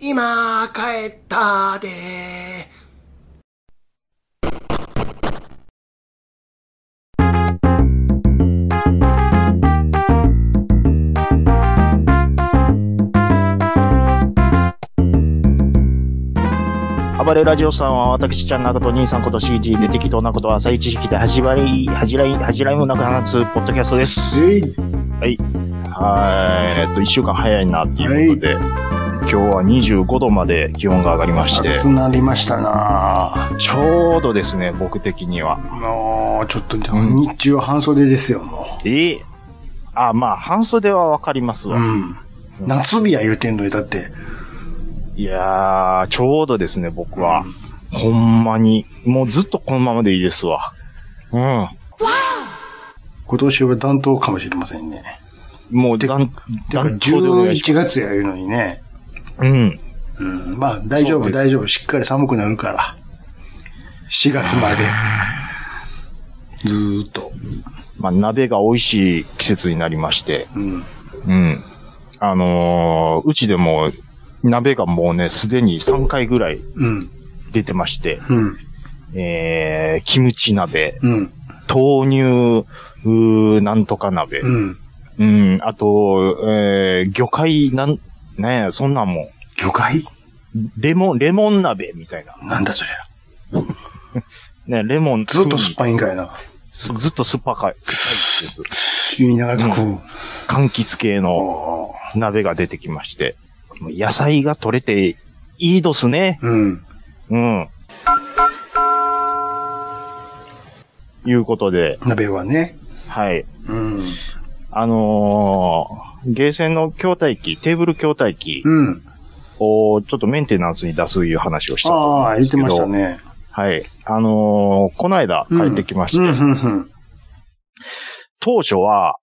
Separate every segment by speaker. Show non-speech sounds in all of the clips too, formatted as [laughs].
Speaker 1: 今帰ったで
Speaker 2: 暴れラジオさんは私ちゃんなこと兄さんこと CG で適当なことは朝一式で恥じらい、恥じらい、恥じらいもなく放つポッドキャストです。
Speaker 3: えい
Speaker 2: はい。えっと、一週間早いなっていうことで、今日は25度まで気温が上がりまして、
Speaker 3: 熱なりましたな
Speaker 2: ちょうどですね、僕的には。
Speaker 3: もう、ちょっと、日中は半袖ですよ、も
Speaker 2: えあ、まあ、半袖はわかります
Speaker 3: う。
Speaker 2: わ。
Speaker 3: うん。夏日や言うてんのに、だって。
Speaker 2: いやー、ちょうどですね、僕は。ほんまに。もうずっとこのままでいいですわ。うん。
Speaker 3: 今年は暖冬かもしれませんね。
Speaker 2: もう、
Speaker 3: て
Speaker 2: 断
Speaker 3: てか、
Speaker 2: 断頭でお願いし
Speaker 3: 11月や言うのにね。
Speaker 2: ます。うん。
Speaker 3: うん。まあ、大丈
Speaker 2: そう
Speaker 3: 夫、
Speaker 2: です
Speaker 3: 大丈夫。しっかり寒くなるから。4月まで。ずーっと。
Speaker 2: まあ、鍋が美味しい季節になりまして。
Speaker 3: うん。
Speaker 2: うん。あのー、うちでも、鍋がもうね、すでに3回ぐらい
Speaker 3: うん。
Speaker 2: 出てまして、
Speaker 3: うん。
Speaker 2: えー、キムチ鍋、
Speaker 3: うん。
Speaker 2: 豆乳、うーなんとか鍋、
Speaker 3: う
Speaker 2: うん、
Speaker 3: ん。
Speaker 2: あと、えー、魚介、なん、ねえそんなんもん、
Speaker 3: 魚介
Speaker 2: レモン、レモン鍋みたいな。
Speaker 3: なんだそりゃ。
Speaker 2: ね、レモン。
Speaker 3: ずっと酸っぱいんかいな。
Speaker 2: すずっと酸っぱかい。酸っぱいです。
Speaker 3: 言いながらこう。
Speaker 2: 柑橘系の
Speaker 3: おー
Speaker 2: 鍋が出てきまして。野菜が取れていいですね。
Speaker 3: うん。
Speaker 2: うん。いうことで、
Speaker 3: 鍋はね。
Speaker 2: はい。
Speaker 3: うん。
Speaker 2: あのー、ゲーセンの筐体機、テーブル筐体機
Speaker 3: うん。
Speaker 2: をちょっとメンテナンスに出すいう話をしたと
Speaker 3: あ
Speaker 2: 思う
Speaker 3: あ、言
Speaker 2: んで
Speaker 3: っ
Speaker 2: す
Speaker 3: て
Speaker 2: けど。
Speaker 3: ましたね。
Speaker 2: はい。あのー、この間帰ってきまし
Speaker 3: う
Speaker 2: て、
Speaker 3: ん、うん、うん。
Speaker 2: 当初は、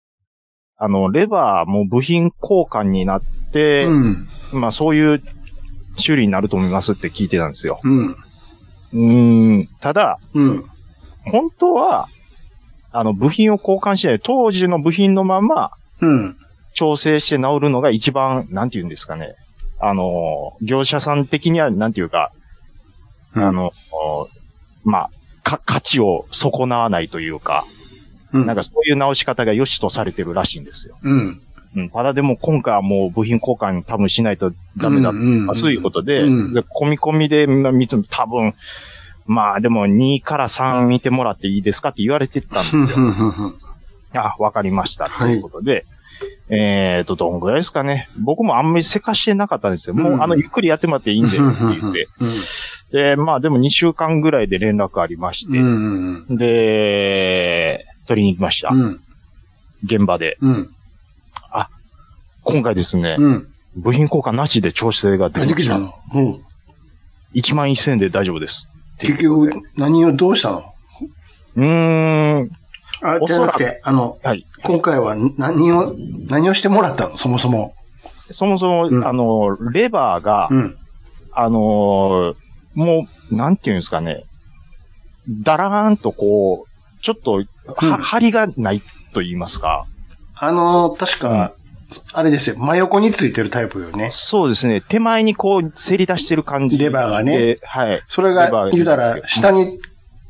Speaker 2: あの、レバーも部品交換になって、
Speaker 3: うん、
Speaker 2: まあそういう修理になると思いますって聞いてたんですよ。
Speaker 3: うん、
Speaker 2: うーん。ただ、
Speaker 3: うん、
Speaker 2: 本当は、あの、部品を交換しない、当時の部品のまま
Speaker 3: うん、
Speaker 2: 調整して直るのが一番、なんて言うんですかね。あの、業者さん的には、なんていうか、あの、おまあ、か、価値を損なわないというか、
Speaker 3: うん、
Speaker 2: なんかそういう直し方が良しとされてるらしいんですよ。
Speaker 3: うん、
Speaker 2: うん。ただでも今回はもう部品交換多分しないとダメだ
Speaker 3: うん
Speaker 2: まあそういうことで、
Speaker 3: うん
Speaker 2: で込み込みで、まあ、見ても多分、まあでも2から3見てもらっていいですかって言われてたんです
Speaker 3: うん、
Speaker 2: よ
Speaker 3: う。ん、うん、
Speaker 2: あ、わかりました。と
Speaker 3: はい
Speaker 2: いうことで、えっ、と、どんぐらいですかね。僕もあんまりせかしてなかったんですよ。もう、
Speaker 3: うん
Speaker 2: あの、ゆっくりやってもらっていいんで、って言って。で、まあ、でも2週間ぐらいで連絡ありまして、
Speaker 3: うん、
Speaker 2: で、取りに行きました。
Speaker 3: うん、
Speaker 2: 現場で。
Speaker 3: うん、
Speaker 2: 今回ですね、
Speaker 3: うん。
Speaker 2: 部品交換なしで調整がで
Speaker 3: 何で
Speaker 2: きま
Speaker 3: き
Speaker 2: したた。
Speaker 3: のうん。
Speaker 2: 1万1000円で大丈夫です。
Speaker 3: 結局、何をどうしたの
Speaker 2: うーん、
Speaker 3: あ、
Speaker 2: お
Speaker 3: じ
Speaker 2: そ
Speaker 3: ゃ
Speaker 2: ら
Speaker 3: な
Speaker 2: く
Speaker 3: くて、あの、
Speaker 2: はい。
Speaker 3: 今回は何を、何をしてもらったのそもそも。
Speaker 2: そもそも、
Speaker 3: うん
Speaker 2: あの、レバーが、
Speaker 3: うん。
Speaker 2: あのーもう、なんていうんですかね。だらーんとこう、ちょっと、
Speaker 3: うん
Speaker 2: は、張りがないと言いますか。
Speaker 3: あの、確か、あれですよ、真横についてるタイプよね。
Speaker 2: そうですね。手前にこう、せり出してる感じで。
Speaker 3: レバーがね
Speaker 2: ではい。
Speaker 3: それ
Speaker 2: レバー
Speaker 3: が、
Speaker 2: が
Speaker 3: 言うた
Speaker 2: いい
Speaker 3: ら、
Speaker 2: ですよ
Speaker 3: 下に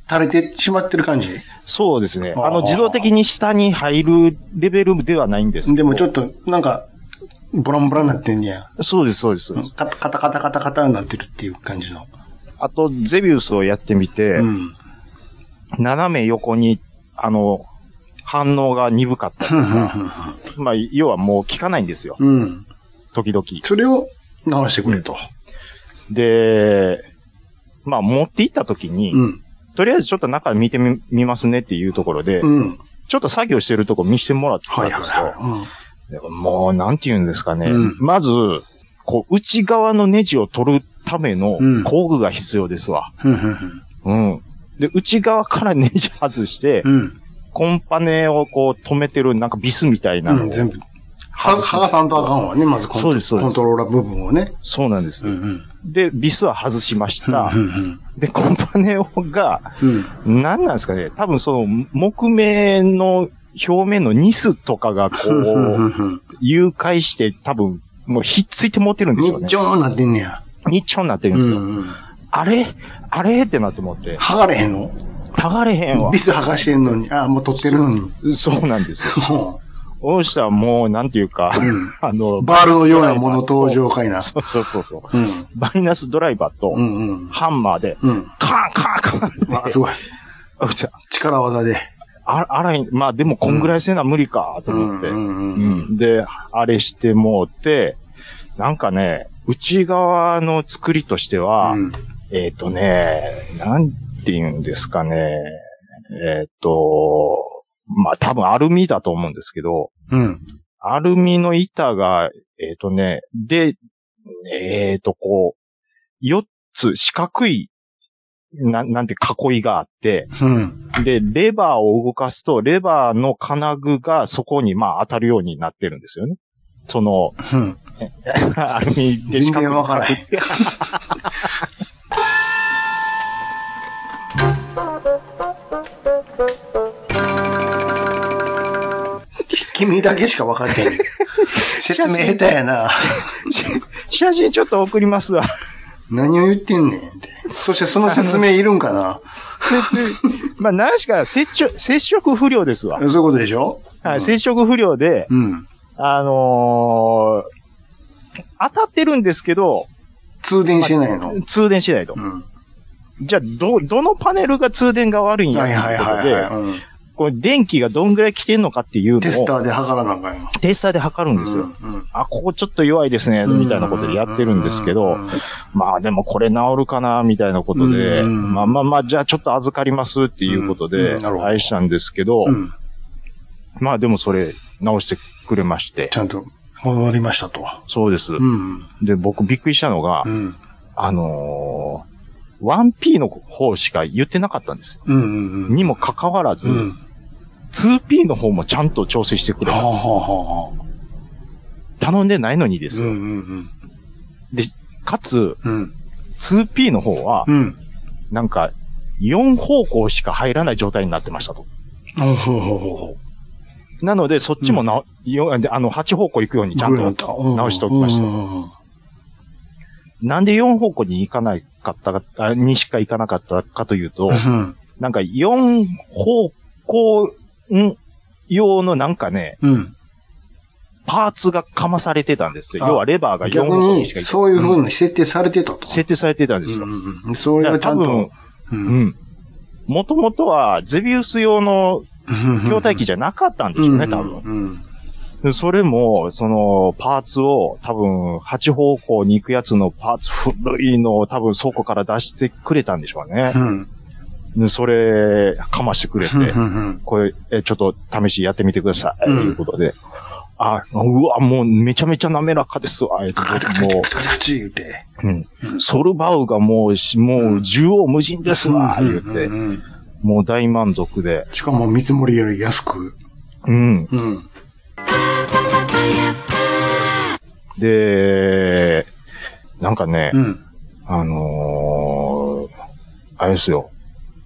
Speaker 3: 垂れてしまってる感じ
Speaker 2: そうですね。
Speaker 3: あー
Speaker 2: あの、自動的に下に入るレベルではないんですけど。
Speaker 3: でもちょっ
Speaker 2: と。
Speaker 3: と、なんか、ボランボランなってんねや。
Speaker 2: そうです、そうです、そうです。
Speaker 3: カタカタカタカタカタになってるっていう感じの。
Speaker 2: あと、ゼビウスをやってみて、
Speaker 3: うん。
Speaker 2: 斜め横に、あの、反応が鈍かったり。
Speaker 3: ふんふんふん
Speaker 2: まあ、要はもう効かないんですよ。
Speaker 3: ふんうん。
Speaker 2: 時々。
Speaker 3: それを直してくれと。
Speaker 2: で、まあ持って行った時に、
Speaker 3: うん。
Speaker 2: とりあえずちょっと中見てみ見ますねっていうところで、
Speaker 3: うん。
Speaker 2: ちょっと作業してるとこ見せてもらった
Speaker 3: は
Speaker 2: んで
Speaker 3: いはい
Speaker 2: すよ。
Speaker 3: は
Speaker 2: もうなんて言うんですかね。
Speaker 3: うん
Speaker 2: まず、こう、内側のネジを取るための
Speaker 3: うん
Speaker 2: 工具が必要ですわ。
Speaker 3: うんうん
Speaker 2: うん。で、内側からネジ外して、
Speaker 3: うん。
Speaker 2: コンパネをこう止めてるなんかビスみたいな
Speaker 3: う
Speaker 2: のを
Speaker 3: ん。全部。は、はがさんとあかんわね。まずコン
Speaker 2: そうですそうです
Speaker 3: コントローラー部分をね。
Speaker 2: そうなんです
Speaker 3: うん。うん。
Speaker 2: で、ビスは外しまし
Speaker 3: うん
Speaker 2: た
Speaker 3: う。ん
Speaker 2: で、コンパネオが、
Speaker 3: うん。うん。
Speaker 2: 何なんですかね多分その、木目の表面のニスとかがこ
Speaker 3: うんうんう
Speaker 2: う、
Speaker 3: んうん。
Speaker 2: 誘拐して多分、もうひっついて持ってるんですよ
Speaker 3: 日
Speaker 2: ね。
Speaker 3: 常になってんねや。
Speaker 2: 日朝になってる
Speaker 3: うん
Speaker 2: ですよ。
Speaker 3: んうん。
Speaker 2: あれあれってなって思って。
Speaker 3: 剥がれへんの
Speaker 2: 剥がれへんわ
Speaker 3: ビ。ス剥がしてんのに。あ、もう取ってるのに。
Speaker 2: そうなんですよ。
Speaker 3: も
Speaker 2: そうしたらもう、なんていうか、あの、
Speaker 3: うバールのようなもの登場かいな。
Speaker 2: そうそうそうそう。
Speaker 3: うん。
Speaker 2: バイナスドライバーと
Speaker 3: う、んうん。
Speaker 2: ハンマーで、
Speaker 3: うん。
Speaker 2: カーンカーンカーンっ
Speaker 3: あ、
Speaker 2: て
Speaker 3: すごい。
Speaker 2: あじゃ
Speaker 3: 力技で。
Speaker 2: あ、あらい、まあでもこんぐらいせな無理か、と思って。
Speaker 3: う
Speaker 2: うん
Speaker 3: う
Speaker 2: ん
Speaker 3: んうん。
Speaker 2: で、あれしてもうて、なんかね、内側の作りとしては、
Speaker 3: うん
Speaker 2: えっ、とね、なんて言うんですかね、えっ、と、まあ多分アルミだと思うんですけど、
Speaker 3: うん。
Speaker 2: アルミの板が、えっ、とね、で、えっ、と、こう、4つ四角い、なん、なんて囲いがあって、
Speaker 3: うん。
Speaker 2: で、レバーを動かすと、レバーの金具がそこにまあ当たるようになってるんですよね。その、 [laughs]
Speaker 3: うん。
Speaker 2: アルミで
Speaker 3: 全然わからへん。君だけしか分かってない。説明下手やな。
Speaker 2: 写真ちょっと送りますわ。
Speaker 3: 何を言ってんねんって。そしてその説明いるんかな
Speaker 2: まあ、何しか接触、接触不良ですわ。
Speaker 3: そういうことでしょ
Speaker 2: はい、接触不良で、
Speaker 3: うん。
Speaker 2: あのー当たってるんですけど、
Speaker 3: 通電してないの。
Speaker 2: 通電しないと
Speaker 3: う。ん。
Speaker 2: じゃあ、ど、どのパネルが通電が悪いんやっ
Speaker 3: はいはいい
Speaker 2: て
Speaker 3: う
Speaker 2: こと
Speaker 3: はい、
Speaker 2: で、
Speaker 3: はいうん
Speaker 2: これ電気がどんぐらい来てんのかっていうのを
Speaker 3: テスターで測らなあかんよ。
Speaker 2: テスターで測るんですよ。
Speaker 3: う
Speaker 2: あ、ここちょっと弱いですね、
Speaker 3: ん
Speaker 2: みたいなことでやってるんですけ
Speaker 3: う
Speaker 2: ど
Speaker 3: ん、
Speaker 2: まあでもこれ治るかな、みたいなことで、
Speaker 3: うん
Speaker 2: まあまあまあ、じゃあちょっと預かりますっていうこと
Speaker 3: うん
Speaker 2: で
Speaker 3: なるほ、ど
Speaker 2: 愛したんですけど
Speaker 3: う、ん。
Speaker 2: まあでもそれ直してくれまして
Speaker 3: ち、ゃんと戻りましたと。
Speaker 2: そうです。
Speaker 3: うん。
Speaker 2: で、僕びっくりしたのが
Speaker 3: う、ん。
Speaker 2: あのー、1P の方しか言ってなかったんですよ。
Speaker 3: うんうんうん。
Speaker 2: にもかかわらず
Speaker 3: う、ん。
Speaker 2: 2P の方もちゃんと調整してくれ
Speaker 3: はあ
Speaker 2: た。
Speaker 3: はあはあ。
Speaker 2: 頼んでないのにです
Speaker 3: うんう
Speaker 2: よ。
Speaker 3: ん
Speaker 2: かつ、
Speaker 3: うん。うん。
Speaker 2: 2P の方は
Speaker 3: う、ん。
Speaker 2: なんか、4方向しか入らない状態になってましたと。
Speaker 3: ほうほうほうほ
Speaker 2: なので、そっちもな、よあの、8方向行くように
Speaker 3: う。
Speaker 2: ちゃんと。
Speaker 3: と
Speaker 2: 直しておきましたなんで4方向に行かなかったか、あにしか行かなかったかというと
Speaker 3: う、ん。
Speaker 2: なんか4方向ん用のなんかね、
Speaker 3: うん。
Speaker 2: パーツがかまされてたんですよ。
Speaker 3: あ
Speaker 2: 要はレバーが4
Speaker 3: 逆
Speaker 2: 方向にしか
Speaker 3: に、
Speaker 2: 行か
Speaker 3: そういう風
Speaker 2: ん
Speaker 3: に設定されてたと。
Speaker 2: 設定されてたんです
Speaker 3: う
Speaker 2: よ。
Speaker 3: んうん。それ
Speaker 2: だか
Speaker 3: は
Speaker 2: ら
Speaker 3: ちゃ
Speaker 2: 多
Speaker 3: ん
Speaker 2: 分
Speaker 3: と。、う
Speaker 2: う。ん。もともとは、ゼビウス用の筐体機じゃなかったんでしょうね、多分。
Speaker 3: 分。
Speaker 2: でそれも、その、パーツを、多分、8方向に行くやつのパーツ古いのを多分倉庫から出してくれたんでしょうね
Speaker 3: う。ん。
Speaker 2: でそれ、かましてくれて、
Speaker 3: うん。
Speaker 2: これ、え、ちょっと試しやってみてください、と
Speaker 3: うん
Speaker 2: いうことで。あ、うわ、もうめちゃめちゃ滑らかですわ、えっと
Speaker 3: カタカタ
Speaker 2: も
Speaker 3: カタカタカチ言うて。
Speaker 2: う、うん。ソルバウがもうし、もう縦横無尽ですわ、言うて、
Speaker 3: て。
Speaker 2: もう大満足で。
Speaker 3: しかも見積もりより安く。
Speaker 2: うん。
Speaker 3: うん。
Speaker 2: で、なんかね、
Speaker 3: うん。
Speaker 2: あのー、あれですよ。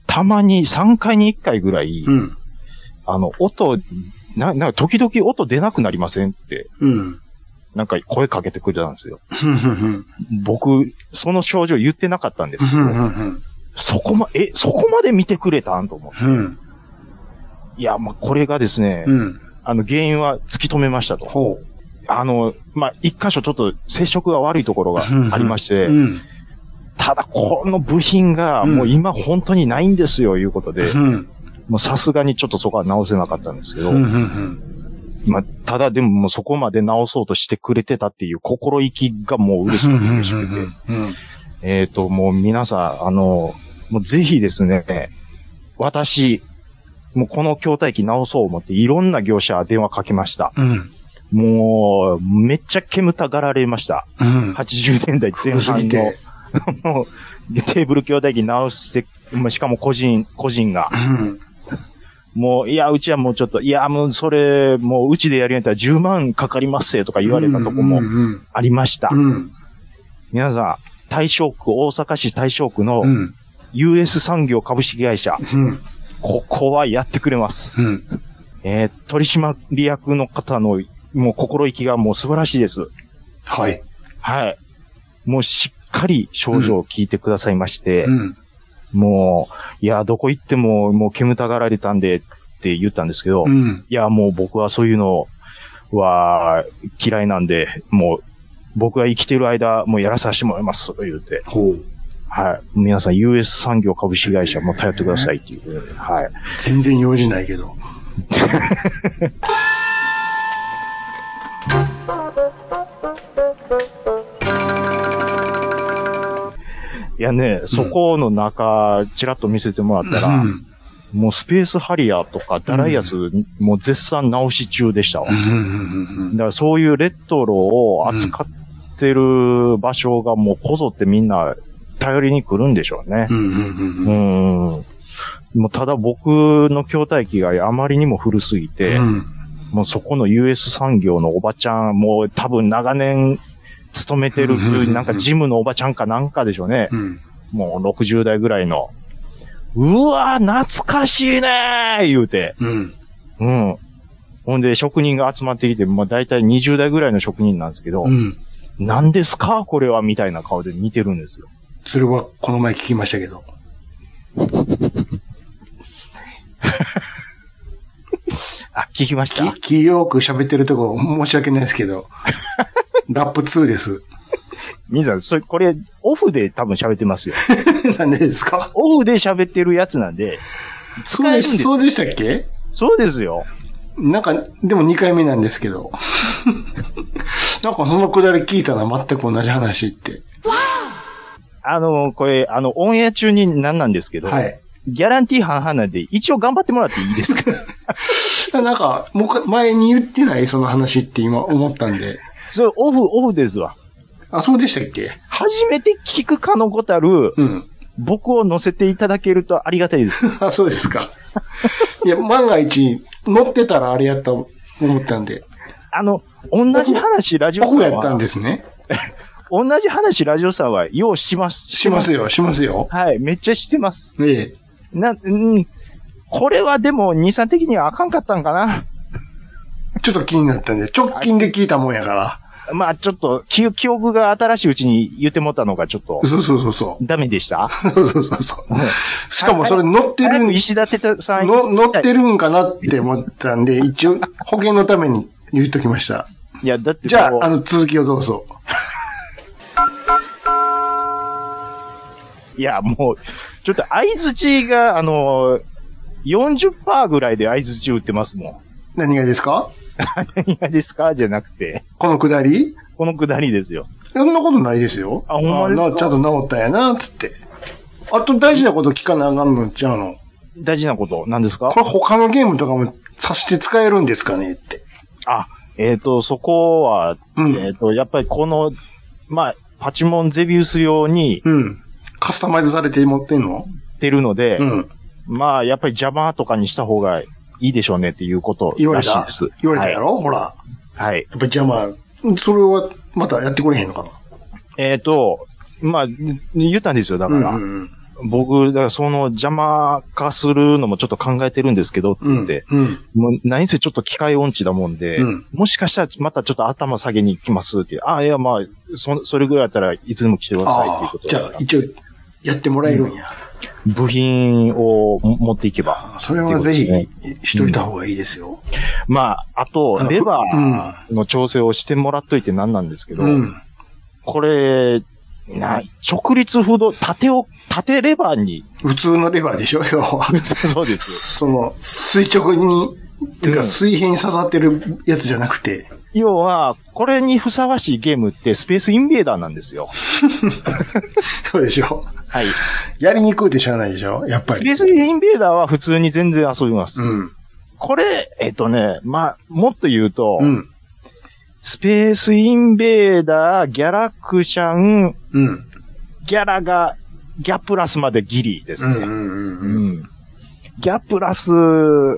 Speaker 2: たまに3回に1回ぐらい、
Speaker 3: うん。
Speaker 2: あの、音、な、なんか時々音出なくなりませんって、
Speaker 3: うん。
Speaker 2: なんか声かけてくれたんですよ。
Speaker 3: うん。うん。
Speaker 2: 僕、その症状言ってなかったんですけど、
Speaker 3: うん。
Speaker 2: そこま、え、そこまで見てくれたんと思う。
Speaker 3: うん。
Speaker 2: いや、まあ、これがですね、
Speaker 3: うん。
Speaker 2: あの、原因は突き止めましたと。
Speaker 3: ほう。
Speaker 2: あの、まあ、一箇所ちょっと接触が悪いところがありまして、
Speaker 3: うん。
Speaker 2: ただこの部品がもう今本当にないんですよ、いうことで、
Speaker 3: うん。
Speaker 2: もうさすがにちょっとそこは直せなかったんですけど、
Speaker 3: うん。うん。
Speaker 2: まあ、ただでももうそこまで直そうとしてくれてたっていう心意気がもう嬉しくて嬉しくて、
Speaker 3: うん。
Speaker 2: えっと、もう皆さん、あの、もうぜひですね、私、もうこの筐体機直そう思っていろんな業者電話かけました。
Speaker 3: うん。
Speaker 2: もう、めっちゃ煙たがられました。
Speaker 3: うん。
Speaker 2: 80年代前
Speaker 3: 古すぎ
Speaker 2: 半の
Speaker 3: て。、
Speaker 2: [laughs] もう、テーブル兄弟機直して、まあしかも個人、個人が
Speaker 3: う、ん。
Speaker 2: もう、いや、うちはもうちょっと、いや、もうそれ、もううちでやるんやったら10万かかりますせとか言われたとこも
Speaker 3: うん。
Speaker 2: ありました。
Speaker 3: うん。
Speaker 2: 皆さん、大正区、大阪市大正区の
Speaker 3: うん。うん。
Speaker 2: US 産業株式会社、
Speaker 3: うん。
Speaker 2: ここはやってくれま
Speaker 3: う
Speaker 2: す。
Speaker 3: ん。
Speaker 2: えー取締役の方の、もう心意気がもう素晴らしいです。
Speaker 3: はい。
Speaker 2: はい。もうしっかり症状を聞いてくださいまして、
Speaker 3: うん。
Speaker 2: もう、いや、どこ行っても、もう煙たがられたんでって言ったんですけど、
Speaker 3: う
Speaker 2: い
Speaker 3: ん。
Speaker 2: や、もう僕はそういうのは嫌いなんで、もう、僕が生きてる間、もうやらさせてもらいます、言うて。
Speaker 3: ほう。
Speaker 2: はい。皆さん、US 産業株式会社も頼ってくださいっていう。はい。
Speaker 3: 全然用事ないけど。
Speaker 2: いやね、そこの中、ちらっと見せてもらったら、
Speaker 3: うん。
Speaker 2: もうスペースハリアーとかダライアス、もう絶賛直し中でしたわ。
Speaker 3: うん。うん
Speaker 2: だからそういうレトロを扱ってる場所がもうこぞってみんな頼りに来るんでしょうね
Speaker 3: うん。う。ん。
Speaker 2: う
Speaker 3: うん。うん。
Speaker 2: ん。もうただ僕の筐体機があまりにも古すぎて、
Speaker 3: うん。
Speaker 2: もうそこの US 産業のおばちゃん、もう多分長年勤めて
Speaker 3: うんうんうんう
Speaker 2: る、
Speaker 3: ん
Speaker 2: なんかジムのおばちゃんかなんかでしょうね。
Speaker 3: うん。
Speaker 2: もう60代ぐらいの。うわ懐かしいねー言うて。
Speaker 3: うん。
Speaker 2: うん。ほんで、職人が集まってきて、まあ大体20代ぐらいの職人なんですけど、
Speaker 3: うん。
Speaker 2: 何ですかこれはみたいな顔で見てるんですよ。
Speaker 3: それはこの前聞きましたけど。
Speaker 2: あ、聞きまし
Speaker 3: き
Speaker 2: た、
Speaker 3: きよく喋ってるとこ申し訳ないですけど。ラップ2です。
Speaker 2: 兄さん、それ、これ、オフで多分喋ってますよ。
Speaker 3: なんでですか
Speaker 2: オフで喋ってるやつなんで、使
Speaker 3: そう
Speaker 2: えるん
Speaker 3: で
Speaker 2: です
Speaker 3: す。そうでしたっけ
Speaker 2: そうですよ。
Speaker 3: なんか、でも2回目なんですけど。なんかそのくだり聞いたら全く同じ話って。
Speaker 2: あの、これ、あの、オンエア中になんなんですけど、
Speaker 3: はい。
Speaker 2: ギャランティー半々なんで、一応頑張ってもらっていいです
Speaker 3: [laughs]
Speaker 2: か
Speaker 3: なんか、もう一回前に言ってないその話って今思ったんで。
Speaker 2: それ、オフ、オフですわ。
Speaker 3: あ、そうでしたっけ
Speaker 2: 初めて聞くかのごたる、
Speaker 3: うん。
Speaker 2: 僕を乗せていただけるとありがたいです。
Speaker 3: [laughs] あ、そうですか。いや、万が一、乗ってたらあれやった思ったんで。
Speaker 2: あの、同じ話、ラジオさん
Speaker 3: 僕
Speaker 2: は。
Speaker 3: やったんですね。
Speaker 2: 同じ話、ラジオさんは、ようします。
Speaker 3: しますよ、しますよ。
Speaker 2: はい、めっちゃしてます。
Speaker 3: ええ。
Speaker 2: な、うん。これはでも、兄さん的にはあかんかったんかな。
Speaker 3: ちょっと気になったんで、直近で聞いたもんやから。
Speaker 2: まあ、ちょっと、記記憶が新しいうちに言ってもったのが、ちょっと、
Speaker 3: そうそうそうそ
Speaker 2: ダメでした。
Speaker 3: う。そうそうそうそう。しかもそれ乗ってる
Speaker 2: 早
Speaker 3: ん
Speaker 2: く石田てたさん。
Speaker 3: の、乗って
Speaker 2: る。
Speaker 3: るんかなって思ったんで、一応保険のために言っときました。
Speaker 2: いや、だってもう、
Speaker 3: じゃあ、あの続きをどうぞ。
Speaker 2: いや、もう、ちょっと相づちが、あの、40%ぐらいで相づち打ってますもん。
Speaker 3: 何がですか
Speaker 2: [laughs] 何がですかじゃなくて、
Speaker 3: このくだり
Speaker 2: このくだりですよ。
Speaker 3: そんなことないですよ。
Speaker 2: あほんまですか
Speaker 3: あなちゃんと治ったんやな、つって。あと大事なこと聞かなあかんのちゃうの。
Speaker 2: 大事なこと、何ですか
Speaker 3: これ他のゲームとかもさして使えるんですかねって。
Speaker 2: あ、えっ、と、そこは、
Speaker 3: うん
Speaker 2: えっ、と、やっぱりこの、まあ、パチモンゼビウス用に
Speaker 3: うん。カスタマイズされて持ってんの
Speaker 2: 出るので、
Speaker 3: うん。
Speaker 2: まあ、やっぱり邪魔とかにした方がいいでしょうねっていうこと
Speaker 3: 言わ
Speaker 2: ら
Speaker 3: れ
Speaker 2: しい
Speaker 3: た
Speaker 2: です。。
Speaker 3: 言われたやろ、ほら。やっ
Speaker 2: はい。はい。
Speaker 3: ぱ邪魔。それはまたやってくれへんのかな
Speaker 2: えっ、と、まあ、言ったんですよ。だから、
Speaker 3: うんうん
Speaker 2: 僕、だからその邪魔化するのもちょっと考えてるんですけどって
Speaker 3: うん。
Speaker 2: って、
Speaker 3: うん。うん。
Speaker 2: もう何せちょっと機械音痴だもんで、
Speaker 3: うん
Speaker 2: もしかしたらまたちょっと頭下げに行きますって、ああ、いや、まあ、そ、それぐらいだったらいつでも来てくださいっていう
Speaker 3: あ
Speaker 2: こ
Speaker 3: あ、
Speaker 2: と
Speaker 3: じ
Speaker 2: だ
Speaker 3: ゃ
Speaker 2: か
Speaker 3: あ
Speaker 2: ら、
Speaker 3: 一応、やってもらえるんや。
Speaker 2: 部品を持っていけば。
Speaker 3: あそれはぜひ
Speaker 2: っていう、
Speaker 3: しといた方がいいですよ。
Speaker 2: まあ、あと
Speaker 3: あ、の
Speaker 2: レバーの調整をしてもらっといてなんなんですけど、
Speaker 3: うん。
Speaker 2: これ、な、直立不動、縦を、縦レバー
Speaker 3: [laughs]
Speaker 2: に、
Speaker 3: 普通のレバーでしょ、要は。
Speaker 2: そうです。
Speaker 3: その、垂直に、て
Speaker 2: う
Speaker 3: か
Speaker 2: ん
Speaker 3: 水平に刺さってるやつじゃなくて、 [laughs]
Speaker 2: 要は、これにふさわしいゲームってスペースインベーダーなんですよ。
Speaker 3: そうでしょ。
Speaker 2: はい。
Speaker 3: やりにくいってしゃあないでしょ、やっぱ
Speaker 2: スペ
Speaker 3: り
Speaker 2: ー。スインベーダーは普通に全然遊びます。
Speaker 3: うん。
Speaker 2: これ、えっとね、まあ、もっと言うと、
Speaker 3: うん。
Speaker 2: スペースインベーダー、ギャラクシャン、
Speaker 3: うん。
Speaker 2: ギャラが、ギャプラスまでギリで
Speaker 3: う
Speaker 2: す
Speaker 3: んう
Speaker 2: ね。
Speaker 3: んうん
Speaker 2: う
Speaker 3: うん。
Speaker 2: んギャプラス、う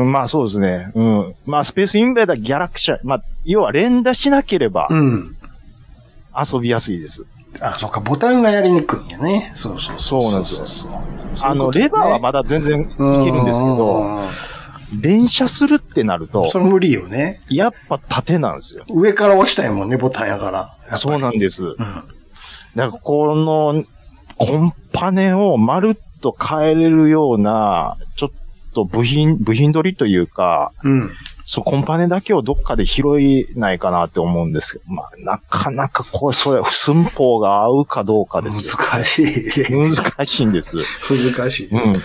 Speaker 2: んまあそうですね。うん。まあスペースインベーダー、ギャラクシャン、まあ、要は連打しなければ
Speaker 3: うん。
Speaker 2: 遊びやすいです。
Speaker 3: あ、そっか、ボタンがやりにくいんやね。そうそう
Speaker 2: そうなんですよ
Speaker 3: そうそう
Speaker 2: あの、レバーはまだ全然いけるんですけど、連射するってなる
Speaker 3: ど
Speaker 2: と
Speaker 3: そ、れ無理よね。
Speaker 2: やっぱ縦なんですよ。
Speaker 3: 上から押したいもんね、ボタンやから。やっぱり
Speaker 2: そうなんです。
Speaker 3: う
Speaker 2: だからこの、コンパネをまるっと変えれるような、ちょっと部品、部品取りというか、
Speaker 3: ん。うん。
Speaker 2: そう、コンパネだけをどっかで拾えないかなって思うんですけど、まあ、なかなかこう、それ、寸法が合うかどうかですよ。
Speaker 3: 難しい。
Speaker 2: 難しいんです。
Speaker 3: [laughs] 難しい。
Speaker 2: うん。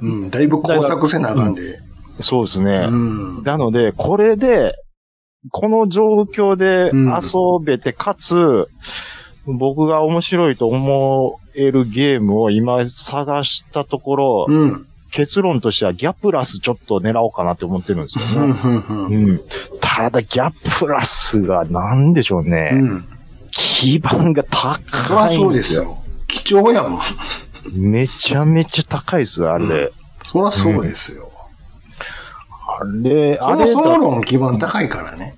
Speaker 3: うん。だいぶ工作せなあかんで。
Speaker 2: そうですね。
Speaker 3: うん。
Speaker 2: なので、これで、この状況で
Speaker 3: うん
Speaker 2: 遊べて、かつ、僕が面白いと思えるゲームを今探したところ、
Speaker 3: うん。
Speaker 2: 結論としてはギャプラスちょっと狙おうかなって思ってるんですよ
Speaker 3: う
Speaker 2: ね。
Speaker 3: ん。うん。うん。
Speaker 2: うん、ただ、ギャプラスがなんでしょうね。
Speaker 3: うん。
Speaker 2: 基盤が
Speaker 3: そりゃ
Speaker 2: 高い
Speaker 3: そ
Speaker 2: ん
Speaker 3: う
Speaker 2: で
Speaker 3: です
Speaker 2: すよ。
Speaker 3: よ。貴重やもん。
Speaker 2: めちゃめちゃ高いですよ、あれで。
Speaker 3: [laughs] そりゃそうですよ。
Speaker 2: あれ、
Speaker 3: あ
Speaker 2: あ
Speaker 3: れ
Speaker 2: れ
Speaker 3: そも
Speaker 2: だ
Speaker 3: そもの基盤高いからね。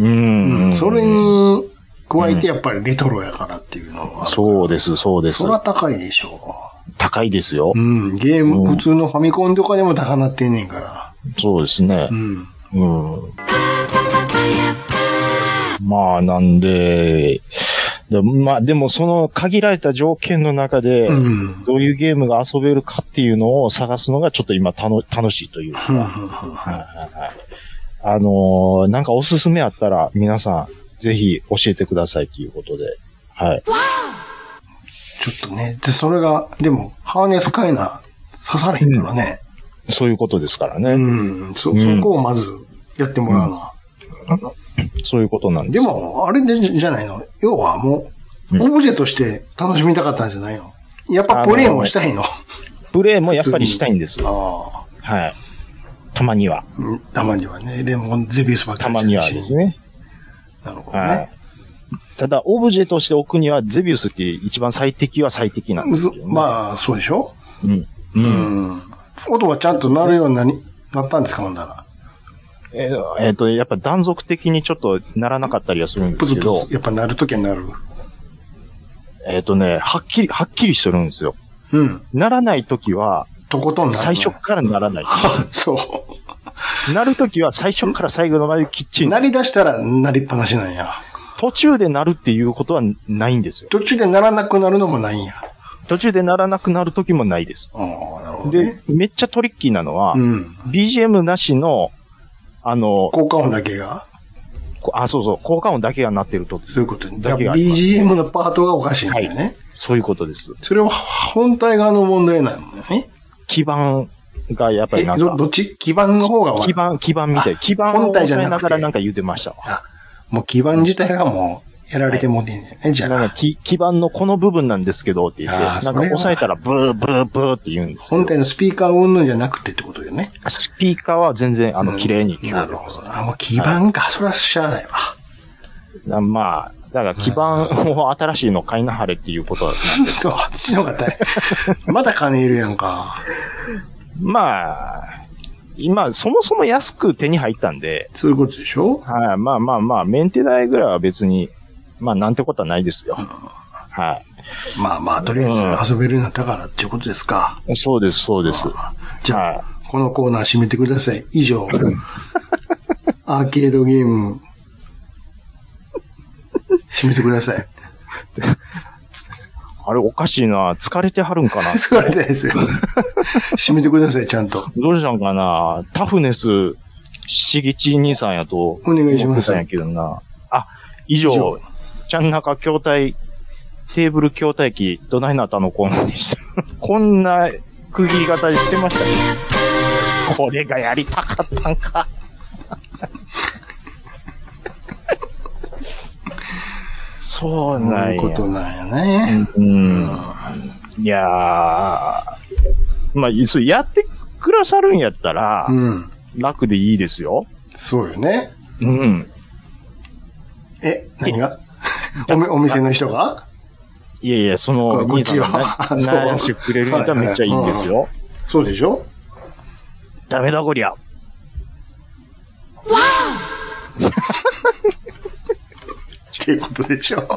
Speaker 2: うん、
Speaker 3: うん。それに加えてやっぱりレトロやからっていうのは。
Speaker 2: そうです、そうです
Speaker 3: そ。りゃ高いでしょ
Speaker 2: 高いですよ
Speaker 3: う。う。ん。ゲー
Speaker 2: う
Speaker 3: ム、
Speaker 2: ん
Speaker 3: 普通のファミコンとかでも高なってんねんから。
Speaker 2: そうですね
Speaker 3: う。ん。
Speaker 2: うん。まあ、なんで、でまあ、でもその限られた条件の中で、
Speaker 3: うん。うん
Speaker 2: どういうゲームが遊べるかっていうのを探すのがちょっと今楽楽しいという。あのーなんかおすすめあったら皆さんぜひ教えてくださいということで。はい。
Speaker 3: ちょっとね。で、それが、でも、ハーネス買えな、刺されへんからね。
Speaker 2: そういうことですからね。
Speaker 3: うん。そ、
Speaker 2: うん
Speaker 3: そこをまず、やってもらうな。
Speaker 2: そういうことなん
Speaker 3: で
Speaker 2: で。
Speaker 3: すも、あれでじゃないの。要はもう、
Speaker 2: うん
Speaker 3: オブジェとして楽しみたかったんじゃないの。やっぱプレイもしたいの。
Speaker 2: プレイもやっぱりしたいんです。
Speaker 3: あ
Speaker 2: はい。たまには。
Speaker 3: あ。うんたまにはね、レモンゼビウスばっか
Speaker 2: た
Speaker 3: り
Speaker 2: まにはです。ね。
Speaker 3: なるほど
Speaker 2: は
Speaker 3: ね。
Speaker 2: い。ただ、オブジェとして置くには、ゼビウスって一番最適は最適なんです
Speaker 3: そ
Speaker 2: よ、ね。
Speaker 3: まあ、そうでしょ
Speaker 2: うん。う。
Speaker 3: うんん。音はちゃんと鳴るようになりなったんですか、ほんだら。
Speaker 2: えっ、えーと、やっぱ断続的にちょっとならなかったりはするんで
Speaker 3: プ
Speaker 2: す
Speaker 3: ツ
Speaker 2: け
Speaker 3: プ
Speaker 2: ど、
Speaker 3: ツ。やっぱ鳴るときは鳴る。
Speaker 2: えっ、とね、はっきり、はっきりしてるんですよ。
Speaker 3: うん。
Speaker 2: ならないときは、
Speaker 3: とことん鳴る。
Speaker 2: 最初。からな
Speaker 3: [laughs]
Speaker 2: らない。
Speaker 3: そ
Speaker 2: なるときは最初から最後のまできっち
Speaker 3: う。
Speaker 2: り
Speaker 3: 鳴。り出したら鳴りっぱなしなんや。
Speaker 2: 途中でなるっていうことはないんですよ。
Speaker 3: 途中で鳴らなくなるのもないんや。
Speaker 2: 途中でならなくなるときもないです。
Speaker 3: ああ、なるほど、
Speaker 2: で
Speaker 3: ね。、
Speaker 2: めっちゃトリッキーなのは、
Speaker 3: うん。
Speaker 2: BGM なしの、あの、
Speaker 3: 効果音だけが。
Speaker 2: こあ、そうそう、効果音だけが鳴ってるとき。
Speaker 3: そういうことね。だ
Speaker 2: だ
Speaker 3: か
Speaker 2: け
Speaker 3: ら
Speaker 2: があります
Speaker 3: BGM のパートがおかしいんだよね。
Speaker 2: そういうことです。
Speaker 3: それは本体側の問題なのね。
Speaker 2: 基盤がやっぱ
Speaker 3: え、
Speaker 2: りなん
Speaker 3: ど、
Speaker 2: か、
Speaker 3: どっち基盤の方が悪い
Speaker 2: 基。盤、基盤みたい。基盤を
Speaker 3: 本体
Speaker 2: 押
Speaker 3: じゃ
Speaker 2: さ
Speaker 3: なくて
Speaker 2: えながらなんか言うてましたわ。
Speaker 3: あ、もう基盤自体がもうやられてもうてんだよね、じゃ
Speaker 2: なん
Speaker 3: あ。
Speaker 2: か基基盤のこの部分なんですけどって言って、
Speaker 3: あ
Speaker 2: な
Speaker 3: ー
Speaker 2: ん
Speaker 3: そ
Speaker 2: か
Speaker 3: れは
Speaker 2: 押さえたらブーブーブーって言うんですけ
Speaker 3: 本
Speaker 2: ど、
Speaker 3: 体のスピーカーうんぬんじゃなくてってことよね。
Speaker 2: スピーカーは全然あ
Speaker 3: う
Speaker 2: の
Speaker 3: ん
Speaker 2: 綺麗に聞
Speaker 3: なる
Speaker 2: こえてま
Speaker 3: ほ
Speaker 2: す
Speaker 3: ど。。あ、もう基盤か。それはしゃあないわ。 [laughs]
Speaker 2: なまあ、だから基盤を新しいの買いなはれっていうことは、
Speaker 3: そう、あっちの方が大変。 [laughs] まだ金いるやんか。
Speaker 2: まあ、今、そもそも安く手に入ったんで、
Speaker 3: そういうことでしょ
Speaker 2: はい、まあまあまあ、メンテ代ぐらいは別に、まあなんてことはないですよ。は
Speaker 3: まあまあ、とりあえず遊べるようになったからっていうことですか。
Speaker 2: い。そうです、そうです。
Speaker 3: じゃあ、
Speaker 2: はい
Speaker 3: このコーナー締めてください。以上。 [laughs] アーケードゲーム。締めてください。
Speaker 2: あれおかしいな。疲れてはるんか
Speaker 3: [laughs]
Speaker 2: な
Speaker 3: 疲れたですよ。締めてください、ちゃんと。
Speaker 2: どうしたんかなタフネス、しぎち兄さんやと。
Speaker 3: お願いします
Speaker 2: 思ってたんやけどな。あ、以上、
Speaker 3: 以上
Speaker 2: ちゃんなか筐体、テーブル筐体機、どないなったのコーナーでした。 [laughs] こんな区切り方してましたね。これがやりたかった
Speaker 3: [laughs]
Speaker 2: んか。そう
Speaker 3: そう
Speaker 2: なん
Speaker 3: いう
Speaker 2: や。
Speaker 3: ことなんやね。
Speaker 2: うん。いやー、まあ、そうやってくださるんやったら
Speaker 3: う、ん。
Speaker 2: 楽でいいですよ。
Speaker 3: そうよね。
Speaker 2: うん。
Speaker 3: え、何がおめお店の人が
Speaker 2: いやいや、その、
Speaker 3: こ
Speaker 2: 兄
Speaker 3: っ
Speaker 2: さん
Speaker 3: ちは
Speaker 2: がな
Speaker 3: そう
Speaker 2: 悩んでくれるネタめっちゃいいんですよ。
Speaker 3: そうでしょ
Speaker 2: ダメだこりゃ。
Speaker 3: っていうことでしょ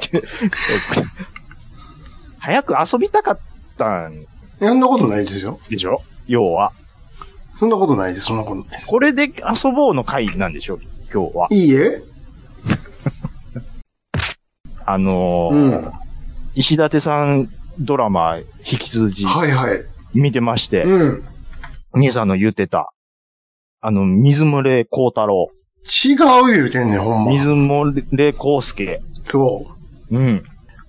Speaker 2: 早く遊びたかったん
Speaker 3: そんなことないですよ。
Speaker 2: でしょ要は。
Speaker 3: そんなことないです、そんなことないです。
Speaker 2: これで遊ぼうの回なんでしょ今日は。
Speaker 3: いいえ
Speaker 2: あのー
Speaker 3: うん。
Speaker 2: 石立さんドラマ引き続き
Speaker 3: はいはい。
Speaker 2: 見てまして、
Speaker 3: うん。
Speaker 2: 兄さんの言ってた、あの、水漏れ孝太郎、
Speaker 3: 違う言うてんねん、ほんま。
Speaker 2: 水漏れ孝介、
Speaker 3: そ
Speaker 2: うん。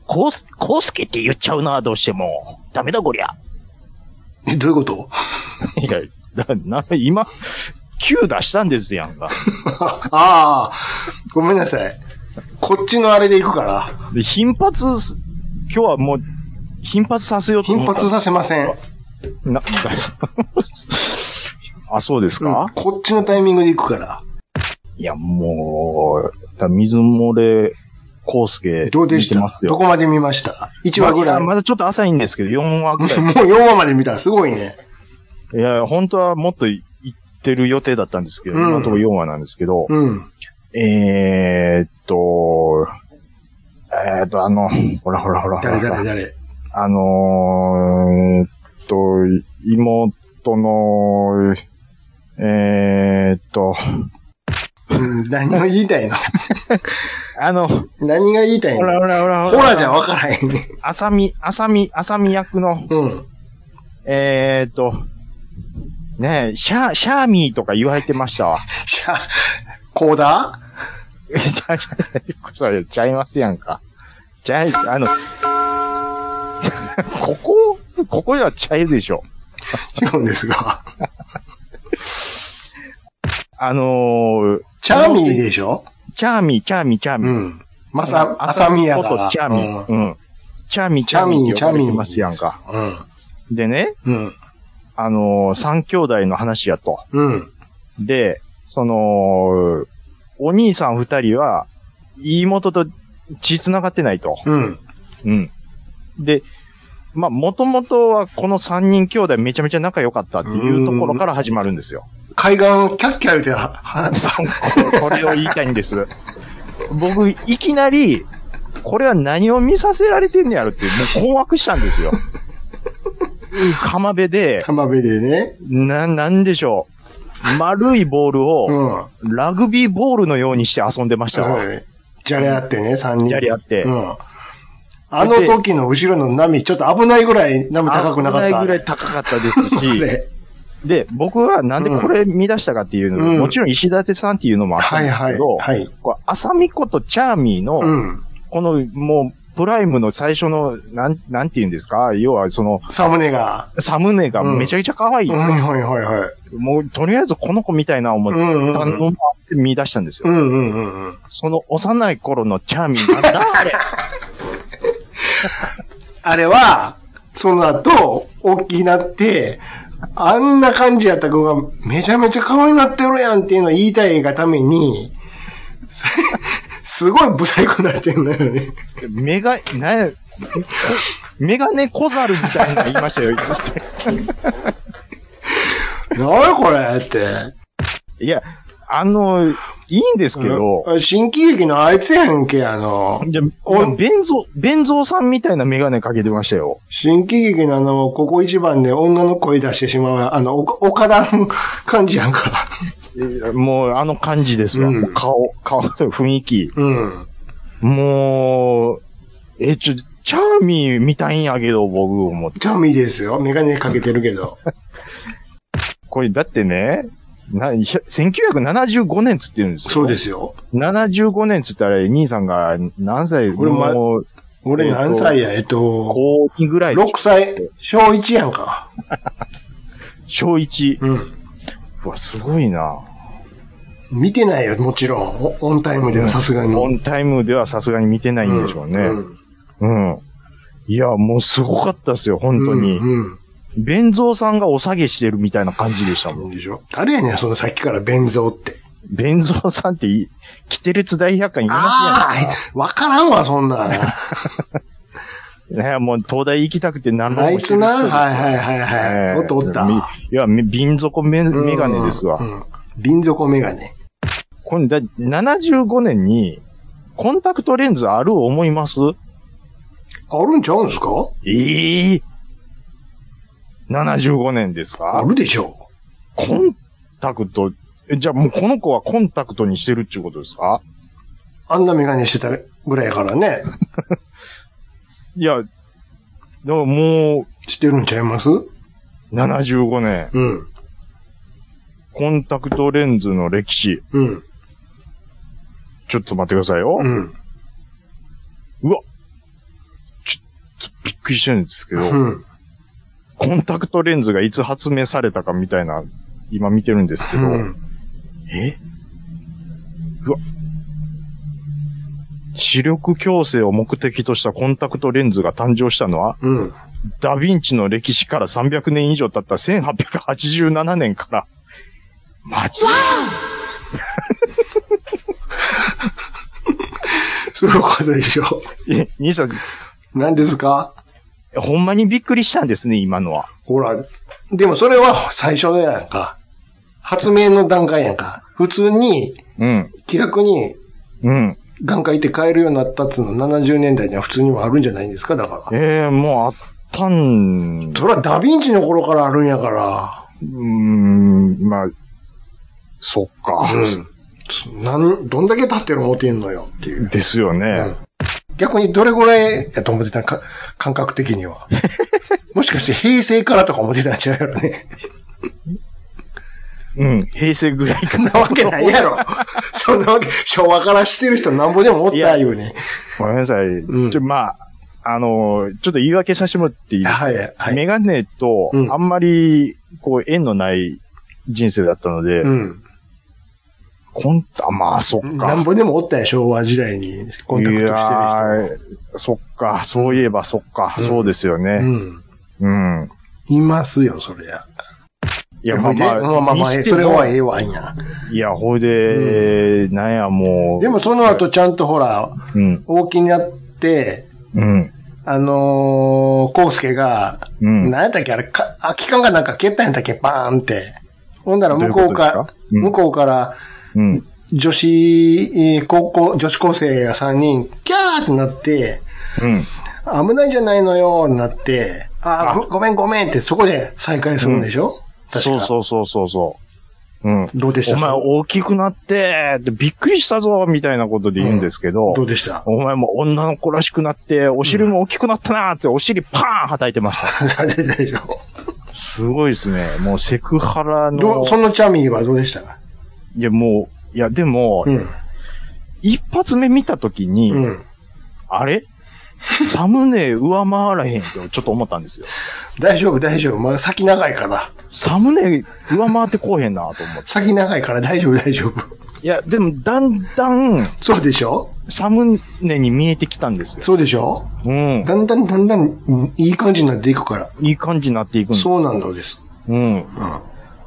Speaker 2: こう、こうすけって言っちゃうな、どうしても。ダメだ、こりゃ。
Speaker 3: う。え、どういうこと
Speaker 2: いや、だ、な、今、9出したんですやんか。
Speaker 3: ああ、ごめんなさい。こっちのあれで行くから、
Speaker 2: で、頻発す、今日はもう、頻発させようと
Speaker 3: 頻
Speaker 2: 思った。
Speaker 3: 発させません。
Speaker 2: な、 [laughs] だあ、そうです
Speaker 3: うん
Speaker 2: か、
Speaker 3: こっちのタイミングで行くから。
Speaker 2: いや、もう、だ水漏れ、コースケ、
Speaker 3: どうでし
Speaker 2: 見て
Speaker 3: た
Speaker 2: ます
Speaker 3: ど
Speaker 2: よ。
Speaker 3: こまで見ました ?1 話ぐらい。
Speaker 2: まあやまだちょっと浅いんですけど、4話ぐら
Speaker 3: もう4話まで見た。すごいね。
Speaker 2: い。いや、本当はもっとい行ってる予定だったんですけど、
Speaker 3: うん
Speaker 2: 今のところ4話なんですけど、
Speaker 3: うん。
Speaker 2: えーっと、えーっと、あの、ほらほらほらほ
Speaker 3: 誰
Speaker 2: ら
Speaker 3: 誰誰。
Speaker 2: あのー、えーっと、妹の、えーっと、
Speaker 3: うん何を言いたいの
Speaker 2: あの、ほ
Speaker 3: 何が言いたい
Speaker 2: ら
Speaker 3: の
Speaker 2: ほらほら
Speaker 3: ホラじゃ分からへんね。
Speaker 2: あさみ、あさみ、あさみ役の、
Speaker 3: うん。
Speaker 2: えーっと、ねえ、シャー、シャーミーとか言われてましたわ。
Speaker 3: じゃあ、コーダ
Speaker 2: えちゃうちゃうちゃうそれ、ちゃいますやんか。ちゃい、あの、ここ、ここではちゃいでしょ。
Speaker 3: ーうんですが。
Speaker 2: あのー、
Speaker 3: チャーミーでしょ
Speaker 2: チャーミー、チャーミー、チャーミー。
Speaker 3: うん。まさ、あさみやか
Speaker 2: こ
Speaker 3: ら。
Speaker 2: とチャーミー。うん。チャーミー、
Speaker 3: チャーミー
Speaker 2: って呼ばれてますやんか。
Speaker 3: うん。
Speaker 2: でね、
Speaker 3: うん。
Speaker 2: あのー三兄弟の話やと。
Speaker 3: うん。
Speaker 2: で、その、お兄さん二人は、妹と血繋がってないと。
Speaker 3: うん。
Speaker 2: うん。で、まあ、もともとはこの三人兄弟めちゃめちゃ仲良かったっていうところから始まるんですよ。
Speaker 3: 海岸をキャッキャ言うては、は、
Speaker 2: そうそれを言いたいんです。 [laughs] 僕、いきなり、これは何を見させられてんねやろって、もう困惑したんですよ。浜辺で、
Speaker 3: 浜辺でね。
Speaker 2: な、なんでしょう。丸いボール
Speaker 3: う
Speaker 2: を、
Speaker 3: ん。
Speaker 2: ラグビーボールのようにして遊んでましたわ。
Speaker 3: じゃれ合ってね、三人。
Speaker 2: じゃり合って
Speaker 3: うん。あの時の後ろの波、ちょっと危ないぐらい波高くなかっ
Speaker 2: 危な
Speaker 3: た。
Speaker 2: いぐらい高かったです [laughs]
Speaker 3: あ
Speaker 2: し、
Speaker 3: れ
Speaker 2: で、僕はなんでこれ見出したかっていうのも、
Speaker 3: うん
Speaker 2: もちろん石立さんっていうのもあった
Speaker 3: は
Speaker 2: ん
Speaker 3: い
Speaker 2: です
Speaker 3: は
Speaker 2: け
Speaker 3: い。
Speaker 2: ど、
Speaker 3: はい。
Speaker 2: これ、浅見ことチャーミーの、
Speaker 3: うん。
Speaker 2: この、もう、プライムの最初の、なん、なんて言うんですか要は、その、
Speaker 3: サムネが。
Speaker 2: サムネがめちゃめちゃ可愛い。
Speaker 3: うん、はいはいはい。
Speaker 2: もう、とりあえずこの子みたいな思
Speaker 3: う
Speaker 2: っ
Speaker 3: んう
Speaker 2: た
Speaker 3: ん
Speaker 2: の
Speaker 3: うん。
Speaker 2: もあって見出したんですよ。
Speaker 3: うんうんうんうん。
Speaker 2: その幼い頃のチャーミーなんだあれ
Speaker 3: あれは、その後、大きくなって、あんな感じやった子がめちゃめちゃ可愛いなってるやんっていうのを言いたいがために、 [laughs] それすごい不細工になってんだよね。
Speaker 2: メガ、なんや、こメガネ小猿みたいなの言いましたよ。 [laughs]
Speaker 3: なにこれって。
Speaker 2: いや、あの、いいんですけど、
Speaker 3: あ新喜劇のあいつやんけ、あの。
Speaker 2: じゃ
Speaker 3: お、
Speaker 2: ベンゾ、ベンゾーさんみたいなメガネかけてましたよ。
Speaker 3: 新喜劇のあの、ここ一番で女の声出してしまう、あの、お岡田の感じやんか。
Speaker 2: もう、あの感じですわ。
Speaker 3: うん
Speaker 2: もう顔、顔と雰囲気。
Speaker 3: うん。
Speaker 2: もう、え、ちょ、チャーミーみたいんやけど、僕思って。
Speaker 3: チャミーですよ。メガネかけてるけど。
Speaker 2: これ、だってね、な、ひゃ1975年つってるんですよ。。
Speaker 3: そうですすよ。
Speaker 2: 75年つったら、兄さんが何歳
Speaker 3: 俺ま
Speaker 2: もう、
Speaker 3: 俺何歳や、えっと、
Speaker 2: 高2ぐらいでしょ。
Speaker 3: 6歳、小1やんか。
Speaker 2: 小1。
Speaker 3: うん。
Speaker 2: うわ、すごいな。
Speaker 3: 見てないよ、もちろん。おオンタイムではさすがに。
Speaker 2: オンタイムではさすがに見てないんでしょう
Speaker 3: う
Speaker 2: ね。
Speaker 3: ん
Speaker 2: うん。いや、もうすごかったですよ、本当に。
Speaker 3: うん。
Speaker 2: 弁蔵さんがお下げしてるみたいな感じでしたも。
Speaker 3: うんんでしょ。誰やねん、そのさっきから弁蔵って。
Speaker 2: 弁蔵さんってい、キテレツ大百科にいま
Speaker 3: ああ、 [laughs] わからんわ、そんなん。
Speaker 2: [laughs] すやん。ね、もう東大行きたくて何
Speaker 3: あ
Speaker 2: も
Speaker 3: い
Speaker 2: して
Speaker 3: つ
Speaker 2: る人
Speaker 3: な、はいはいはいはい。
Speaker 2: ええ
Speaker 3: おったおった。
Speaker 2: みいや、み瓶底メメガネですわ。
Speaker 3: うん。瓶底メガネ。
Speaker 2: これだ、75年に、コンタクトレンズある思います
Speaker 3: あるんちゃうんすか
Speaker 2: ええ75年です
Speaker 3: あ
Speaker 2: か
Speaker 3: るでしょ
Speaker 2: コンタクト、えじゃあもうこの子はコンタクトにしてるっていうことですか
Speaker 3: う。あんなメガネしてたぐらいやからね。
Speaker 2: いや、でもも
Speaker 3: してるんちゃいます
Speaker 2: う75年、
Speaker 3: うん。
Speaker 2: コンタクトレンズの歴史、
Speaker 3: うん。
Speaker 2: ちょっと待ってくださいよ。
Speaker 3: うん。
Speaker 2: うわちょっとびっくりしてるんですけど、
Speaker 3: うん。
Speaker 2: コンタクトレンズがいつ発明されたかみたいな、今見てるんですけ
Speaker 3: う
Speaker 2: ど、
Speaker 3: ん。
Speaker 2: えうわ。視力矯正を目的としたコンタクトレンズが誕生したのは、
Speaker 3: うん。
Speaker 2: ダヴィンチの歴史から300年以上経った1887年から。マジ
Speaker 3: そういうことでしょ
Speaker 2: え、兄さん、
Speaker 3: 何ですか
Speaker 2: ほんまにびっくりしたんですね、今のは。
Speaker 3: ほら。でもそれは最初のやんか。発明の段階やんか。普通に、
Speaker 2: うん。
Speaker 3: 気楽に
Speaker 2: うん。
Speaker 3: 眼科行って買えるようになったっつうの70年代には普通にもあるんじゃないんですかだから。
Speaker 2: ええもうあったん、う
Speaker 3: それはダヴィンチの頃からあるんやから。
Speaker 2: ーん、まあ、そっか。
Speaker 3: うん。なん、どんだけ経ってる思ってんのよっていう。
Speaker 2: ですよね。
Speaker 3: うん逆にどれぐらいやと思ってたか、感覚的には。もしかして平成からとか思ってたんちゃうやろね。
Speaker 2: うん。平成ぐらいか
Speaker 3: なわけないやろ。 [laughs] そんなわけ、昭和からしてる人なんぼでもおったように。
Speaker 2: ごめんなさい。
Speaker 3: うん
Speaker 2: ちょまあ、あのーちょっと言い訳させてもらっていいですか、
Speaker 3: はい、はい。
Speaker 2: メガネと
Speaker 3: う、ん
Speaker 2: あんまり、こう、縁のない人生だったので、
Speaker 3: うん。
Speaker 2: コンタ、まあ、そっ
Speaker 3: な
Speaker 2: か。
Speaker 3: んぼでもおったよ、昭和時代にコンタクトしてる
Speaker 2: いやーそっか、そういえばそっか、そうですよ
Speaker 3: 人。う
Speaker 2: ね。
Speaker 3: ん。
Speaker 2: うん。
Speaker 3: いますよ、そりゃ。
Speaker 2: いや、
Speaker 3: ほ
Speaker 2: まあ
Speaker 3: いで
Speaker 2: まあ、
Speaker 3: まあまあまあ、
Speaker 2: にして
Speaker 3: そ
Speaker 2: も
Speaker 3: れはええわ、いや。
Speaker 2: いや、ほいで、なんや、もう。
Speaker 3: でも、その後ちゃんとほら、
Speaker 2: うん、
Speaker 3: 大きになって、
Speaker 2: うん、
Speaker 3: あのー、コウスケが、
Speaker 2: うん。
Speaker 3: 何やったっけあれ、か空き缶がなんか蹴ったんやったっけバーンって。ほんだら向こう
Speaker 2: どういうこ
Speaker 3: か
Speaker 2: とですかう
Speaker 3: ら、
Speaker 2: ん
Speaker 3: 向こうから、
Speaker 2: うん。
Speaker 3: 女子、えー高校、女子高生が3人、キャーってなって、
Speaker 2: うん。
Speaker 3: 危ないじゃないのよ、なって、あー、ごごめんごめんってそこで再会するんでしょ、確か
Speaker 2: そうそうそうそうそう。うん。
Speaker 3: どうでした
Speaker 2: お前大きくなって、でびっくりしたぞ、みたいなことで言うんですけど、
Speaker 3: どうでした
Speaker 2: お前も女の子らしくなって、お尻も大きくなったなーって、お尻パーン叩いてました。
Speaker 3: されてたでしょ
Speaker 2: すごいですね。もうセクハラ
Speaker 3: [laughs] ど
Speaker 2: の
Speaker 3: う、そのチャミーはどうでしたか
Speaker 2: いやもう、いやでも、
Speaker 3: うん。
Speaker 2: 一発目見たときに、
Speaker 3: うん。
Speaker 2: あれサムネ上回らへんってちょっと思ったんですよ。
Speaker 3: 大丈夫、大丈夫。まだ先長いから。
Speaker 2: サムネ上回ってこうへんなと思って。
Speaker 3: 先長いから大丈夫、大丈夫。
Speaker 2: いや、でもだんだん
Speaker 3: そうでしょ
Speaker 2: サムネに見えてきたんですよ。
Speaker 3: そうでしょ
Speaker 2: うん。
Speaker 3: だんだんだんだんうんいい感じになっていくから。
Speaker 2: いい感じになっていくんです
Speaker 3: そうなんだです。
Speaker 2: うん。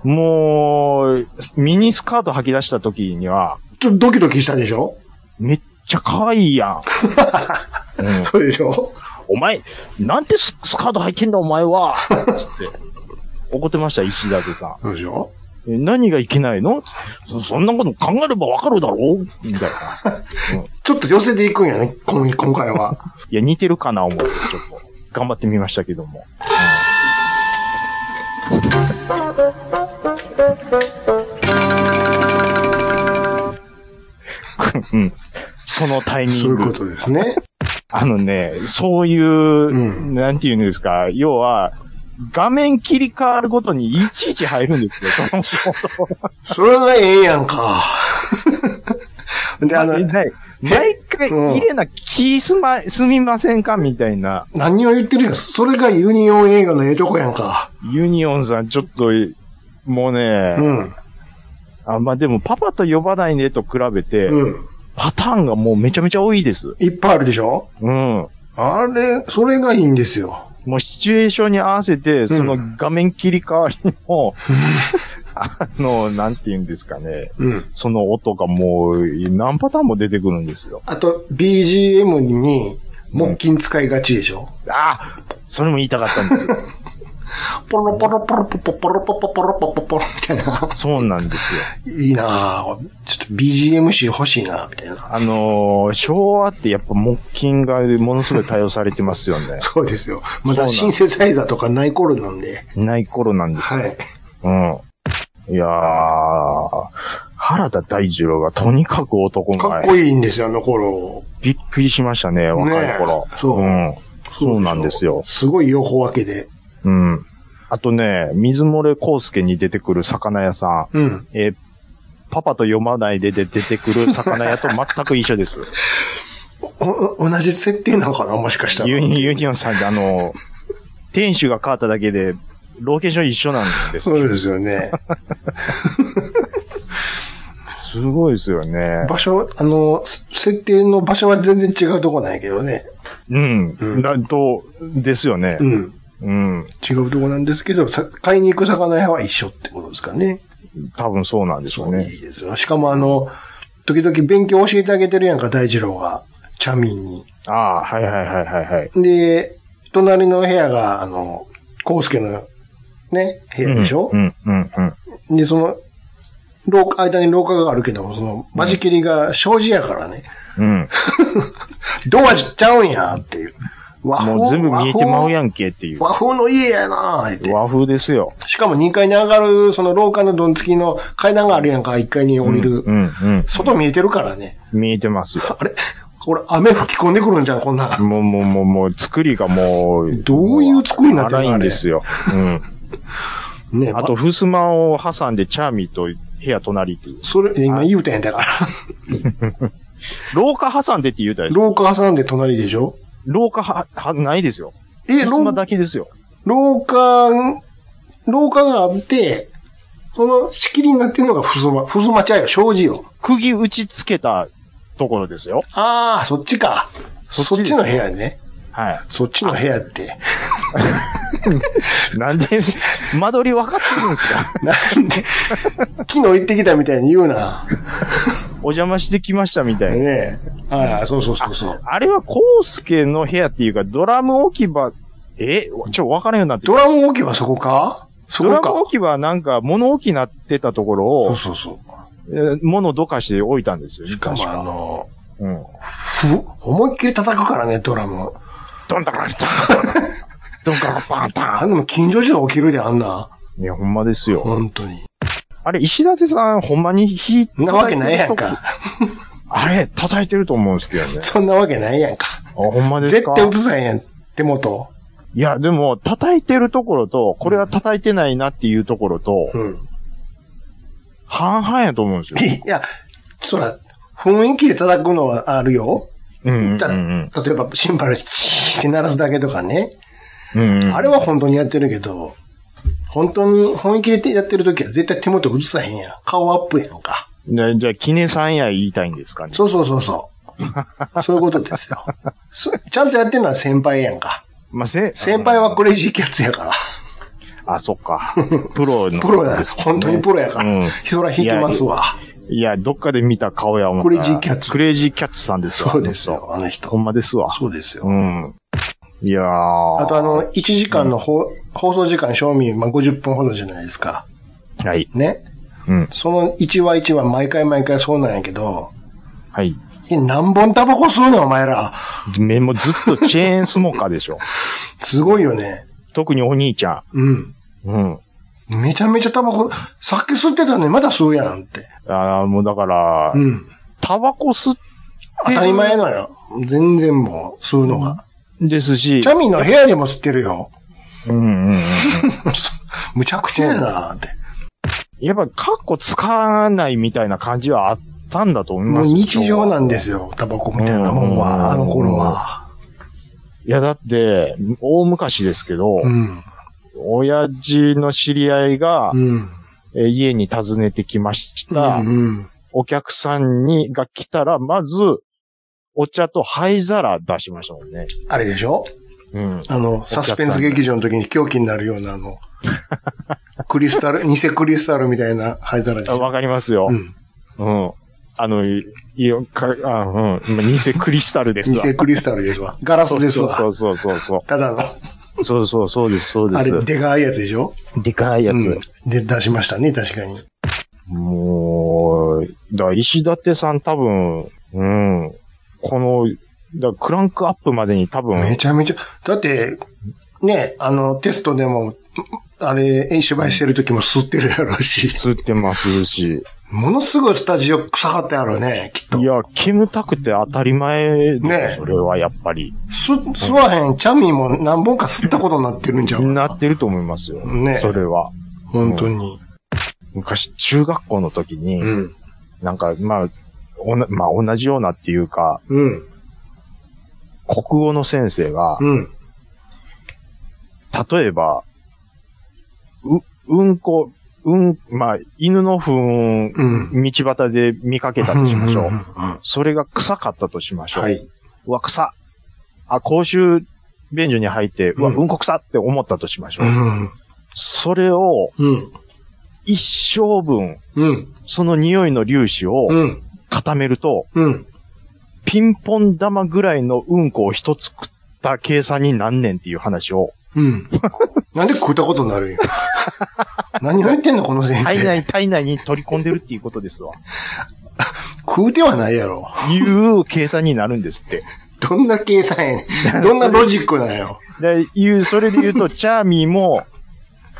Speaker 2: もう、ミニスカート履き出した時には、
Speaker 3: ちょっとドキドキしたでしょ
Speaker 2: めっちゃ可愛いや [laughs] ん。うん
Speaker 3: そうでしょ
Speaker 2: お前、なんてススカート履いてんだお前はつって。怒ってました、石田さ
Speaker 3: そうでしょ
Speaker 2: ん。え何がいけないのつってそそんなこと考えればわかるだろうみたいな。
Speaker 3: ちょっと寄せていくんやね、こん今回は。
Speaker 2: いや、似てるかな思って、ちょっと。頑張ってみましたけども。うんうん。そのタイミ
Speaker 3: そうい
Speaker 2: ン
Speaker 3: うこ
Speaker 2: グ。
Speaker 3: とですね。
Speaker 2: あのね、そういう、
Speaker 3: ん
Speaker 2: なんていうんですか、要は、画面切り替わるごとにいちいち入るんですよ、その
Speaker 3: それがええやんか。で、あの、
Speaker 2: 毎毎回入れな、気すま、すみませんかみたいな。
Speaker 3: 何を言ってるやん。それがユニオン映画のええとこやんか。
Speaker 2: ユニオンさん、ちょっと、もうね、
Speaker 3: うん。
Speaker 2: あ、まあでも、パパと呼ばないねと比べて、
Speaker 3: うん。
Speaker 2: パターンがもうめちゃめちゃ多いです。
Speaker 3: いっぱいあるでしょ
Speaker 2: うん。も
Speaker 3: あれ、それがいいんですよ。
Speaker 2: うシチュエーションに合わせて、その画面切り替わりも、 [laughs] あの、なんて言うんですかね。
Speaker 3: うん。
Speaker 2: その音がもう何パターンも出てくるんですよ。
Speaker 3: あと、BGM に木琴使いがちでしょ、
Speaker 2: ああそれも言いたかったん
Speaker 3: [laughs]
Speaker 2: ですよ。
Speaker 3: ポロポロポロポポポロポポポロポポポロみたいな。
Speaker 2: そうなんですよ。
Speaker 3: いいなぁ。ちょっと BGM 集欲しいなぁみたいな。。
Speaker 2: あのー昭和ってやっぱ木琴がものすごい多用されてますよね
Speaker 3: そうですよ。ま
Speaker 2: そうなん
Speaker 3: だ
Speaker 2: です
Speaker 3: シンセサイザーとかない頃なんで。
Speaker 2: ない頃なんですよ。
Speaker 3: はい。
Speaker 2: うん。いやー、原田大二郎がとにかく男
Speaker 3: か
Speaker 2: 前。
Speaker 3: っこいいんですよ、あの頃。
Speaker 2: びっくりしましたね、若い頃。
Speaker 3: えそう
Speaker 2: うん。そうなんですよ。
Speaker 3: すごい予報分けで。
Speaker 2: うん。あとね、水漏れ康介に出てくる魚屋さ
Speaker 3: うん。
Speaker 2: ん。えーパパと読まないでで出てくる魚屋と全く一緒
Speaker 3: [laughs]
Speaker 2: です。
Speaker 3: おお同じ設定なのかなもしかしたら。
Speaker 2: ユニ、ユニオンさんってあの、店主が変わっただけで、ロケーション一緒なんです
Speaker 3: そうですよ
Speaker 2: [laughs]
Speaker 3: ね。
Speaker 2: すごいですよね。
Speaker 3: 場所、あの、す設定の場所は全然違うとこなんやけどね。
Speaker 2: うん。
Speaker 3: うん
Speaker 2: なんと、ですよね
Speaker 3: う。ん。
Speaker 2: うん。
Speaker 3: 違うとこなんですけど、さ買いに行く魚屋は一緒ってことですかね。
Speaker 2: 多分そうなんでしょうね。
Speaker 3: いいですよ。しかもあの、時々勉強教えてあげてるやんか、大二郎が。チャミンに。
Speaker 2: ああ、はいはいはいはいはい。
Speaker 3: で、隣の部屋が、あの、コウスケの、ね、部屋でしょ
Speaker 2: う、ん、うん、うん。
Speaker 3: で、その、廊下、間に廊下があるけども、その、間仕切りが障子やからね、
Speaker 2: うん。
Speaker 3: ドアじっちゃうんやっていう。和風
Speaker 2: もう全部見えてまうやんけっていう。
Speaker 3: 和風の家やなーって。
Speaker 2: 和風ですよ。
Speaker 3: しかも2階に上がる、その廊下のどんつきの階段があるやんか、1階に降りる。
Speaker 2: うん、うん。
Speaker 3: 外見えてるからね。
Speaker 2: 見えてますよ。
Speaker 3: あれこれ雨吹き込んでくるんじゃん、こんなん。
Speaker 2: もう、もう、もう、もう、作りがもう、
Speaker 3: どういう作りになってんの
Speaker 2: 荒いんですよ。うん。
Speaker 3: ね
Speaker 2: あと、、襖を挟んでチャーミーと部屋隣っていう。
Speaker 3: それ、今言うたんやだから。
Speaker 2: 廊下挟んでって言うたら、
Speaker 3: 廊下挟んで隣でしょ
Speaker 2: 廊下は、は、ないですよ。
Speaker 3: え、廊
Speaker 2: 襖だけですよ。
Speaker 3: 廊下、廊下があって、その仕切りになってんのがふすま、ふすまちゃうよ、障子よ。
Speaker 2: 釘打ちつけたところですよ。
Speaker 3: ああ、そっちか。
Speaker 2: そ
Speaker 3: そ
Speaker 2: っち
Speaker 3: っ
Speaker 2: です
Speaker 3: ちの部屋ね。
Speaker 2: はい。
Speaker 3: そっちの部屋って。
Speaker 2: なんで、間取り分かってるんですか
Speaker 3: なん
Speaker 2: [laughs]
Speaker 3: で、昨日行ってきたみたいに言うな。
Speaker 2: お邪魔してきましたみたいな。
Speaker 3: ねえ。ああ、そうそうそうそう。
Speaker 2: あれは、コウスケの部屋っていうか、ドラム置き場、えちょ、分からんようになってきた
Speaker 3: ドラム置けばそこかそ
Speaker 2: ド
Speaker 3: こ
Speaker 2: ラ
Speaker 3: か
Speaker 2: ム。置き場はなんか物置きになってたところ
Speaker 3: そ
Speaker 2: を
Speaker 3: う、そうそ
Speaker 2: えー物どかして置いたんですよ。
Speaker 3: う。しか
Speaker 2: 確
Speaker 3: もあの、
Speaker 2: うん。
Speaker 3: ふ、思いっきり叩くからね、ドラム。
Speaker 2: ドンダカラ
Speaker 3: [laughs]
Speaker 2: タンドンカラパンタ
Speaker 3: あんなもん近所中起きるで、あんな。
Speaker 2: ンいや、ほんまですよ。
Speaker 3: 本当に。
Speaker 2: あれ、石立さん、ほんまに火、
Speaker 3: そんなわけないや
Speaker 2: [laughs]
Speaker 3: んか。
Speaker 2: あれ、叩いてると思うんですけどね。
Speaker 3: そんなわけないやんか。
Speaker 2: あ、ほんまです
Speaker 3: 絶
Speaker 2: か
Speaker 3: 対映さへんやん、手元。
Speaker 2: いや、でも、叩いてるところと、これは叩いてないなっていうところと、
Speaker 3: うん。
Speaker 2: 半々やと思うんですよ。
Speaker 3: いや、そら、雰囲気で叩くのはあるよ。
Speaker 2: うんうん
Speaker 3: じゃ
Speaker 2: うん
Speaker 3: 例えば、シンバルチーって鳴らすだけとかね。
Speaker 2: うん。うん
Speaker 3: あれは本当にやってるけど、本当に本気でやってる時は絶対手元映さへんやん。顔アップやんか。
Speaker 2: ねじゃあ、キネさんや言いたいんですかね。
Speaker 3: そうそうそう
Speaker 2: [laughs]
Speaker 3: そう。そういうことですよ。そちゃんとやってるのは先輩やんか。
Speaker 2: まあ、せ、
Speaker 3: 先輩はクレイジーキャッツやから。
Speaker 2: あ、そっか。
Speaker 3: [laughs]
Speaker 2: プロの。
Speaker 3: プロや、本当にプロやから。
Speaker 2: うん
Speaker 3: そら弾きますわ。
Speaker 2: いや、どっかで見た顔や思った
Speaker 3: クレ
Speaker 2: ら
Speaker 3: イジーキャッツ
Speaker 2: クレイジーキャッツさんですよ。
Speaker 3: そうです
Speaker 2: あの人。
Speaker 3: よ、あの
Speaker 2: ほ
Speaker 3: 人。
Speaker 2: んまですわ。
Speaker 3: そうですよ
Speaker 2: う。ん。いやー。
Speaker 3: あとあの、1時間の放,、放送時間、賞味、まあ、50分ほどじゃないですか。
Speaker 2: はい。
Speaker 3: ね。
Speaker 2: うん。
Speaker 3: その1話1話、毎回毎回そうなんやけど、
Speaker 2: はい。
Speaker 3: え、何本タバコ吸うのお前ら。
Speaker 2: め、もうずっとチェーンスモーカーでしょ。 [laughs]
Speaker 3: すごいよね。
Speaker 2: 特にお兄ちゃ
Speaker 3: うん。
Speaker 2: ん。うん。
Speaker 3: めちゃめちゃタバコ、さっき吸ってたのにまだ吸うやんって。
Speaker 2: あーもうだから
Speaker 3: う、ん。
Speaker 2: タバコ吸って
Speaker 3: 当たり前のよ。全然もう、吸うのが。
Speaker 2: ですし
Speaker 3: チ、ャミの部屋でも吸ってるよ。 [laughs]
Speaker 2: うんうんうん。
Speaker 3: むちゃくちゃやなって。
Speaker 2: やっぱ、カッコつかないみたいな感じはあったんだと思い
Speaker 3: も
Speaker 2: ま
Speaker 3: う
Speaker 2: す。。
Speaker 3: 日常なんですすよ、タバコみたいなもん
Speaker 2: うん
Speaker 3: は、あの頃は。
Speaker 2: いや、だって、大昔ですけど、
Speaker 3: うん。
Speaker 2: 親父の知り合いが
Speaker 3: う、ん。
Speaker 2: えー家に訪ねてきまし
Speaker 3: うん
Speaker 2: た。
Speaker 3: うん。
Speaker 2: お客さんに、が来たら、まず、お茶と灰皿出しましたもんね。
Speaker 3: あれでしょ
Speaker 2: うん。 [laughs]
Speaker 3: あの、サスペンス劇場の時に狂気になるような、あの、クリスタル、偽クリスタルみたいな灰皿でし
Speaker 2: あ
Speaker 3: ょ。
Speaker 2: わかりますよ。
Speaker 3: うん。
Speaker 2: うん。あの、いいや、か、あうん。今偽クリスタルですわ。
Speaker 3: 偽クリスタルですわ。ガ
Speaker 2: ガ
Speaker 3: ラスですわ。
Speaker 2: そうそうそうそ
Speaker 3: ただの、
Speaker 2: う。そうそうそうです、そうで
Speaker 3: あれ、
Speaker 2: す。
Speaker 3: でかいやつでしょ
Speaker 2: でかいやつ。
Speaker 3: うん。で、出しましたね、確かに。
Speaker 2: もう、だから石立さん多分、うん。この、だからクランクアップまでに多分、
Speaker 3: めちゃめちゃ、だって、ね、あの、テストでも、あれ、演芝居してる時も吸ってるやろうし、
Speaker 2: 吸ってますし。
Speaker 3: ものすごいスタジオ臭かったやろうね、きっと
Speaker 2: い。や、煙たくて当たり前だ
Speaker 3: ねえ
Speaker 2: それはやっぱり。
Speaker 3: 吸、吸わへん、チャミも何本か吸ったことになってるんじゃん。
Speaker 2: なってると思いますよ。
Speaker 3: ね
Speaker 2: それは。
Speaker 3: 本当に。
Speaker 2: 昔、中学校の時に、
Speaker 3: うん。
Speaker 2: なんか、まあ、おなまあ、同じようなっていうか、
Speaker 3: うん。
Speaker 2: 国語の先生が、
Speaker 3: うん。
Speaker 2: 例えば、う、うんこ、うん、まあ、犬の糞、
Speaker 3: うん。
Speaker 2: 道端で見かけたとしまし
Speaker 3: ん
Speaker 2: ょ
Speaker 3: ん
Speaker 2: う。
Speaker 3: ん
Speaker 2: それが臭かったとしましょう。
Speaker 3: は。い。
Speaker 2: うわ、臭っあ、公衆便所に入って、うわ、
Speaker 3: うん
Speaker 2: うんこ臭って思ったとしましょ
Speaker 3: う
Speaker 2: う。
Speaker 3: ん。
Speaker 2: それを、
Speaker 3: うん。
Speaker 2: 一生分、
Speaker 3: うん。
Speaker 2: その匂いの粒子を
Speaker 3: うん。
Speaker 2: 固めると、
Speaker 3: うん。
Speaker 2: ピンポン玉ぐらいのうんこを一つ食った計算になんねんっていう話を、
Speaker 3: うん。なんで食ったことになるんや。何を言ってんの、この先
Speaker 2: 体
Speaker 3: 生。[laughs]
Speaker 2: 内、体内に取り込んでるっていうことですわ。
Speaker 3: 食うてはないやろ。
Speaker 2: いう計算になるんですって。
Speaker 3: どんな計算やね [laughs] ん。どんなロジックなんやろ。
Speaker 2: で、いう、それで言うと、チャーミーも、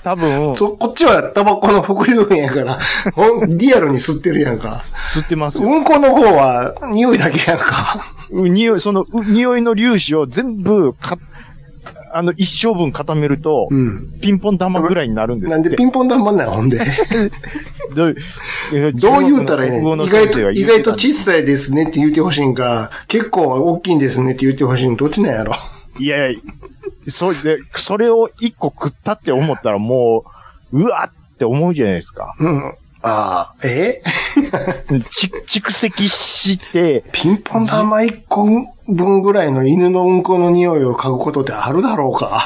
Speaker 2: 多分、吸
Speaker 3: そ、こっちはタバコの副流煙やから、ほん、リアルに吸ってるやんか。
Speaker 2: ってますよ。
Speaker 3: うんこの方は、匂いだけやんか。
Speaker 2: 匂い、その、う匂いの粒子を全部、か、あの、一生分固めると
Speaker 3: う、ん。
Speaker 2: ピンポン玉ぐらいになるんです
Speaker 3: な
Speaker 2: っ
Speaker 3: ん
Speaker 2: て。
Speaker 3: でピンポン玉なんなんやほんで。
Speaker 2: どうえ
Speaker 3: どう言うたらいいね
Speaker 2: 中国
Speaker 3: ん
Speaker 2: の
Speaker 3: 意
Speaker 2: 国語の
Speaker 3: 外
Speaker 2: 先生
Speaker 3: と、
Speaker 2: が言
Speaker 3: 意
Speaker 2: うてた
Speaker 3: 外と小さいですねって言ってほしいんか、結構大きいんですねって言ってほしいんどっちなんやろ。
Speaker 2: いやいや、そで、それを一個食ったって思ったらもう、うわって思うじゃないですか。
Speaker 3: うん。ああ、え
Speaker 2: ち蓄積して、
Speaker 3: ピンポン玉一個分ぐらいの犬のうんこの匂いを嗅ぐことってあるだろう
Speaker 2: [laughs]
Speaker 3: か。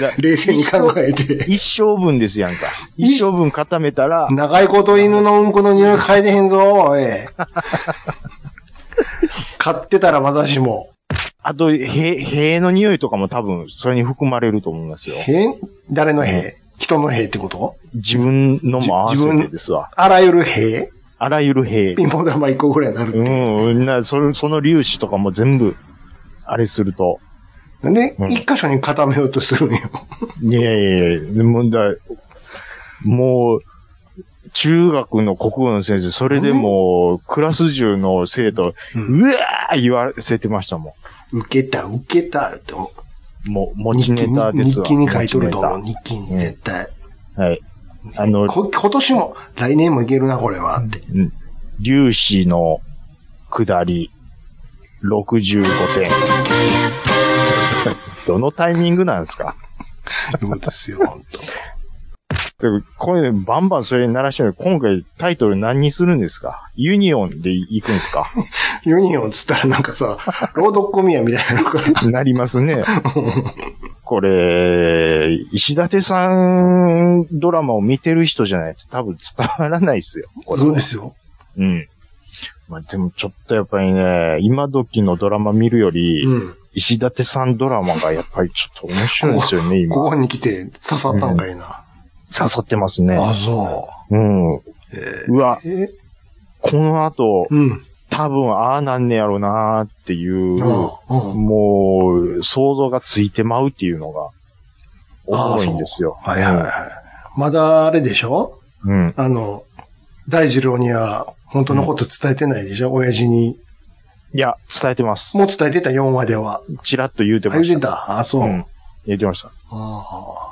Speaker 2: だ
Speaker 3: 冷静に考えて。
Speaker 2: 一生分ですやんか。
Speaker 3: い
Speaker 2: 一生分固めたら、
Speaker 3: 長いこと犬のうんこの匂い嗅いでへんぞ、
Speaker 2: [laughs]
Speaker 3: おい。買ってたらまだしも。
Speaker 2: あと、へ、塀の匂いとかも多分、それに含まれると思いますよ。
Speaker 3: へ誰の塀人の塀ってこと
Speaker 2: 自分のも合わ
Speaker 3: じ
Speaker 2: せ
Speaker 3: 自
Speaker 2: て
Speaker 3: 分
Speaker 2: ですわ。
Speaker 3: あらゆる塀
Speaker 2: あらゆる塀。
Speaker 3: ピンポン玉一個ぐらいになるって。
Speaker 2: うん、な、それ、その粒子とかも全部、あれすると。
Speaker 3: なんで
Speaker 2: う、ん
Speaker 3: 一箇所に固めようとするんよ。
Speaker 2: いやいやいや、もうだ、もう、中学の国語の先生、それでもう、クラス中の生徒、
Speaker 3: う
Speaker 2: うんわー言わせてましたも
Speaker 3: [laughs] 受けた、受けたって思う。
Speaker 2: ん。もう、持ちネタです
Speaker 3: 日
Speaker 2: わ。
Speaker 3: 記に日記に書いとると思う。
Speaker 2: 持ちネ
Speaker 3: 日記に絶対。
Speaker 2: タ。はい。あの、
Speaker 3: こ今年も、来年もいけるな、これは。って。
Speaker 2: うん粒子の下り、65点。 [laughs] どのタイミングなんですか
Speaker 3: いうことです [laughs] よ、本当。
Speaker 2: でこれ、バンバンそれ鳴らしてる。今回タイトル何にするんですかユニオンで行くんです
Speaker 3: [laughs]
Speaker 2: か
Speaker 3: ユニオンつったらなんかさ、朗読コミやみたいなの [laughs] が。
Speaker 2: なりますね。これ、石立さんドラマを見てる人じゃないと多分伝わらないですよ。これ
Speaker 3: そうですよ。
Speaker 2: うん。まあ、でもちょっとやっぱりね、今時のドラマ見るより、
Speaker 3: うん。
Speaker 2: 石立さんドラマがやっぱりちょっと面白いんですよね、今。
Speaker 3: ここに来て刺さったんかいな。
Speaker 2: 刺さってますね。
Speaker 3: あ、そ
Speaker 2: うん。う
Speaker 3: う。え
Speaker 2: わ、
Speaker 3: ーえ
Speaker 2: この後、
Speaker 3: うん。
Speaker 2: 多分ああなんねやろうなーっていう、
Speaker 3: うん。うん。
Speaker 2: もう、想像がついてまうっていうのが、
Speaker 3: ああ
Speaker 2: 多いんですよ。
Speaker 3: はいはいはい。まだあれでしょ
Speaker 2: うん。
Speaker 3: あの、大二郎には本当のこと伝えてないでしょ、親父に。
Speaker 2: いや、伝えてます。
Speaker 3: もう伝えてた4話では。
Speaker 2: ちらっと言うて
Speaker 3: あ、
Speaker 2: ま
Speaker 3: 言
Speaker 2: し
Speaker 3: うてた。あ、そう。
Speaker 2: た。うん。言ってました。
Speaker 3: あ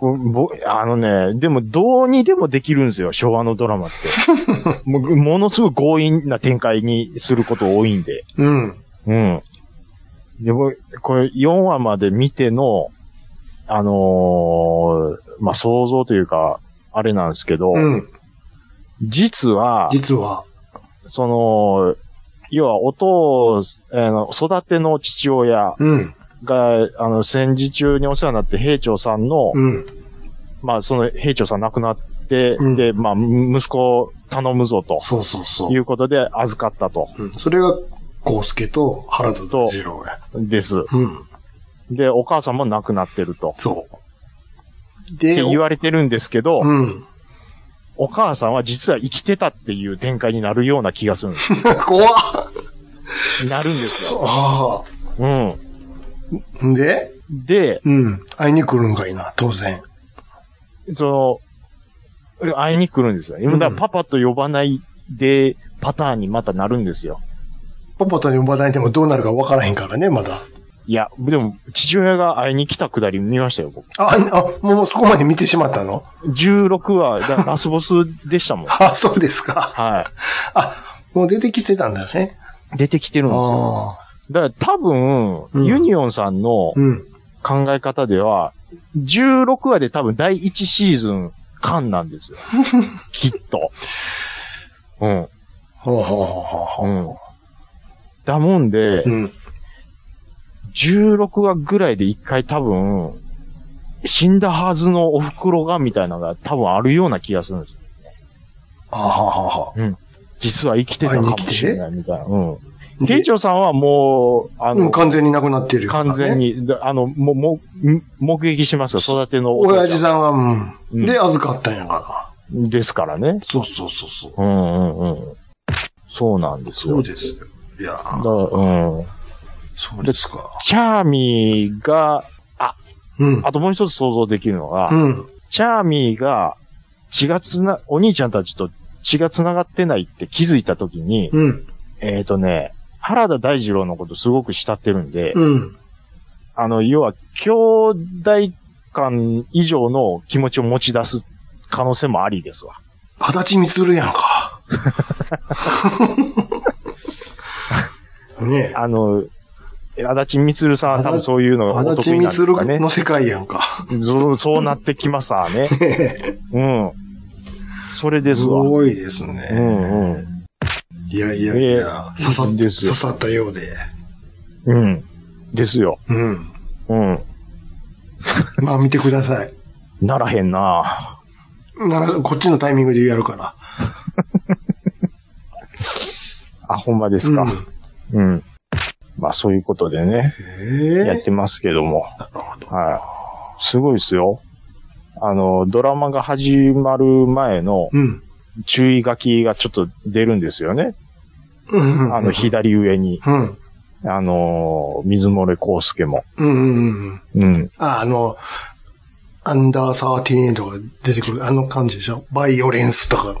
Speaker 2: ぼぼあのね、でもどうにでもできるんですよ、昭和のドラ
Speaker 3: [laughs]
Speaker 2: マって。もうものすごい強引な展開にすること多いんで。
Speaker 3: ーうん。
Speaker 2: うん。でも、これ4話まで見ての、あのーまあ、想像というか、あれなんですけど、
Speaker 3: うん。
Speaker 2: 実は、
Speaker 3: 実は。
Speaker 2: その、要は、お父、あの育ての父親
Speaker 3: うん。
Speaker 2: が、あの、戦時中にお世話になって、兵長さんの
Speaker 3: うん。
Speaker 2: まあ、その兵長さん亡くなって、
Speaker 3: うん
Speaker 2: で、まあ、む息子を頼むぞと
Speaker 3: そうそうそ
Speaker 2: いうことで預かったと。
Speaker 3: う。うん、それが、コウスケと原田と次郎や。
Speaker 2: です。
Speaker 3: うん。
Speaker 2: で、お母さんも亡くなってると。
Speaker 3: そう。
Speaker 2: っ
Speaker 3: で、
Speaker 2: て言われてるんですけど、
Speaker 3: うん。 [laughs]
Speaker 2: お母さんは実は生きてたっていう展開になるような気が
Speaker 3: [laughs]
Speaker 2: するんです。
Speaker 3: 怖っ
Speaker 2: なるんですよ。
Speaker 3: あ
Speaker 2: うん。
Speaker 3: あ。んで
Speaker 2: で、
Speaker 3: うん。会いに来るんかいな、当然。
Speaker 2: その、会いに来るんですよ。
Speaker 3: ん
Speaker 2: だからパパと呼ばないで、パターンにまたなるんですよ。
Speaker 3: パパと呼ばないでもどうなるかわからへんからね、まだ。
Speaker 2: いや、でも、父親が会いに来たくだり見ましたよ、僕。
Speaker 3: あ、あ、もうそこまで見てしまったの
Speaker 2: 16話、だラスボスで
Speaker 3: [laughs]
Speaker 2: したもん。
Speaker 3: あ、そうですか。
Speaker 2: は
Speaker 3: あ、もう出てきてたんだね。
Speaker 2: い。出てきてるんですよ。
Speaker 3: ああ。
Speaker 2: だから多分、
Speaker 3: うん
Speaker 2: ユニオンさんの
Speaker 3: うん。
Speaker 2: 考え方では、16話で多分第1シーズン間なんで
Speaker 3: [laughs]
Speaker 2: すよ。きっと。うん。
Speaker 3: ほうほうほうほうほう。
Speaker 2: うん。だもんで、
Speaker 3: うん。
Speaker 2: 16話ぐらいで一回多分、死んだはずのお袋がみたいなのが多分あるような気がするんですよ。
Speaker 3: あははは。
Speaker 2: 実は生きてたかもしれないみたいな。うん。
Speaker 3: で
Speaker 2: 店長さんはもう、
Speaker 3: も
Speaker 2: あ
Speaker 3: う
Speaker 2: の、
Speaker 3: 完全になくなってる、
Speaker 2: 完全。に、であの、も、も、ん目撃しますよ、育てのお父
Speaker 3: 親父さんは、うん。
Speaker 2: うん
Speaker 3: で、預かったんやから。
Speaker 2: ですからね。
Speaker 3: そうそうそうそう。
Speaker 2: うんうんうん。そうなんです
Speaker 3: そ
Speaker 2: よ。
Speaker 3: う
Speaker 2: だ
Speaker 3: ですよ。いやー、
Speaker 2: うん。
Speaker 3: そうですか。
Speaker 2: チャーミーが、
Speaker 3: うん。
Speaker 2: あともう一つ想像できるのが、
Speaker 3: うん。
Speaker 2: チャーミーが血がつな、お兄ちゃんたちと血が繋がってないって気づいたときに、
Speaker 3: うん。
Speaker 2: えっ、とね、原田大二郎のことすごく慕ってるんで、
Speaker 3: うん。
Speaker 2: あの、要は、兄弟間以上の気持ちを持ち出す可能性もありですわ。
Speaker 3: 足立みつるやん
Speaker 2: [laughs]
Speaker 3: か。ねえ。
Speaker 2: あの、足立みつるさんは多分そういうのがお
Speaker 3: 足
Speaker 2: 得
Speaker 3: 立
Speaker 2: 意なん
Speaker 3: み
Speaker 2: で
Speaker 3: つ
Speaker 2: す
Speaker 3: る
Speaker 2: かね
Speaker 3: の。世界やんか。
Speaker 2: そうそうなってきますわね。うん。それですすわ。
Speaker 3: ごいです
Speaker 2: う
Speaker 3: ね。
Speaker 2: んうん。
Speaker 3: いやいやい
Speaker 2: ええ
Speaker 3: や、刺さっ刺
Speaker 2: ですよ
Speaker 3: さったようで。
Speaker 2: うん。ですよ。
Speaker 3: うん。
Speaker 2: うん。
Speaker 3: まあ見てください。
Speaker 2: ならへんな
Speaker 3: なら、こっちのタイミングでやるから。
Speaker 2: あ、ほんまですか。
Speaker 3: うん
Speaker 2: うん。まあそういうことでね、
Speaker 3: え
Speaker 2: やっ
Speaker 3: え
Speaker 2: てますけども。はい。すごいですよ。あの、ドラマが始まる前の
Speaker 3: うん。
Speaker 2: 注意書きがちょっと出るんですよね。
Speaker 3: うんうん。
Speaker 2: あの、左上に、
Speaker 3: うん。
Speaker 2: あのー、水漏れ康介も。
Speaker 3: うんうんうんうん。
Speaker 2: うん。
Speaker 3: あ、あの、アンダーサーティーンとか出てくる、あの感じでしょバイオレンスとか、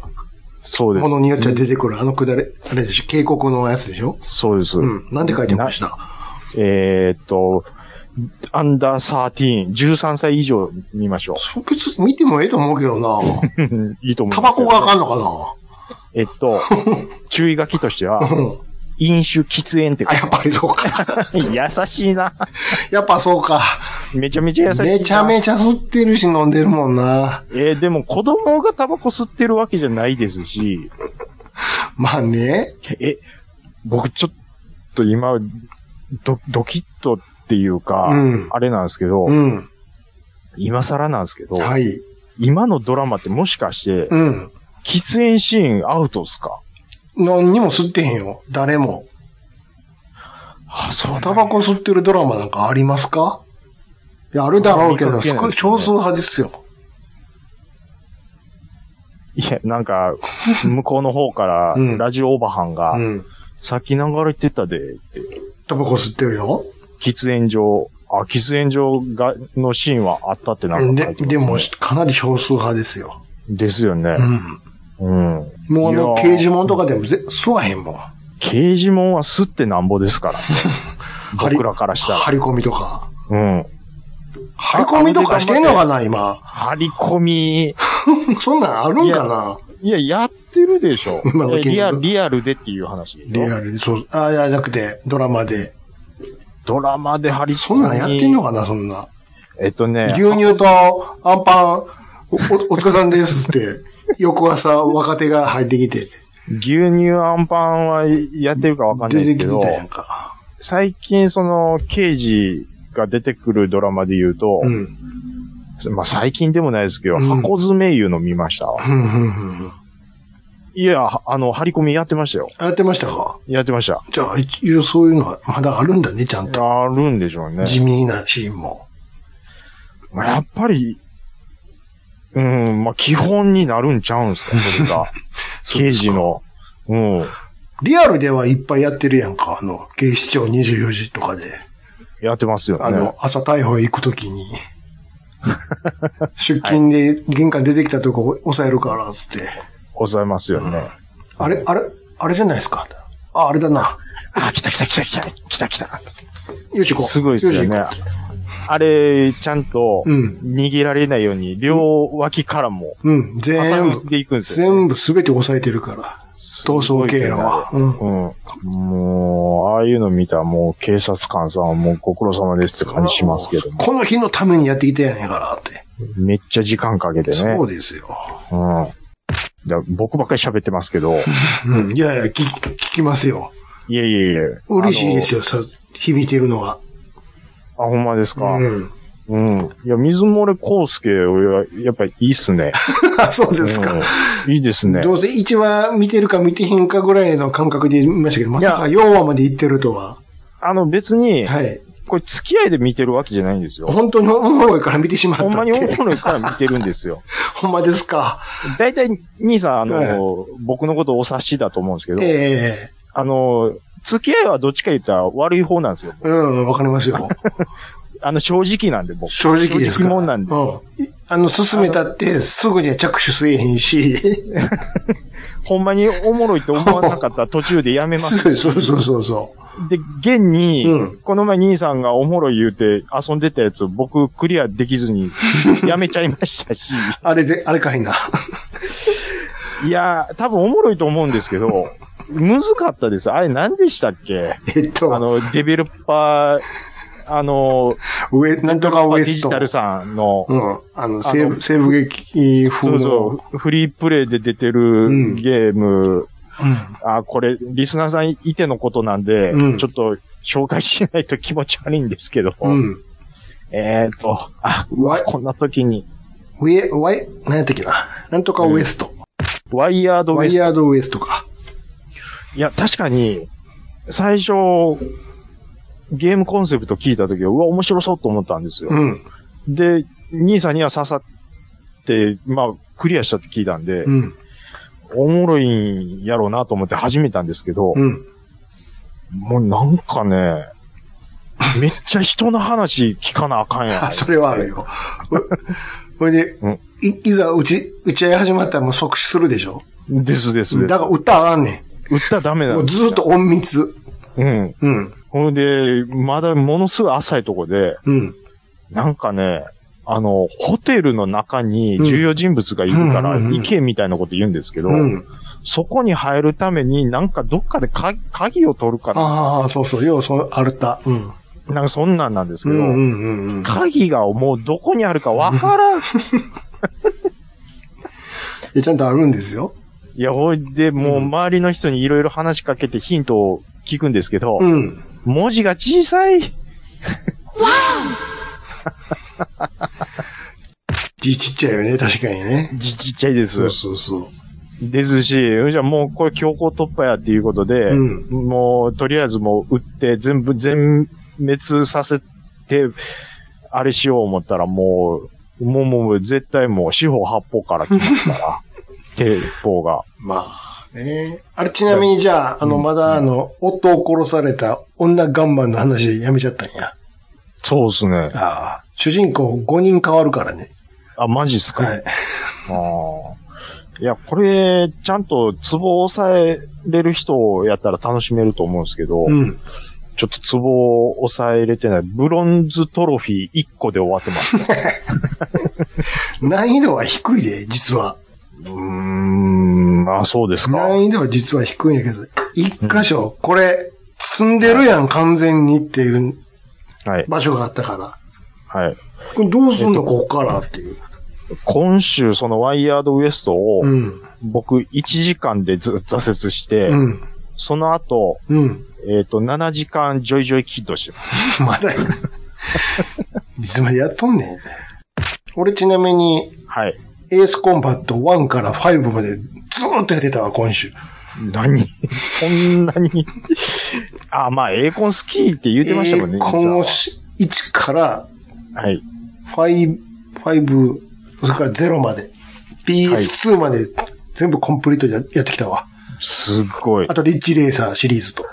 Speaker 2: そうで
Speaker 3: も
Speaker 2: す。
Speaker 3: のによっちゃ出てくる、あのくだれ、あれでしょ警告のやつでしょ
Speaker 2: そうです。
Speaker 3: うん。なんて書いてました
Speaker 2: えーっと、アンダー13、13歳以上見ましょ
Speaker 3: そう別に見てもええと思うけどな
Speaker 2: [laughs] う。いいと思い
Speaker 3: タ
Speaker 2: ま
Speaker 3: バ
Speaker 2: す
Speaker 3: コ
Speaker 2: よ。
Speaker 3: があかんのか
Speaker 2: え
Speaker 3: [laughs]
Speaker 2: っと、注意書きとしては
Speaker 3: な、うん。
Speaker 2: 飲酒喫煙って書
Speaker 3: あ、
Speaker 2: い
Speaker 3: やっぱりそう
Speaker 2: [laughs]
Speaker 3: か。
Speaker 2: てある優しいな。
Speaker 3: やっぱそうか。
Speaker 2: めちゃめちゃ優しいな。
Speaker 3: めちゃめちゃ吸ってるし飲んでるもんな。
Speaker 2: えーでも子供がタバコ吸ってるわけじゃないですし、
Speaker 3: まあね。
Speaker 2: え、僕ちょっと今、ド、ドキッとっていうか、
Speaker 3: うん
Speaker 2: あれなんですけど、
Speaker 3: うん。
Speaker 2: 今更なんですけど、
Speaker 3: はい。
Speaker 2: 今のドラマってもしかして
Speaker 3: う、ん。
Speaker 2: 喫煙シーンアウトっすか
Speaker 3: 何にも吸ってへんよ。誰も。
Speaker 2: あ、そう
Speaker 3: タバコ吸ってるドラマなんかありますかいや、あるだろうけど、
Speaker 2: 見かけない
Speaker 3: 少
Speaker 2: です
Speaker 3: し
Speaker 2: ね
Speaker 3: 少数派ですよ。
Speaker 2: いや、なんか、向こうの方から
Speaker 3: う、ん
Speaker 2: ラジオオバハンが、
Speaker 3: うん。
Speaker 2: さっき流れてたで、って、
Speaker 3: タバコ吸ってるよ。
Speaker 2: 喫煙所、あ、喫煙所が、のシーンはあったってなんか
Speaker 3: で
Speaker 2: 書いてますね
Speaker 3: でも、かなり少数派ですよ。
Speaker 2: ですよね
Speaker 3: う。ん。
Speaker 2: うん。
Speaker 3: もうあの、
Speaker 2: いやー
Speaker 3: 刑事物とかでもぜ吸わへんもん。
Speaker 2: 刑事もんはすってなんぼですから、ね。
Speaker 3: [laughs] 張り
Speaker 2: 僕らからしたら。
Speaker 3: 張り込みとか。
Speaker 2: うん。
Speaker 3: 張り込みとかしてんのかな、今。
Speaker 2: 張り込み、
Speaker 3: そんなんあるんかない
Speaker 2: や、やってるでしょ。
Speaker 3: [laughs] 今の
Speaker 2: えリア
Speaker 3: 金
Speaker 2: ル、
Speaker 3: 額
Speaker 2: リアルでっていう話。
Speaker 3: リアルに、そう、あ、いや、じゃなくて、ドラマで。
Speaker 2: ドラマで張り込み。
Speaker 3: そんなんやってんのかな、そんな。
Speaker 2: えっとね、
Speaker 3: 牛乳とアンパン、お、おお疲れさんですって、翌朝若手が入ってきて、
Speaker 2: 牛乳アンパンはやってるかわかんない
Speaker 3: 出
Speaker 2: です
Speaker 3: てき
Speaker 2: け
Speaker 3: て
Speaker 2: ど
Speaker 3: た、やんか。
Speaker 2: 最近その、刑事が出てくるドラマで言うと、
Speaker 3: うん。
Speaker 2: まあ最近でもないですけど、
Speaker 3: うん
Speaker 2: 箱詰めいうの見ました。
Speaker 3: うんうんうんうん。
Speaker 2: いや、あの、張り込みやってましたよ。
Speaker 3: やってましたか
Speaker 2: やってました。
Speaker 3: じゃあ、一応そういうのはまだあるんだね、ちゃんと。
Speaker 2: あるんでしょうね。
Speaker 3: 地味なシーンも。
Speaker 2: まあやっぱり、うん、まあ基本になるんちゃう
Speaker 3: [laughs]
Speaker 2: んすか、それが。刑事の。うん。
Speaker 3: リアルではいっぱいやってるやんか、あの、警視庁24時とかで。
Speaker 2: やってますよ
Speaker 3: あ
Speaker 2: ね
Speaker 3: の。、朝逮捕へ行くときに。 [laughs] 出勤で玄関出てきたとこ押さえるから、つって。
Speaker 2: ございますよね。
Speaker 3: あれ、あれ、あれじゃないですか。あ、あれだな。
Speaker 2: あ、来た来た来た来た来た来た。
Speaker 3: よし行こう。
Speaker 2: すごいですよ
Speaker 3: し
Speaker 2: ね
Speaker 3: 行こ。
Speaker 2: あれ、ちゃんと、
Speaker 3: うん
Speaker 2: 握られないように、両脇からも、
Speaker 3: う。うん、全
Speaker 2: 浅
Speaker 3: 部
Speaker 2: 口。で行くんですよね
Speaker 3: 全部すべて押さえてるから。逃走経路は。うん。
Speaker 2: うん。もう、ああいうの見たらもう警察官さんはもうご苦労様ですって感じしますけども。
Speaker 3: この日のためにやってきたやんやからって。
Speaker 2: めっちゃ時間かけてね。
Speaker 3: そううですよ。
Speaker 2: ん。いや僕ばっかり喋ってますけど、
Speaker 3: うん。いやいや、聞き、聞きますよ。
Speaker 2: いえいえいえ。
Speaker 3: 嬉しいですよ、さ、響いてるのが。
Speaker 2: あの。あ、ほんまですか。
Speaker 3: うん。 [laughs]
Speaker 2: うん。いや、水漏れ康介は、やっぱりいいっすね。
Speaker 3: あそうですか。
Speaker 2: うんいいですね。
Speaker 3: どうせ1話見てるか見てへんかぐらいの感覚で見ましたけど、まさか4話まで行ってるとは。
Speaker 2: あの、別に、
Speaker 3: はい。
Speaker 2: これ付き合いで見てるわけじゃないんですよ。
Speaker 3: 本当におもろいから見てしまったっ
Speaker 2: ほ
Speaker 3: て。
Speaker 2: んまにおもろいから見てるんですよ。
Speaker 3: [laughs] ほんまですか。
Speaker 2: 大体、兄さん、あの、
Speaker 3: ええ
Speaker 2: 僕のことお察しだと思うんですけど、
Speaker 3: え
Speaker 2: あの、付き合いはどっちか言ったら悪い方なんですよ。
Speaker 3: えうん、わかりますよ。
Speaker 2: あの、正直なんで、僕。
Speaker 3: 正直ですから。
Speaker 2: 正直者なんで。
Speaker 3: うん。いあの、進めたって、すぐには着手せえへんし。
Speaker 2: ほんまにおもろいと思わなかったら途中でやめ
Speaker 3: [laughs]
Speaker 2: ます。
Speaker 3: そうそうそうそうそ
Speaker 2: で、現に、
Speaker 3: うん
Speaker 2: この前兄さんがおもろい言うて遊んでたやつ、僕クリアできずに、やめちゃいまし
Speaker 3: [laughs]
Speaker 2: たし、
Speaker 3: う。あれで、あれかいな。 [laughs]
Speaker 2: いやー、多分おもろいと思うんですけど、難かったです。あれ何でしたっけ
Speaker 3: えっと、
Speaker 2: あの、デベロッパー、あの、
Speaker 3: 上、なんとかウエ
Speaker 2: デ
Speaker 3: ス
Speaker 2: ジ
Speaker 3: ト。
Speaker 2: タルさんの、
Speaker 3: うん。あの、西部、西部劇風
Speaker 2: そ
Speaker 3: の。
Speaker 2: うそう、フリープレイで出て
Speaker 3: うん
Speaker 2: るゲー
Speaker 3: う
Speaker 2: ム、
Speaker 3: ん
Speaker 2: あ、これ、リスナーさんいてのことなんで、
Speaker 3: うん
Speaker 2: ちょっと紹介しないと気持ち悪いんですけど、
Speaker 3: うん。
Speaker 2: えっ、ー、と、あ、
Speaker 3: わ、
Speaker 2: こんな時に、
Speaker 3: 上、わい、なんやったっけな。なんとかウエスト。
Speaker 2: ワイヤードウ
Speaker 3: ワ
Speaker 2: ェ
Speaker 3: イ
Speaker 2: スト
Speaker 3: ヤードウエストか。
Speaker 2: いや、確かに、最初、ゲームコンセプト聞いた時は、うわ、面白そうと思ったんですよ。
Speaker 3: うん。
Speaker 2: で、兄さんには刺さって、まあ、クリアしたって聞いたんで、
Speaker 3: うん。
Speaker 2: おもろいんやろうなと思って始めたんですけど、
Speaker 3: うん。
Speaker 2: もうなんかね、めっちゃ人の話聞かなあかんやん
Speaker 3: [laughs] あ、。それはあるよ。 [laughs] ほいで
Speaker 2: うん、
Speaker 3: い、いざ打ち、打ち合い始まったらもう即死するでしょ
Speaker 2: ですですです。
Speaker 3: だから歌はあんね
Speaker 2: 売ったらダメ
Speaker 3: ん。
Speaker 2: な
Speaker 3: も
Speaker 2: ん
Speaker 3: う
Speaker 2: です
Speaker 3: ずっと隠密。
Speaker 2: うん。
Speaker 3: うん。
Speaker 2: ほんで、まだものすごい浅いとこで、
Speaker 3: うん。
Speaker 2: なんかね、あの、ホテルの中に重要人物がいるか
Speaker 3: う
Speaker 2: ら、
Speaker 3: んうんうんうん
Speaker 2: 行けみたいなこと言うんですけど、
Speaker 3: うん。
Speaker 2: そこに入るために、なんかどっかでか鍵を取るかな、
Speaker 3: ああ、そうそう。よう、そう、あるた。うん。
Speaker 2: なんかそんなんなんです
Speaker 3: う
Speaker 2: けど、
Speaker 3: んうんうんうん。
Speaker 2: 鍵がもうどこにあるかわから [laughs] ん。い
Speaker 3: えちゃんとあるんですよ。
Speaker 2: や、ほいで、もう周りの人にいろいろ話しかけてヒントを聞くんですけど、
Speaker 3: うん。
Speaker 2: 文字が小さい。
Speaker 3: 字ちっちゃいよね、確かにね。
Speaker 2: 字ちっちゃいです
Speaker 3: そう。そうそう。
Speaker 2: ですし、じゃあもうこれ強行突破やっていうことで、
Speaker 3: うん
Speaker 2: もうとりあえずもう撃って全部全滅させて、あれしよう思ったらもう、もうもう絶対もう四方八方から来ます
Speaker 3: [laughs]
Speaker 2: から、鉄砲が。
Speaker 3: まあね。あれ、ちなみにじゃあ、あの、まだ、あの、夫を殺された女岩盤の話でやめちゃったんや。
Speaker 2: そうですね。
Speaker 3: ああ。主人公5人変わるからね。
Speaker 2: あ、マジっすか。
Speaker 3: はい。
Speaker 2: あーいや、これ、ちゃんとツボを抑えれる人やったら楽しめると思うんですけど、
Speaker 3: うん。
Speaker 2: ちょっとツボを抑えれてない。ブロンズトロフィー1個で終わっ
Speaker 3: [laughs]
Speaker 2: てますね。
Speaker 3: 難易度は低いで、実は。
Speaker 2: うーん、あ、そうですか。
Speaker 3: 難易度は実は低いんやけど、一箇所、これ、積んでるやん、完全にっていう
Speaker 2: はい、
Speaker 3: 場所があったから。
Speaker 2: はい。
Speaker 3: これどうすんの、ここからっていう。
Speaker 2: 今週、そのワイヤードウエストを
Speaker 3: う、ん。
Speaker 2: 僕1時間でず挫折して、
Speaker 3: うん。
Speaker 2: その後、
Speaker 3: うん。
Speaker 2: えっ、と、7時間ジョイジョイキッドしてます。
Speaker 3: まだや。いつまでやっとんねん。俺ちなみに、
Speaker 2: はい。
Speaker 3: エースコンバット1から5までずーっとやってたわ、今週。
Speaker 2: 何 [laughs] そんなに [laughs] あ、まあ、エーコン好きって言ってましたもんね。
Speaker 3: えー
Speaker 2: 兄さん
Speaker 3: 今
Speaker 2: は
Speaker 3: し1から
Speaker 2: はい。
Speaker 3: 5、5、それから0まで、PS2 まで全部コンプリートでやってきたわ。
Speaker 2: すごい
Speaker 3: あ。と、リッチレーサーシリーズと。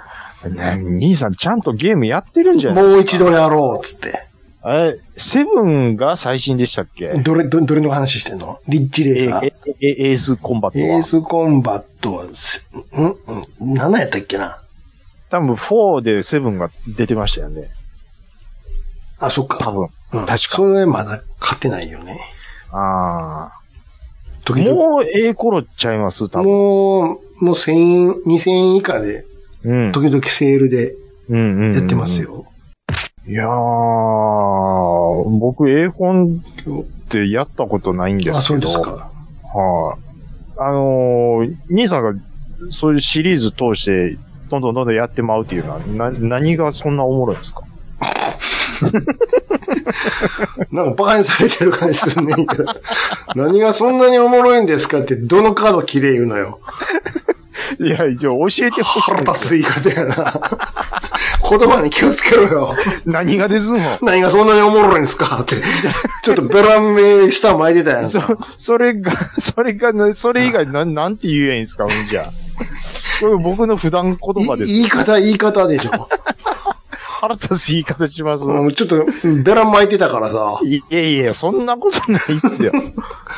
Speaker 2: ね兄さん、ちゃんとゲームやってるんじゃない
Speaker 3: もう一度やろう、つって。
Speaker 2: え、セブンが最新でしたっけ
Speaker 3: どれ、どどれの話してんのリッチ
Speaker 2: え
Speaker 3: レーサー
Speaker 2: え。えエースコンバット
Speaker 3: エー
Speaker 2: は。
Speaker 3: スコンバットはす、んん ?7 やったっけな
Speaker 2: 多分4でセブンが出てましたよね。
Speaker 3: あ、そっか。
Speaker 2: 多分。
Speaker 3: うん
Speaker 2: 確か
Speaker 3: それまだ勝てないよね。
Speaker 2: ああ。
Speaker 3: 時々。
Speaker 2: もうええ頃ちゃいます多分。
Speaker 3: もう、もう1000円、2000円以下で、
Speaker 2: うん。
Speaker 3: 時々セールで
Speaker 2: うんうんうん
Speaker 3: やってます。よ。
Speaker 2: いやー、僕、エーコンってやったことないんですけど。
Speaker 3: あ、そうです。か。
Speaker 2: はい、あ。のー、兄さんが、そういうシリーズ通して、どんどんどんどんやってまうっていうのは、な、何がそんなおもろいんですか
Speaker 3: なんかバカにされてる感じするね。
Speaker 2: [laughs]
Speaker 3: 何がそんなにおもろいんですかって、どのカード綺麗言うのよ。
Speaker 2: いや、じゃあ教えてほしい
Speaker 3: 腹
Speaker 2: んです
Speaker 3: 立つ言い方やな。言葉に気をつけろよ。
Speaker 2: よ。 [laughs] 何がですの
Speaker 3: [laughs] 何がそんなにおもろいんですかって。ちょっとベランメ下巻いてたやん
Speaker 2: そ
Speaker 3: か。、
Speaker 2: それが、それがな、それ以外、なん、なんて言えんですか、ほんじゃ。これ僕の普段言葉で
Speaker 3: い
Speaker 2: す。
Speaker 3: 言い方、言い方でしょ。
Speaker 2: 腹立つ言い方します。
Speaker 3: うんちょっと、ベラン巻いてたからさ。
Speaker 2: いやいや、そんなことないっ [laughs] すよ。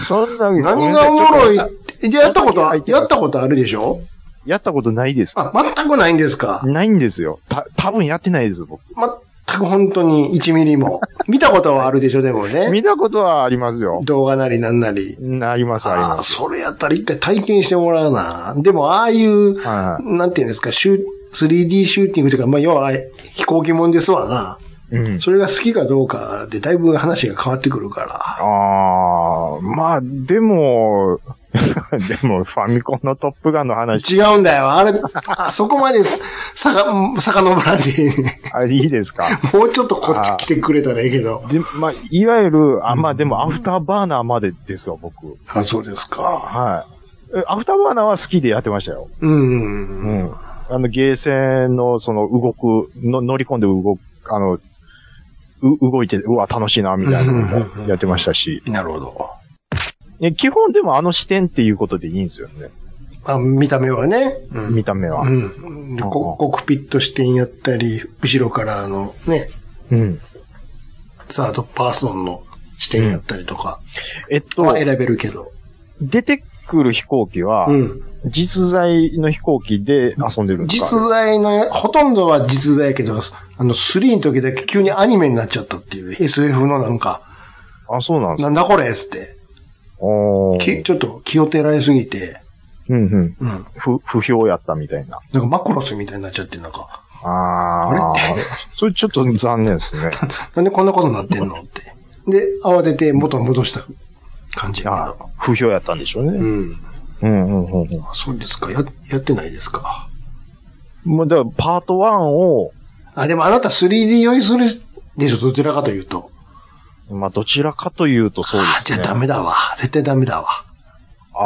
Speaker 2: そんな、
Speaker 3: 何がおもろい
Speaker 2: ごめんなさ
Speaker 3: って、やったことは、
Speaker 2: お酒入ってます
Speaker 3: やったことあるでしょ
Speaker 2: やったことないです。
Speaker 3: あ、全くないんですか
Speaker 2: ないんですよ。た、多分やってないです、僕。
Speaker 3: 全く本当に1ミリも。見たことはあるでしょ、でもね。
Speaker 2: 見たことはありますよ。
Speaker 3: 動画なりなんなり。
Speaker 2: なります、あり
Speaker 3: あ
Speaker 2: ま
Speaker 3: あ、
Speaker 2: す。
Speaker 3: それやったら一回体験してもらうな。でも、ああいう、
Speaker 2: は
Speaker 3: なんていうんですか、シュ 3D シューティングというか、まあ、要は飛行機もんですわな。
Speaker 2: い。うん。
Speaker 3: それが好きかどうかで、だいぶ話が変わってくるから。
Speaker 2: ああ、まあ、でも、 [laughs] でも、ファミコンのトップガンの話、
Speaker 3: 違うんだよ。 [laughs] あれ、あそこまでさ、さか、遡らんでい [laughs] いね。
Speaker 2: あいいですか
Speaker 3: もうちょっとこっち来てくれたらいいけど。
Speaker 2: [laughs] で、まあ、いわゆる、あ、まあでも、アフターバーナーまでですわ、僕。
Speaker 3: あ、そうですか。
Speaker 2: はい。えアフターバーナーは好きでやってましたよ。
Speaker 3: うん。
Speaker 2: う
Speaker 3: うん
Speaker 2: ん。あの、ゲーセンの、その、動く、の乗り込んで動く、あの、う、動いて、うわ、楽しいな、みたいなのもやってましたし。
Speaker 3: なるほど。
Speaker 2: え基本でもあの視点っていうことでいいんですよね。
Speaker 3: あ見た目はね。うん
Speaker 2: 見た目は。
Speaker 3: うん。でココックピット視点やったり、後ろからあのね、
Speaker 2: うん。
Speaker 3: サードパーソンの視点やったりとか、
Speaker 2: えっ
Speaker 3: ま
Speaker 2: と
Speaker 3: あ、選べるけど。
Speaker 2: 出てくる飛行機は
Speaker 3: う、ん。
Speaker 2: 実在の飛行機で遊んでるんですか
Speaker 3: 実在の、ほとんどは実在やけど、あの、3の時だけ急にアニメになっちゃったっていう、SF のなんか、
Speaker 2: あ、そうなんです
Speaker 3: な
Speaker 2: か。
Speaker 3: んだこれっつって、
Speaker 2: お
Speaker 3: き
Speaker 2: ー
Speaker 3: ちょっと気をてられすぎて、
Speaker 2: うんうん。
Speaker 3: うん。
Speaker 2: 不、不評やったみたいな。
Speaker 3: なんかマクロスみたいになっちゃって、なんか、
Speaker 2: ああ。それちょっと残念ですね。
Speaker 3: なんでこんなことになってんのって。で、慌てて元に戻した感じ
Speaker 2: あ
Speaker 3: やけど。
Speaker 2: 不評やったんでしょう
Speaker 3: う
Speaker 2: ね。
Speaker 3: ん。
Speaker 2: うんうんうんうん。
Speaker 3: あそうですか。や、やってないですか。
Speaker 2: もうだからパート1を、
Speaker 3: あ、でもあなた 3D 用意するでしょどちらかというと。
Speaker 2: まあどちらかというとそう
Speaker 3: あ、じ
Speaker 2: で
Speaker 3: ゃ
Speaker 2: す
Speaker 3: あ
Speaker 2: ね。
Speaker 3: ダメだわ。絶対ダメだわ。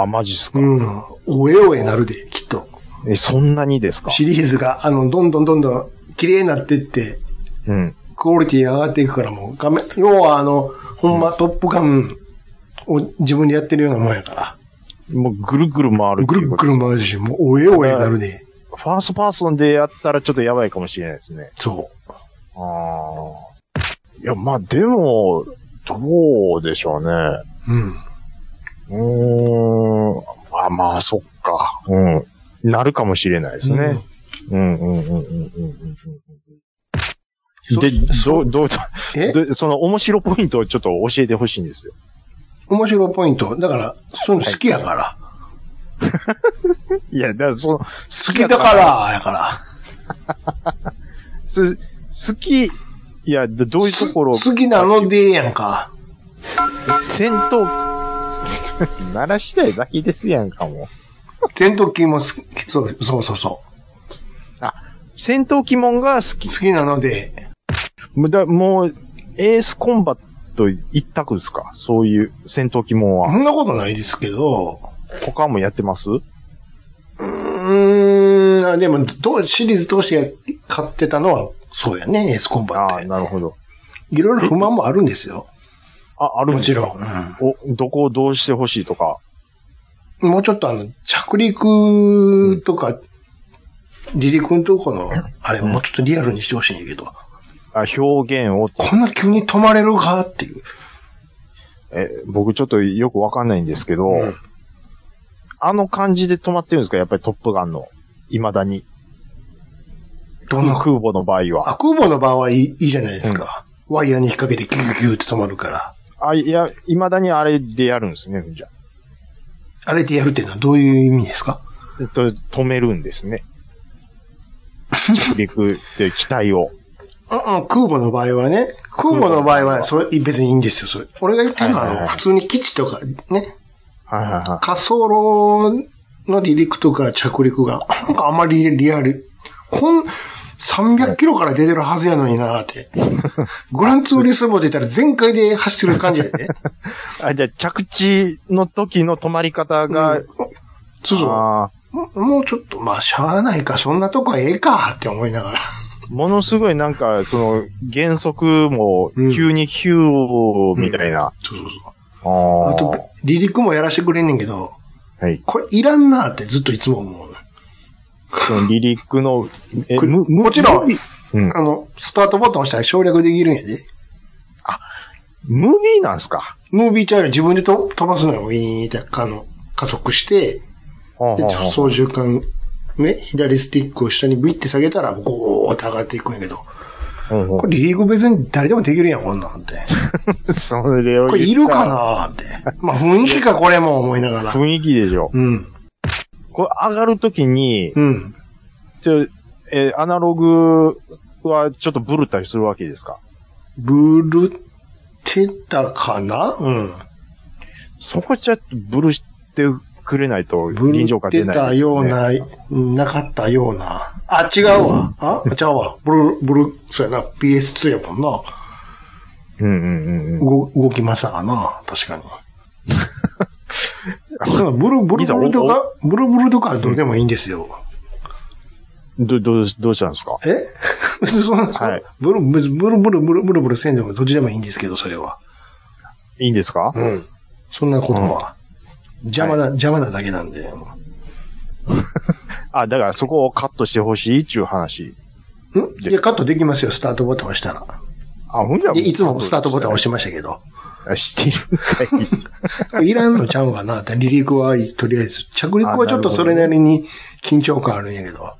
Speaker 2: あ、マジっすか。
Speaker 3: うん。おえおえなるで、きっと。
Speaker 2: え、そんなにですか。
Speaker 3: シリーズが、あの、どんどんどんどん綺麗になってって、
Speaker 2: うん。
Speaker 3: クオリティが上がっていくからもう画面、要はあの、ほんまトップガンを自分でやってるようなもんやか
Speaker 2: もうぐるぐる回る
Speaker 3: ら。
Speaker 2: って
Speaker 3: ぐ
Speaker 2: い
Speaker 3: る
Speaker 2: う
Speaker 3: っ
Speaker 2: こと
Speaker 3: ぐる回るし、もうおえおえなるで。
Speaker 2: ファーストパーソンでやったらちょっとやばいかもしれないですね。
Speaker 3: そう。
Speaker 2: ああ。いや、まあでも、どうでしょうね。
Speaker 3: うん。
Speaker 2: うーん。あ、まあ、そっか。うん。なるかもしれないですね。うん、うん、うん、うん、うんうんうん。で、ど、
Speaker 3: そう
Speaker 2: どう、
Speaker 3: え
Speaker 2: で、その面白ポイントをちょっと教えてほしいんですよ。
Speaker 3: 面白いポイント。だから、そういうの好きやから。
Speaker 2: いや、だからその、好
Speaker 3: 好きだか。ら、やから。
Speaker 2: す好き、いや、どどういうところ、
Speaker 3: す好きなのでええやんか。
Speaker 2: 戦闘、 [laughs] 鳴らしたいだけですやんかもう。
Speaker 3: 戦闘機も好き、そうそうそうそ
Speaker 2: 戦闘機もんが好き
Speaker 3: う。好。きなので、
Speaker 2: もうだもう、エースコンバット一択ですかそういう戦闘機もん
Speaker 3: そ
Speaker 2: は。
Speaker 3: んなことないですけど、
Speaker 2: 他もやってます
Speaker 3: うーんあ、でも、どシリーズ通して買ってたのは、そうやね、エースコンバ
Speaker 2: あ
Speaker 3: っ
Speaker 2: あ、
Speaker 3: て。
Speaker 2: なるほど。
Speaker 3: いろいろ不満もあるんですよ。
Speaker 2: あ、あるん
Speaker 3: も
Speaker 2: です
Speaker 3: ち
Speaker 2: か
Speaker 3: ろん。うん
Speaker 2: お、どこをどうしてほしいとか。
Speaker 3: もうちょっとあの、着陸とか、離陸のとこの、あれ、もうちょっとリアルにしてほしいんやけど、
Speaker 2: あ、表現を。
Speaker 3: こんな急に止まれるかっていう。
Speaker 2: え、僕ちょっとよくわかんないんですけど、
Speaker 3: うん
Speaker 2: あの感じで止まってるんですかやっぱりトップガンの。未だに。
Speaker 3: どんな、
Speaker 2: 空母の場合は。
Speaker 3: あ、空母の場合いいいいじゃないですか。ワイヤーに引っ掛けてギュギュギュって止まるから。
Speaker 2: あ、いや、未だにあれでやるんですね、じゃあ
Speaker 3: あれでやるっていうのはどういう意味ですか
Speaker 2: えっと、止めるんですね。着陸って機体を。 [laughs]
Speaker 3: うんうん、空母の場合はね、空母の場合は、それ、別にいいんですよ、それ。俺が言ってるのは、
Speaker 2: はいはい
Speaker 3: あ
Speaker 2: は
Speaker 3: の、普
Speaker 2: い
Speaker 3: 通に基地とか、ね、
Speaker 2: はいはいは
Speaker 3: 滑走路の離陸とか着陸が、なんかあまりリアル。こん、300キロから出てるはずやのになーって。グランツーリスボ出たら全開で走ってる感じやで。
Speaker 2: い。あ、じゃあ着地の時の止まり方が、
Speaker 3: うんそうそ
Speaker 2: あー
Speaker 3: うも。もうちょっと、まあ、しゃあないか、そんなとこはええかって思いながら。
Speaker 2: ものすごいなんか、その、減速も
Speaker 3: うん、
Speaker 2: 急にヒューみたいな。
Speaker 3: そうそうそう。あ
Speaker 2: ああ
Speaker 3: と、離陸もやらしてくれんねんけど、
Speaker 2: はい。
Speaker 3: これいらんなーってずっといつも思う。
Speaker 2: その離陸の、え
Speaker 3: これ
Speaker 2: むむ
Speaker 3: もちろん
Speaker 2: ムービーうん。
Speaker 3: あの、スタートボタン押したら省略できるんやで。
Speaker 2: ムービーなんすか
Speaker 3: ムービーちゃうよ。自分でと飛ばすのよ。ウィーンって、あの、加速して、
Speaker 2: ほう
Speaker 3: で
Speaker 2: ほうほう
Speaker 3: 操縦桿、ね、左スティックを下にブイって下げたら、ゴーって上がっていくんやけど。
Speaker 2: ほうほう
Speaker 3: これ、離陸別に誰でもできるやん、こんなんって。
Speaker 2: [laughs] それを言ったら
Speaker 3: これ、いるかなーって。まあ、雰囲気か、これも思いながら。
Speaker 2: 雰囲気でしょ。
Speaker 3: うん。
Speaker 2: これ上がるときに、
Speaker 3: うん。
Speaker 2: ちょ、えーアナログはちょっとブルったりするわけですか
Speaker 3: ブルってたかなうん。
Speaker 2: そこちょっとブルしてくれないと
Speaker 3: ブル
Speaker 2: 臨場
Speaker 3: っ
Speaker 2: 感
Speaker 3: て
Speaker 2: 出ない
Speaker 3: た
Speaker 2: です
Speaker 3: よ
Speaker 2: よ
Speaker 3: う
Speaker 2: ね。
Speaker 3: な、なかったような。あ、違うわ。あ、違うわ。ブル、ブル、そうやな。PS2 やもんな。
Speaker 2: うんうんうんうん。
Speaker 3: 動動きましたかな確 [laughs] かに。そのブルブルブルとか、ブルブルとかどうでもいいんですよ。
Speaker 2: ど、どう、どうしたんですか
Speaker 3: え [laughs] 別にそんな、
Speaker 2: はい
Speaker 3: ブルブルブルブルブルブルブルせんでもどっちでもいいんですけど、それは。
Speaker 2: いいんですか
Speaker 3: うん。そんなことは。邪魔だ、邪魔なだけなんで。ん
Speaker 2: あ、だからそこをカットしてほしいっていう話。
Speaker 3: いや、カットできますよ、スタートボタン押したら。
Speaker 2: あ、ほんじゃ
Speaker 3: いやいつもスタートボタン押しててましたけど。
Speaker 2: あしてる [laughs] んかい。
Speaker 3: いらんのちゃうかなって、離陸はとりあえず。着陸はちょっとそれなりに緊張感あるんやけど。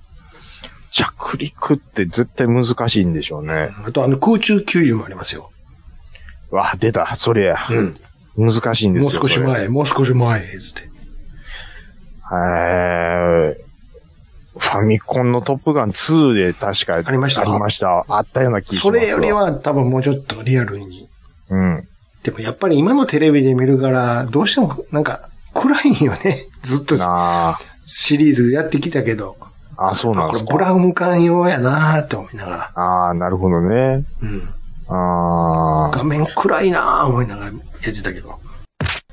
Speaker 2: 着陸って絶対難しいんでしょうね。
Speaker 3: あと、あの、空中給油もありますよ。
Speaker 2: わ、出た、それや。
Speaker 3: うん
Speaker 2: 難しいんです
Speaker 3: も
Speaker 2: よ。
Speaker 3: う少し
Speaker 2: それ。
Speaker 3: 前、もう少し前、つって。
Speaker 2: はい。ファミコンのトップガン2で確か
Speaker 3: ありました
Speaker 2: ありました。あったような気がします。
Speaker 3: それより。は多分もうちょっとリアルに。
Speaker 2: うん。
Speaker 3: でもやっぱり今のテレビで見るから、どうしてもなんか暗いよね。 [laughs] ずっと
Speaker 2: なあ。
Speaker 3: シリーズやってきたけど。
Speaker 2: あ、そうなん
Speaker 3: こ
Speaker 2: で
Speaker 3: れ
Speaker 2: す
Speaker 3: ブ
Speaker 2: か。
Speaker 3: ラウン管用やなーって思いながら。
Speaker 2: ああ、なるほどね。
Speaker 3: うん。
Speaker 2: あー
Speaker 3: 画面暗いなー思いながらやってたけど。
Speaker 2: あ。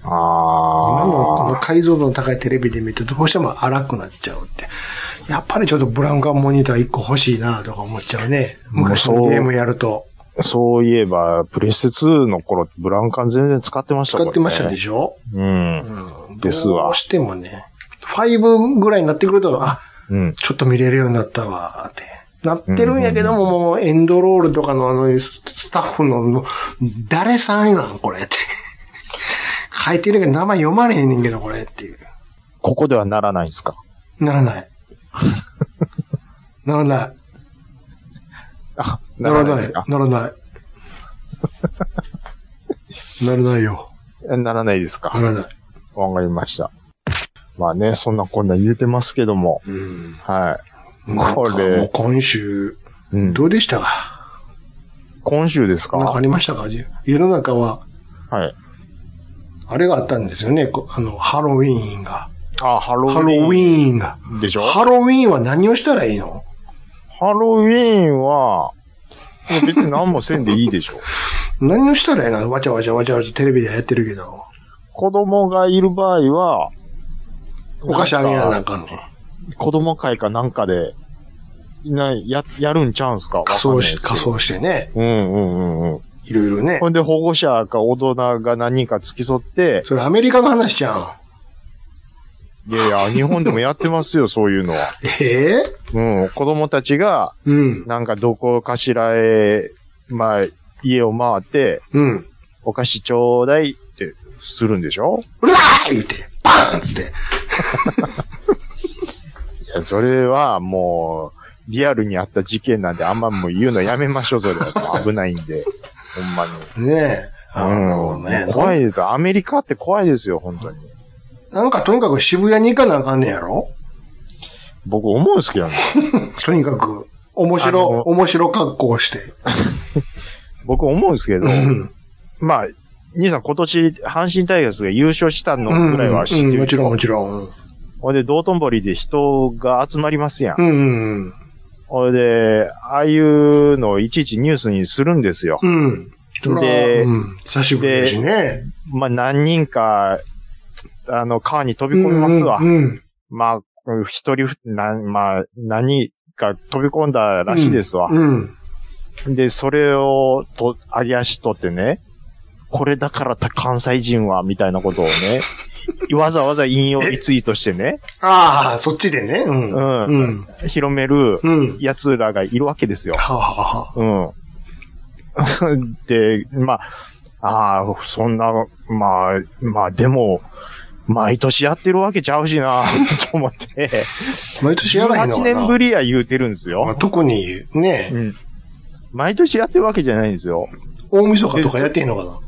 Speaker 3: 今のこの
Speaker 2: あ
Speaker 3: 解像度の高いテレビで見るとどうしても荒くなっちゃうって。やっぱりちょっとブラウン管モニター1個欲しいなーとか思っちゃうね。昔のゲームやると。
Speaker 2: あ。そういえば、プレステ2の頃、ブラウン管全然使ってました
Speaker 3: 使ってましたで
Speaker 2: し
Speaker 3: しょ
Speaker 2: ょ。うん。
Speaker 3: うん
Speaker 2: ですわ
Speaker 3: どうしてもね、5ぐらいになってくると、あ、
Speaker 2: うん。
Speaker 3: ちょっと見れるようになったわ、って。なってるんやけども、もうエンドロールとかのあの、ススタッフの、の誰さんやなん、これって。書いてるけど名前読まれへんねんけど、これっていう。
Speaker 2: ここではならないんですか。
Speaker 3: なら
Speaker 2: [laughs]
Speaker 3: ない。ならない。
Speaker 2: あ、
Speaker 3: な
Speaker 2: な
Speaker 3: ら
Speaker 2: らない
Speaker 3: な
Speaker 2: で
Speaker 3: い
Speaker 2: すか。。
Speaker 3: ならない。ならないよ。
Speaker 2: ならないです
Speaker 3: な
Speaker 2: か。
Speaker 3: らない。
Speaker 2: わかりました。まあね、そんなこんな言えてますけども。
Speaker 3: うん。
Speaker 2: は
Speaker 3: こ
Speaker 2: これ
Speaker 3: れ。今週、
Speaker 2: い。うん
Speaker 3: どうでしたか
Speaker 2: 今週です
Speaker 3: なんか
Speaker 2: か
Speaker 3: ありましたかじ世の中は、
Speaker 2: はい。
Speaker 3: あれがあったんですよね。こあの、ハロウィーンが。
Speaker 2: あ、ハロウィー
Speaker 3: ハ
Speaker 2: ン。
Speaker 3: ロウィーンが。
Speaker 2: でしょ
Speaker 3: ハロウィーンは何をしたらいいの
Speaker 2: ハロウィーンは、もう別に何もせんでいい
Speaker 3: [laughs]
Speaker 2: でしょ。
Speaker 3: 何をしたらええな、わちゃわちゃわちゃわちゃテレビでやってるけど。
Speaker 2: 子供がいる場合は、
Speaker 3: お菓子あげなあかんねん。
Speaker 2: 子供会かなんかで、な、や、やるんちゃうんすか
Speaker 3: 仮装し、
Speaker 2: わかん
Speaker 3: 仮
Speaker 2: ないですけ
Speaker 3: 装して
Speaker 2: ど
Speaker 3: ね。
Speaker 2: うんうんうんうん。
Speaker 3: いろいろね
Speaker 2: ほ。んで保護者か大人が何人か付き添って、
Speaker 3: それアメリカの話じゃん。
Speaker 2: いやいや、日本でもやっ
Speaker 3: [laughs]
Speaker 2: てますよ、そういうのは。
Speaker 3: ええ
Speaker 2: うん。子供たちが、
Speaker 3: うん。
Speaker 2: なんかどこかしらへ、まあ、家を回って、
Speaker 3: うん。
Speaker 2: お菓子ちょうだいってするんでしょ
Speaker 3: うらー言って、バーンっつって。
Speaker 2: いや、それはもう、リアルにあった事件なんで、あんまもう言うのやめましょう、それは。危ないんで。ほんまに。
Speaker 3: ねえ。あ
Speaker 2: う
Speaker 3: の
Speaker 2: ん。
Speaker 3: ね、
Speaker 2: 怖いです。アメリカって怖いですよ、本当に。
Speaker 3: なんかとにかく渋谷に行かなあかんねやろ
Speaker 2: 僕思うんですけどね。
Speaker 3: とにかく、面白、
Speaker 2: あの
Speaker 3: 面白格好をして。
Speaker 2: 僕思うんですけど
Speaker 3: う、ん。
Speaker 2: まあ、兄さん今年、阪神タイガースが優勝したのぐらいは知って
Speaker 3: うん
Speaker 2: る。
Speaker 3: もちろんもちろん。
Speaker 2: ほんで、道頓堀で人が集まりますやん
Speaker 3: う。ん。
Speaker 2: ほいで、ああいうのをいちいちニュースにするんですよ。
Speaker 3: うん。そら
Speaker 2: で
Speaker 3: うん、久しぶりだしね。
Speaker 2: まあ、何人か、あの、川に飛び込みますわ。
Speaker 3: うんうん。
Speaker 2: まあ、うん一人ふ、な、まあ、何か飛び込んだらしいですわ。
Speaker 3: うん。
Speaker 2: で、それを、と、揚げ足取ってね、これだからた関西人は、みたいなことを
Speaker 3: [laughs]
Speaker 2: ね、わざわざ引用リツイートしてね、
Speaker 3: ああ、そっちでね。うん。
Speaker 2: うん
Speaker 3: うん。
Speaker 2: 広める
Speaker 3: うん。
Speaker 2: 奴らがいるわけですよ。
Speaker 3: はあ、はあは
Speaker 2: うん。 [laughs] で、まあ、ああ、そんな、まあ、まあ、でも、毎年やってるわけちゃうしな、 [laughs] と思って、
Speaker 3: あ、毎年やらへんのか
Speaker 2: 18
Speaker 3: な。
Speaker 2: 年ぶりや言うてるんです
Speaker 3: まあ
Speaker 2: よ。
Speaker 3: 特にね、
Speaker 2: うん。毎年やってるわけじゃないんですよ。
Speaker 3: 大晦日とかやってへんのかな。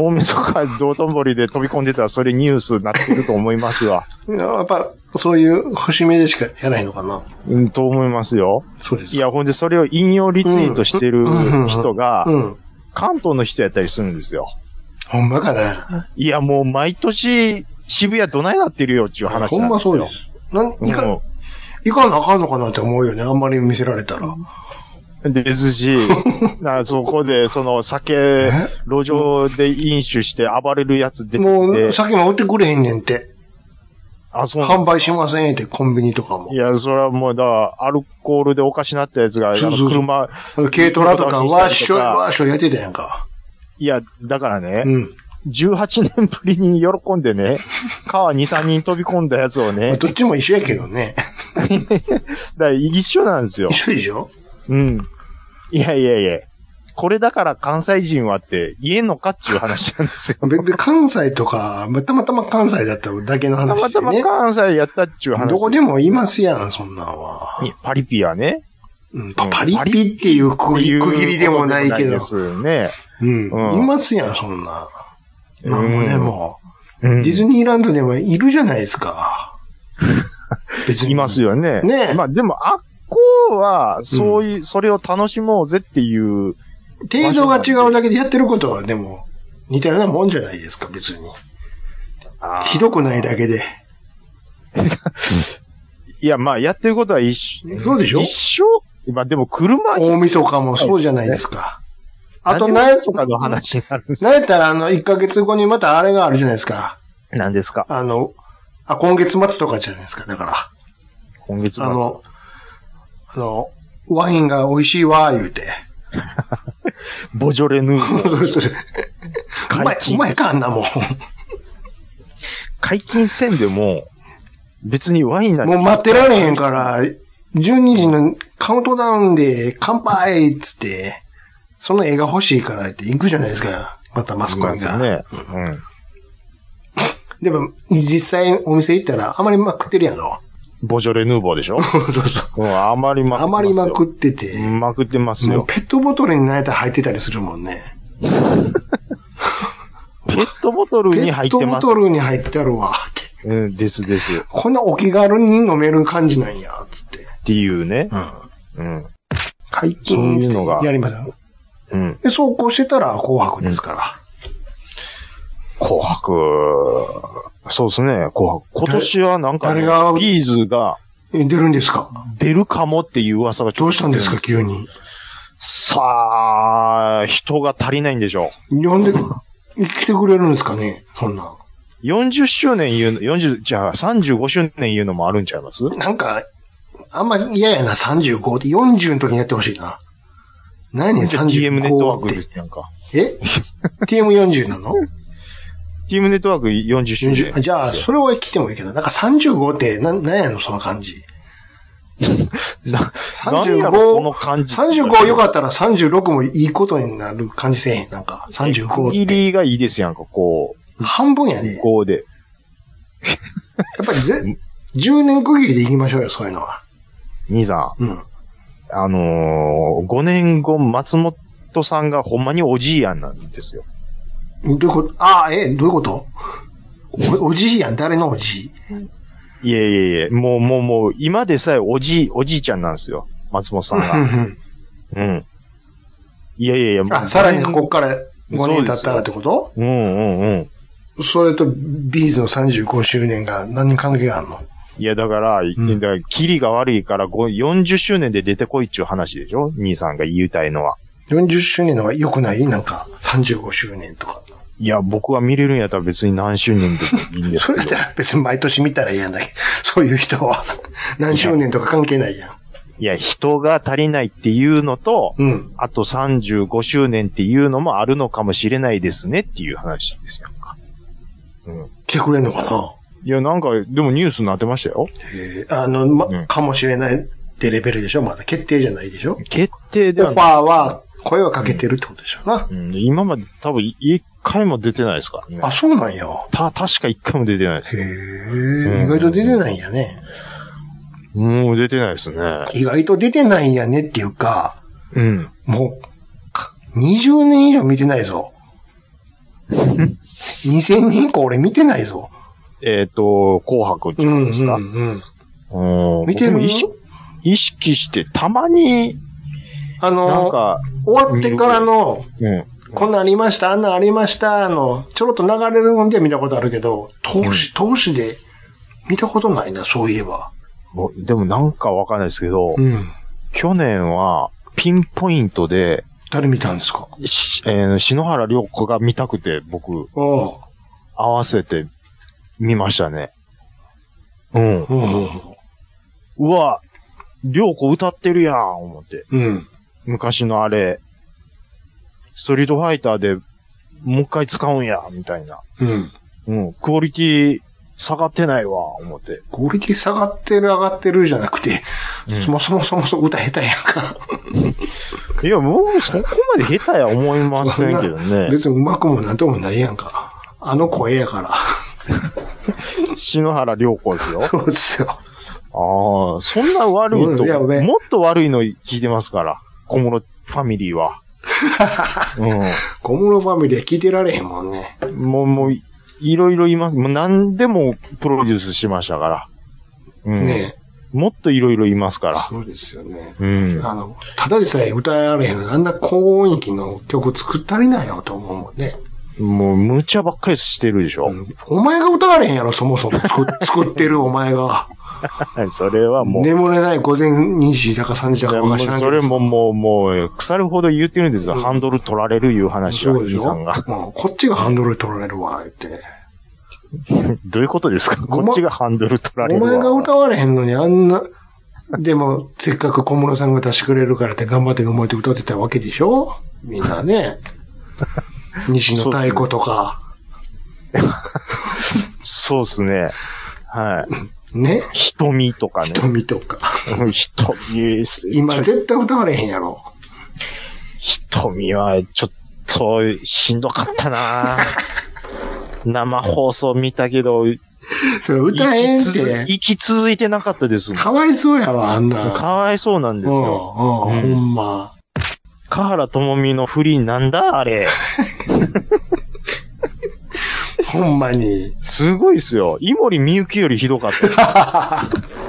Speaker 2: 大晦日道頓堀で飛び込んでたらそれニュースになってると思います
Speaker 3: [laughs]
Speaker 2: わ。
Speaker 3: やっぱ、そういう節目でしかやらへんのかな。
Speaker 2: うん、と思いますよ。
Speaker 3: そうです。
Speaker 2: いや、ほんでそれを引用リツイートしてる人が
Speaker 3: う、ん。
Speaker 2: 関東の人やったりするんですよ。
Speaker 3: ほんまかな。
Speaker 2: いや、もう毎年渋谷どないなってるよっていう話なんですよ。
Speaker 3: ほんまそうです。なん、いか、
Speaker 2: うん
Speaker 3: いかなあかんのかなって思うよね。あんまり見せられたら。
Speaker 2: です
Speaker 3: [laughs]
Speaker 2: し、なそこで、その酒、路上で飲酒して暴れるやつ出て
Speaker 3: もう、
Speaker 2: きて、
Speaker 3: 酒も売ってくれへんねんって。
Speaker 2: あ、そうなん
Speaker 3: 販売しませんって、コンビニとかも
Speaker 2: い。や、それはもう、だからアルコールでおかしなったやつが、あ
Speaker 3: そう
Speaker 2: の
Speaker 3: そうそう
Speaker 2: 車、
Speaker 3: あの軽トラとか、
Speaker 2: うん
Speaker 3: わっしょい、わっしょいやってたやんか。
Speaker 2: いや、だから
Speaker 3: う
Speaker 2: ね、
Speaker 3: ん。
Speaker 2: 18年ぶりに喜ん
Speaker 3: [laughs]
Speaker 2: でね、川2、3人飛び込んだやつを
Speaker 3: まあ
Speaker 2: ね、
Speaker 3: どっちも一緒やけどね。
Speaker 2: だから一緒なんですよ
Speaker 3: 一。緒でしょ
Speaker 2: うん。いやいやいや、これだから関西人はって言えんのかっていう話なんですよ。
Speaker 3: 別に関西とか、まあたまたま関西だっただけの
Speaker 2: たま
Speaker 3: 話で
Speaker 2: たま
Speaker 3: ね。
Speaker 2: 関西やったっちゅう話。
Speaker 3: どこでもいますやん、そんなんは。
Speaker 2: にパリピはね、
Speaker 3: うん、パパリピっていう区切り区切りでもないけど
Speaker 2: で。すよね。
Speaker 3: うん。
Speaker 2: うん
Speaker 3: いますやん、そんな。なんもね、
Speaker 2: うん
Speaker 3: も
Speaker 2: デ
Speaker 3: う。ディズニーランドでもいるじゃないですか。別
Speaker 2: いますよね。
Speaker 3: ねえ
Speaker 2: まあでも、あっこは、そういう、それを楽しもうぜっていう、
Speaker 3: 程度が違うだけでやってることは、でも、似たようなもんじゃないですか、別に。ひどくないだけで。
Speaker 2: いや、まあやってることは一緒。
Speaker 3: そうでしょ
Speaker 2: 一緒まあでも車、
Speaker 3: 大晦日もそうじゃないですか。あと、な
Speaker 2: 何
Speaker 3: ん
Speaker 2: とかの話になるん
Speaker 3: [laughs]
Speaker 2: です
Speaker 3: なんやったら、あの、1ヶ月後にまたあれがあるじゃないですか。
Speaker 2: 何ですか
Speaker 3: あの、あ、今月末とかじゃないですか、だか
Speaker 2: 今月末
Speaker 3: ら。あの、あの、ワインが美味しいわ、言う
Speaker 2: [laughs]
Speaker 3: て。
Speaker 2: ボジョレ・ヌーボー
Speaker 3: それそれうまい
Speaker 2: 解、
Speaker 3: う
Speaker 2: 禁
Speaker 3: ま、いか、あん
Speaker 2: [laughs]
Speaker 3: なもん。
Speaker 2: 解禁せんでも、別にワインなん
Speaker 3: もう待ってられへんから、12時のカウントダウンで乾杯っつって、その絵が欲しいからって行くじゃないですか。またマスコミが。
Speaker 2: ね。うん。
Speaker 3: でも、実際お店行ったらあまりまくってるやろ。
Speaker 2: ボジョレ・ヌーボーでしょ
Speaker 3: そうそう
Speaker 2: うん、あまりまくってますよ
Speaker 3: あまりまくってて。
Speaker 2: まくってます
Speaker 3: もう
Speaker 2: よ。
Speaker 3: ペットボトルに慣れたら入ってたりするもんね。
Speaker 2: ペットボトル
Speaker 3: ペ
Speaker 2: に入
Speaker 3: ッ
Speaker 2: っ
Speaker 3: ト
Speaker 2: て
Speaker 3: ボ
Speaker 2: ます
Speaker 3: ト。ルに入ってあるわ、って。
Speaker 2: うん、ですです。っ
Speaker 3: こんなお気軽に飲める感じなんや、つって。
Speaker 2: ていうね。
Speaker 3: うん。
Speaker 2: うん。
Speaker 3: 解
Speaker 2: そう
Speaker 3: 禁
Speaker 2: い
Speaker 3: つっ
Speaker 2: う
Speaker 3: て
Speaker 2: のが
Speaker 3: やりますよ。
Speaker 2: うん。
Speaker 3: で、そうこうしてたら紅白ですから。
Speaker 2: 紅白、そうですね、紅白。今年はなんかね、
Speaker 3: 誰が
Speaker 2: ビーズが
Speaker 3: え出るんですか
Speaker 2: 出るかもっていう噂がちょ
Speaker 3: どうしたんですか、急に。
Speaker 2: さまあ、人が足りないんでしょ
Speaker 3: 呼んで、来てくれるんですかねそんな。
Speaker 2: う。40周年言うの、40、じゃあ35周年言うのもあるんちゃいます
Speaker 3: なんか、あんま嫌やな、35って、40の時にやってほしいな。何や、
Speaker 2: じゃあ TM ネットワ
Speaker 3: 35
Speaker 2: ー
Speaker 3: っ
Speaker 2: ク
Speaker 3: て
Speaker 2: で。すなんか。
Speaker 3: え ?TM40 なの
Speaker 2: TM ネットワーク40周年
Speaker 3: 40。じゃあ、それは来てもいいけど、なんか35って、な、なんやの、その感じ。
Speaker 2: [laughs] ななんやろその
Speaker 3: 35、
Speaker 2: 感じ。
Speaker 3: 35よかったら36もいいことになる感じせえへん、なんか。
Speaker 2: 区
Speaker 3: 35っ
Speaker 2: 切
Speaker 3: て。
Speaker 2: りがいいですやんか、こ
Speaker 3: 半分や
Speaker 2: う、
Speaker 3: で。や
Speaker 2: こうで。
Speaker 3: っぱりぜ、10年区切りでいきましょうよ、そういうのは。
Speaker 2: 兄さ
Speaker 3: うん。
Speaker 2: ん、あのー、5年後、松本さんがほんまにおじいやんなんですよ。
Speaker 3: どういうことああ、え、どういうことおおじいやん、誰のおじい
Speaker 2: いえいえいえ、もうもうもう、今でさえおじい、おじいちゃんなんですよ。松本さん
Speaker 3: うんう
Speaker 2: が。
Speaker 3: ん
Speaker 2: うん。いやいやいや、も
Speaker 3: あ、
Speaker 2: う
Speaker 3: さらにこっから5
Speaker 2: そう
Speaker 3: 年
Speaker 2: です
Speaker 3: 経
Speaker 2: よ
Speaker 3: ったらってこと
Speaker 2: うんうんうん。
Speaker 3: それと、ビーズの35周年が何に関係があるの
Speaker 2: いや、だから、
Speaker 3: ん
Speaker 2: だから、キリが悪いから、ご40周年で出てこいっちゅう話でしょ兄さんが言いたいのは。
Speaker 3: ?40 周年の方が良くないなんか、35周年とか。
Speaker 2: いや、僕が見れるんやったら別に何周年でもいいんです
Speaker 3: そ
Speaker 2: け
Speaker 3: れ
Speaker 2: ど
Speaker 3: だっ。たら別に毎年見たら嫌だけど、そういう [laughs] 人は。何周年とか関係ないやん。
Speaker 2: いや、人が足りないっていうのと、
Speaker 3: うん。
Speaker 2: あと35周年っていうのもあるのかもしれないですねっていう話ですよ。
Speaker 3: 来てくれんのかない
Speaker 2: や、なんか、でもニュースになってましたよ。
Speaker 3: えーあの、ま
Speaker 2: うん
Speaker 3: かもしれないってレベルでしょまだ決定じゃないでしょ
Speaker 2: 決定
Speaker 3: オ
Speaker 2: で
Speaker 3: ファ
Speaker 2: は
Speaker 3: ーは、声はかけてるってことでしょうな。
Speaker 2: うん、今まで多分一回も出てないですからね。
Speaker 3: あ、そうなんや。
Speaker 2: た、確か一回も出てないです。
Speaker 3: へえ、意外と出てないんやね。
Speaker 2: もう出てないですね。
Speaker 3: 意外と出てないんやねっていうか、
Speaker 2: うん。
Speaker 3: もう、か20年以上見てない
Speaker 2: [laughs]
Speaker 3: ぞ。2000人以降俺見てないぞ。
Speaker 2: えっ、と、紅白っていうんですか。
Speaker 3: ん。
Speaker 2: うん
Speaker 3: 見て
Speaker 2: 僕
Speaker 3: る
Speaker 2: も意識意識して、たまに、
Speaker 3: あ
Speaker 2: なん
Speaker 3: の、
Speaker 2: か、
Speaker 3: 終わってからの、
Speaker 2: うん。
Speaker 3: こんなんありました、あんなんありました、あの、ちょろっと流れるんで見たことあるけど、投資、投資で見たことないな、そういえば。
Speaker 2: もうでもなんかわかんないですけど、
Speaker 3: ん。
Speaker 2: 去年は、ピンポイントで、
Speaker 3: 誰見たんですか
Speaker 2: しえー篠原涼子が見たくて、僕、
Speaker 3: うん。
Speaker 2: 合わせて見ましたね。うん。
Speaker 3: うん。
Speaker 2: うわ、涼子歌ってるやん、思って。
Speaker 3: うん。
Speaker 2: 昔のあれ、ストリートファイターで、もう一回使うんや、みたいな。
Speaker 3: うん。
Speaker 2: うん。クオリティ、下がってないわ、思って。
Speaker 3: クオリティ下がってる上がってるじゃなくて、
Speaker 2: うん
Speaker 3: そもそもそもそも歌下手やんか。
Speaker 2: いや、僕、そこまで下手や思いませんけどね。
Speaker 3: 別に上手くもなんともないやんか。あの声やから。
Speaker 2: 篠原涼子ですよ。
Speaker 3: そうですよ。
Speaker 2: ああ、そんな悪い
Speaker 3: うんいや
Speaker 2: と、
Speaker 3: 上
Speaker 2: もっと悪いの聞いてますから、小室ファミリ
Speaker 3: [laughs]
Speaker 2: ーは。う
Speaker 3: 小室ファミリーは聞いてられへんもんね。
Speaker 2: ん。もう、もう、いろいろ言います。もう何でもプロデュースしましたから。うん。
Speaker 3: ね
Speaker 2: もっといろいろ言いますから。
Speaker 3: そうですよね。
Speaker 2: うん。
Speaker 3: あの、ただでさえ歌えられへんのにあんな高音域の曲作ったりなよと思うもんね。
Speaker 2: もう、無茶ばっかりしてるでしょ。
Speaker 3: お前が歌われへんやろ、そもそも。作 [laughs] 作ってるお前が。
Speaker 2: [laughs] それはもう。
Speaker 3: 眠れない午前2時だか3時だ
Speaker 2: い
Speaker 3: か
Speaker 2: や
Speaker 3: わ
Speaker 2: も
Speaker 3: か
Speaker 2: う
Speaker 3: 知らんけど
Speaker 2: それももう、もう、腐るほど言ってるんですよ。ハンドル取られるいう話は、
Speaker 3: そうでし
Speaker 2: 兄
Speaker 3: ょ
Speaker 2: さんが。 [laughs]
Speaker 3: うんこっちがハンドル取られるわ、言って。
Speaker 2: どういうことですか
Speaker 3: お
Speaker 2: こ
Speaker 3: 前
Speaker 2: っちがハンドル取られ
Speaker 3: お
Speaker 2: るわ。
Speaker 3: 前が歌われへんのにあんな、でも、せっかく小室さんが出してくれるからって頑張って思いて歌ってたわけでしょみんな
Speaker 2: [laughs]
Speaker 3: ね。西野太鼓とか、
Speaker 2: そうですね。はい。
Speaker 3: ね
Speaker 2: 瞳とかね。
Speaker 3: 瞳とか。
Speaker 2: うん瞳、
Speaker 3: 今絶対歌われへんやろ。
Speaker 2: 瞳はちょっとしんどかっ
Speaker 3: [laughs]
Speaker 2: たな生放送見たけど、
Speaker 3: それ歌えへんっ
Speaker 2: 生き続
Speaker 3: て。
Speaker 2: 生き続いてなかったですも。。
Speaker 3: かわいそうやわ、あんなん
Speaker 2: かわいそうなんです
Speaker 3: うん、うん、
Speaker 2: よ。
Speaker 3: ほ
Speaker 2: うん
Speaker 3: んま。
Speaker 2: 河原智美のフリーなんだあれ。
Speaker 3: ほんまに。
Speaker 2: すごいですよ。井森美幸よりひどかったです。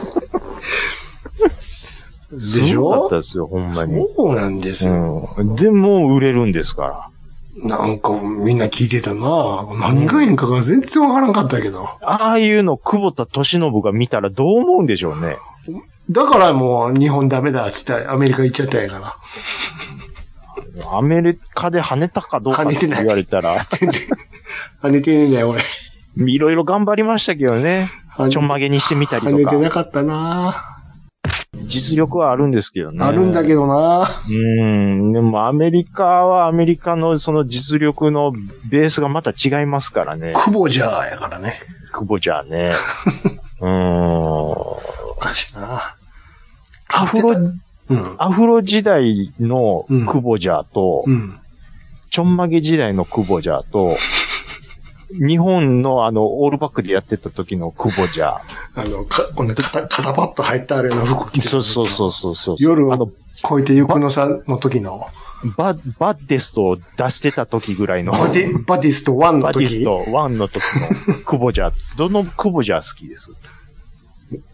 Speaker 2: で
Speaker 3: [laughs] でしょ
Speaker 2: かったですよ、ほんまに。
Speaker 3: そうなんですよ。
Speaker 2: うん。でも、売れるんですから。
Speaker 3: なんかみんな聞いてたな何がいいんかが全然わからんかったけど。
Speaker 2: ああいうの、久保田敏信が見たらどう思うんでしょうね。
Speaker 3: だからもう日本ダメだっつってアメリカ行っちゃったんやから。
Speaker 2: アメリカで跳ねたかどうかっ
Speaker 3: 跳ね
Speaker 2: て
Speaker 3: てない
Speaker 2: 言われたら、
Speaker 3: 全然。跳ねてねえんだよ、俺。
Speaker 2: いろいろ頑張りましたけどね
Speaker 3: 跳。ね
Speaker 2: ちょんまげにしてみたり
Speaker 3: 跳
Speaker 2: と
Speaker 3: ねて
Speaker 2: か。
Speaker 3: なかったな
Speaker 2: 実力はあるんですけどね。
Speaker 3: あるんだけどな
Speaker 2: うーん、でもアメリカはアメリカのその実力のベースがまた違いますからね。
Speaker 3: 久保じゃーやからね。
Speaker 2: 久保じ
Speaker 3: [laughs]
Speaker 2: ゃね。うーん。
Speaker 3: おかしいな
Speaker 2: アフロ、
Speaker 3: うん。
Speaker 2: アフロ時代の久保じゃと、
Speaker 3: うん。
Speaker 2: ちょんまげ時代の久保じゃと、日本のあの、オールバックでやってた時の久保じゃ。
Speaker 3: あの、か、こんな肩、肩パッと入ったあれの服着て。
Speaker 2: そうそうそうそうそう。
Speaker 3: 夜
Speaker 2: あの
Speaker 3: を、越えて行くのさ、の時の、
Speaker 2: バ、バッデストを出してた時ぐらいの。
Speaker 3: バディ、バディスト1の
Speaker 2: バディス
Speaker 3: 時。
Speaker 2: ト1の時の久保
Speaker 3: [laughs]
Speaker 2: じゃ。どの久保じゃ好きです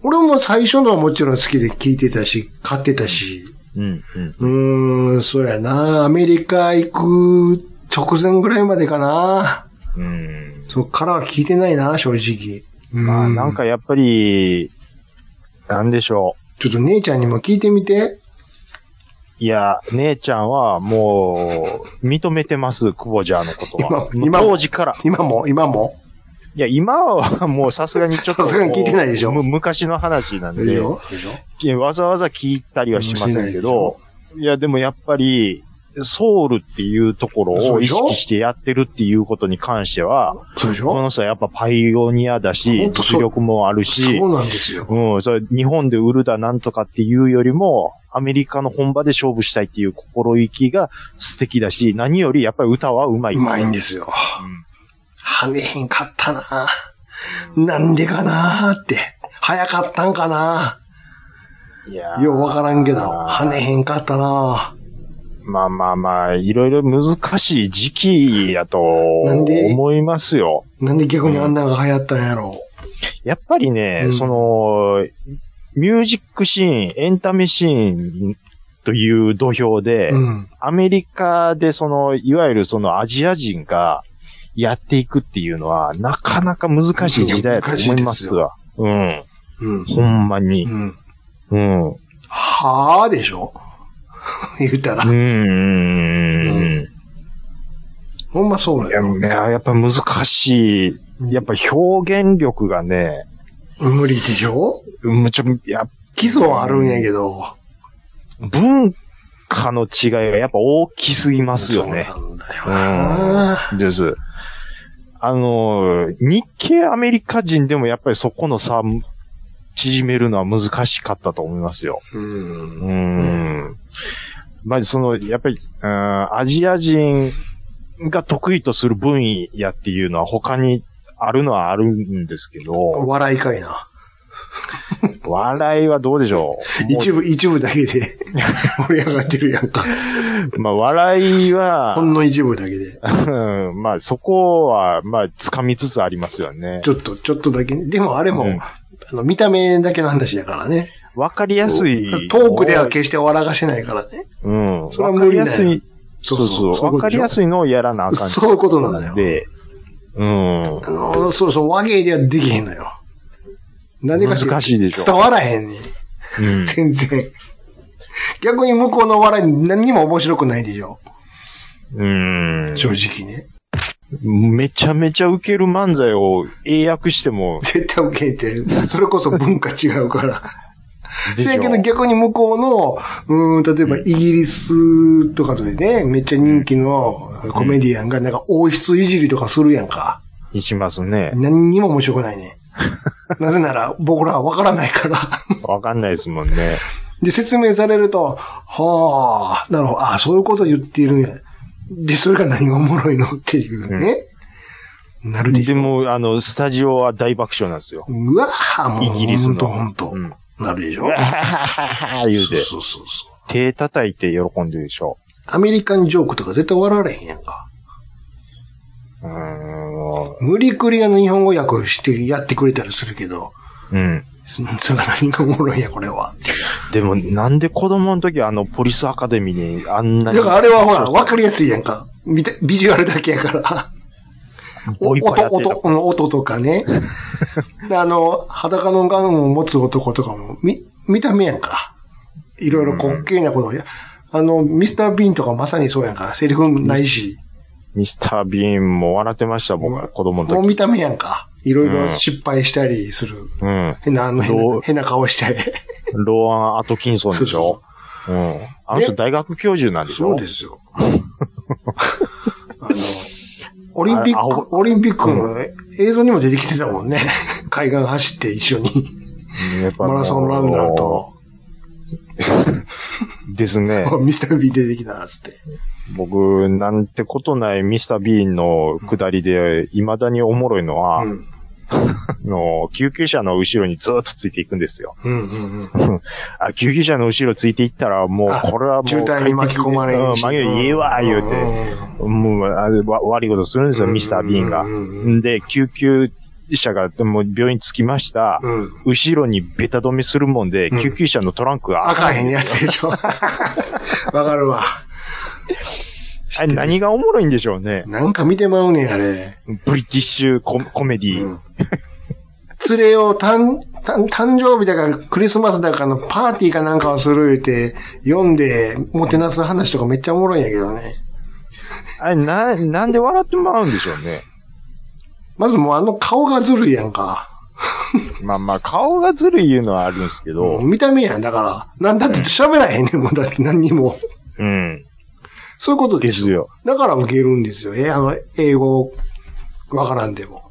Speaker 3: 俺も最初のはもちろん好きで聞いてたし、買ってたし。
Speaker 2: うん、うん。
Speaker 3: うーん、そうやなアメリカ行く直前ぐらいまでかな
Speaker 2: うん。
Speaker 3: そっからは聞いてないな正直。うん
Speaker 2: まあ、なんかやっぱり、なんでしょう。
Speaker 3: ちょっと姉ちゃんにも聞いてみて。
Speaker 2: いや、姉ちゃんはもう、認めてます、クボジャーのことは。
Speaker 3: 今今も
Speaker 2: 当時から。
Speaker 3: 今も、今も。
Speaker 2: いや、今はもうさすがにちょっと。
Speaker 3: さすがに聞いてないでしょ
Speaker 2: む昔の話なん
Speaker 3: いい
Speaker 2: で、
Speaker 3: よ。
Speaker 2: いやわざわざ聞いたりはしませんけど、いや、でもやっぱり、ソウルっていうところ
Speaker 3: そう
Speaker 2: を
Speaker 3: で
Speaker 2: 意
Speaker 3: しょ
Speaker 2: 識してやってるっていうことに関しては、
Speaker 3: そうでし
Speaker 2: こ
Speaker 3: ょ
Speaker 2: の人はやっぱパイオニアだし
Speaker 3: ほ、んとそう
Speaker 2: 実力もあるし、
Speaker 3: そうなんですよ。
Speaker 2: うん、それ日本で売るだなんとかっていうよりも、アメリカの本場で勝負したいっていう心意気が素敵だし、何よりやっぱり歌はうまい。
Speaker 3: うまいん
Speaker 2: で
Speaker 3: ですよ。跳ねへんかったななんでかなって。早かったんかない
Speaker 2: やー
Speaker 3: ようわからんけど、跳ねへんかったな
Speaker 2: まあまあまあ、いろいろ難しい時期やと
Speaker 3: なんで
Speaker 2: 思いますよ。
Speaker 3: なんで逆にあんなが流行ったんやろ
Speaker 2: やっぱりね、
Speaker 3: うん
Speaker 2: その、ミュージックシーン、エンタメシーンという土俵で、
Speaker 3: う。うん。
Speaker 2: アメリカでその、いわゆるそのアジア人がやっていくっていうのは、なかなか難しい時代だと思いますわ。うん。
Speaker 3: うん。
Speaker 2: ほんま
Speaker 3: う
Speaker 2: に。
Speaker 3: ん。
Speaker 2: うん。う
Speaker 3: はぁでしょ [laughs] 言うたら
Speaker 2: ー。ん。
Speaker 3: ほんまそう
Speaker 2: い
Speaker 3: だ
Speaker 2: や
Speaker 3: よ。
Speaker 2: いや、やっぱ難しい。やっぱ表現力がね、
Speaker 3: 無理でしょ
Speaker 2: むちょ、やっ
Speaker 3: 基礎はあるんやけど。
Speaker 2: 文化の違いがやっぱ大きすぎますよね。
Speaker 3: そうなんだよな
Speaker 2: うん。です。あの、日系アメリカ人でもやっぱりそこの差、縮めるのは難しかったと思いますよ。
Speaker 3: うん
Speaker 2: う。ん。まあ、その、やっぱり、うん、アジア人が得意とする分野っていうのは他にあるのはあるんですけ
Speaker 3: お
Speaker 2: ど、
Speaker 3: 笑いかいな。
Speaker 2: 笑いはどうでしょう。
Speaker 3: 一部、一部だけ
Speaker 2: [laughs]
Speaker 3: で盛り上がってるやんか。
Speaker 2: まあ、笑いは
Speaker 3: ほ、んの一部だけで。
Speaker 2: うんまあ、そこは、まあ、掴みつつありますよね
Speaker 3: ち。ょっと、ちょっとだけね。でもあれも、
Speaker 2: うん
Speaker 3: あの、見た目だけの話だからね。
Speaker 2: わかりやすい。
Speaker 3: トークでは決して笑がしてないからね。
Speaker 2: うん。
Speaker 3: それは
Speaker 2: わか
Speaker 3: 無理
Speaker 2: り
Speaker 3: だよ
Speaker 2: やすい。そうそう
Speaker 3: そういうことでしょ
Speaker 2: わかりやすいのをやらなあかん。
Speaker 3: そういうことなんだよ
Speaker 2: で、うん
Speaker 3: あ。の、そうそう、和芸ではできへんのよ。何でかって
Speaker 2: 難しいでしょ
Speaker 3: 伝わらへんねん。
Speaker 2: うん
Speaker 3: 全然。逆に向こうの笑い何にも面白くないでしょ。
Speaker 2: うん。
Speaker 3: 正直ね。
Speaker 2: めちゃめちゃウケる漫才を英訳しても、
Speaker 3: [laughs] 絶対受けて、それこそ文化違うから。
Speaker 2: でし
Speaker 3: せ
Speaker 2: ょ
Speaker 3: やけど逆に向こうの、うーん、例えばイギリスとかでね、めっちゃ人気のコメディアンがなんか王室いじりとかするやんか。
Speaker 2: いしますね。
Speaker 3: 何にも面白くないね。
Speaker 2: [laughs]
Speaker 3: なぜなら僕らはわからないから。
Speaker 2: わかんないですもんね。
Speaker 3: で、説明されると、はあ、なるほど、ああ、そういうこと言っているんや。で、それが何がおもろいのっていうね。なるでし
Speaker 2: で
Speaker 3: ょ。
Speaker 2: も、あの、スタジオは大爆笑なんですよ。
Speaker 3: うわあ、もう、
Speaker 2: イギリスの。
Speaker 3: ほんとほ
Speaker 2: うんん。
Speaker 3: と。なるでしょ。
Speaker 2: 言う
Speaker 3: そうそ
Speaker 2: て、
Speaker 3: うそうそう。
Speaker 2: 手叩いて喜んでるでしょ。
Speaker 3: アメリカンジョークとか絶対笑われへんやんか。
Speaker 2: うー
Speaker 3: 無理くりあの日本語訳をしてやってくれたりするけど、 [laughs]
Speaker 2: ん。うん。
Speaker 3: そそれが何がおもろいんや、これは。
Speaker 2: でも、なんで子供の時あの、ポリスアカデミーにあんな
Speaker 3: だ
Speaker 2: に
Speaker 3: からあれはほら、わかりやすいやんか。見たビジュアルだけや
Speaker 2: [laughs]
Speaker 3: から。お
Speaker 2: ボイ
Speaker 3: 音、
Speaker 2: パやってた
Speaker 3: 音、うん音とか
Speaker 2: [laughs]
Speaker 3: ね。であの、裸のガンを持つ男とかも、み、見た目やんか。いろいろ滑稽なことをや、あの、ミスター・ビーンとかまさにそうやんか。セリフないし。
Speaker 2: ミスター・ビーンも笑ってました、僕は子
Speaker 3: も
Speaker 2: 供の
Speaker 3: う
Speaker 2: 時。
Speaker 3: 見た目やんか。いろいうろ
Speaker 2: ん
Speaker 3: 失敗したりする。
Speaker 2: うん。
Speaker 3: 変な、あの変
Speaker 2: どう
Speaker 3: な、変な顔して。
Speaker 2: ローアン・アトキンソンでしょうん。あの人
Speaker 3: ね
Speaker 2: 大学教授なんでしょ。
Speaker 3: そうです
Speaker 2: [laughs]
Speaker 3: すよ。あの、オリンピ
Speaker 2: あれ
Speaker 3: ッ
Speaker 2: 青
Speaker 3: ク、オリンピックの映像にも出てきてたもんね。 [laughs] 海岸走って一緒
Speaker 2: [laughs]
Speaker 3: に。
Speaker 2: うんやっぱ
Speaker 3: マラソンランナー。と、
Speaker 2: で
Speaker 3: [laughs]
Speaker 2: すね。
Speaker 3: ミスター・ビーン出てきたっつって。
Speaker 2: 僕、なんてことないミスター・ビーンの下りで、未だにおもろいのは、
Speaker 3: うん。
Speaker 2: あの、救急車の後ろにずーっとついていくんですよ。
Speaker 3: うんうんうん。
Speaker 2: あ、救急車の後ろついていったら、もう
Speaker 3: あ、
Speaker 2: これはもう。
Speaker 3: 渋滞に巻き込まれ
Speaker 2: うん
Speaker 3: るし。
Speaker 2: 巻き込まれ、いいわ、言うて。
Speaker 3: て。
Speaker 2: もう、あわ悪いことするんですよ、ミスター・ビーンが
Speaker 3: う。ん。
Speaker 2: で、救急車が、もう病院着きました。
Speaker 3: うん。
Speaker 2: 後ろにベタ止めするもんで、
Speaker 3: うん
Speaker 2: 救急車のトランクが開
Speaker 3: 赤
Speaker 2: かへ
Speaker 3: へん
Speaker 2: ん。
Speaker 3: やつ
Speaker 2: [laughs]
Speaker 3: でしょ。わかるわ。
Speaker 2: あれ何がおもろいんでしょうね。
Speaker 3: なんか見てまうねん、あれ。
Speaker 2: ブリティッシュココメディ、
Speaker 3: うん連れを誕、誕誕生日だからクリスマスだからのパーティーかなんかをする言うて、読んで、もてなす話とかめっちゃおもろいんやけどね。
Speaker 2: あれ、な、なんで笑ってもらうんでしょうね。
Speaker 3: まずもうあの顔がずるいやんか。
Speaker 2: まあまあ、顔がずるい言うのはあるんですけど、
Speaker 3: 見た目やん。だから、なんだって喋らへんねん、もうだって何にも。 [laughs]
Speaker 2: うん。
Speaker 3: そういうこと
Speaker 2: で
Speaker 3: です
Speaker 2: すよ。
Speaker 3: だから受けるんですよ。え、あの、英語、わからんでも。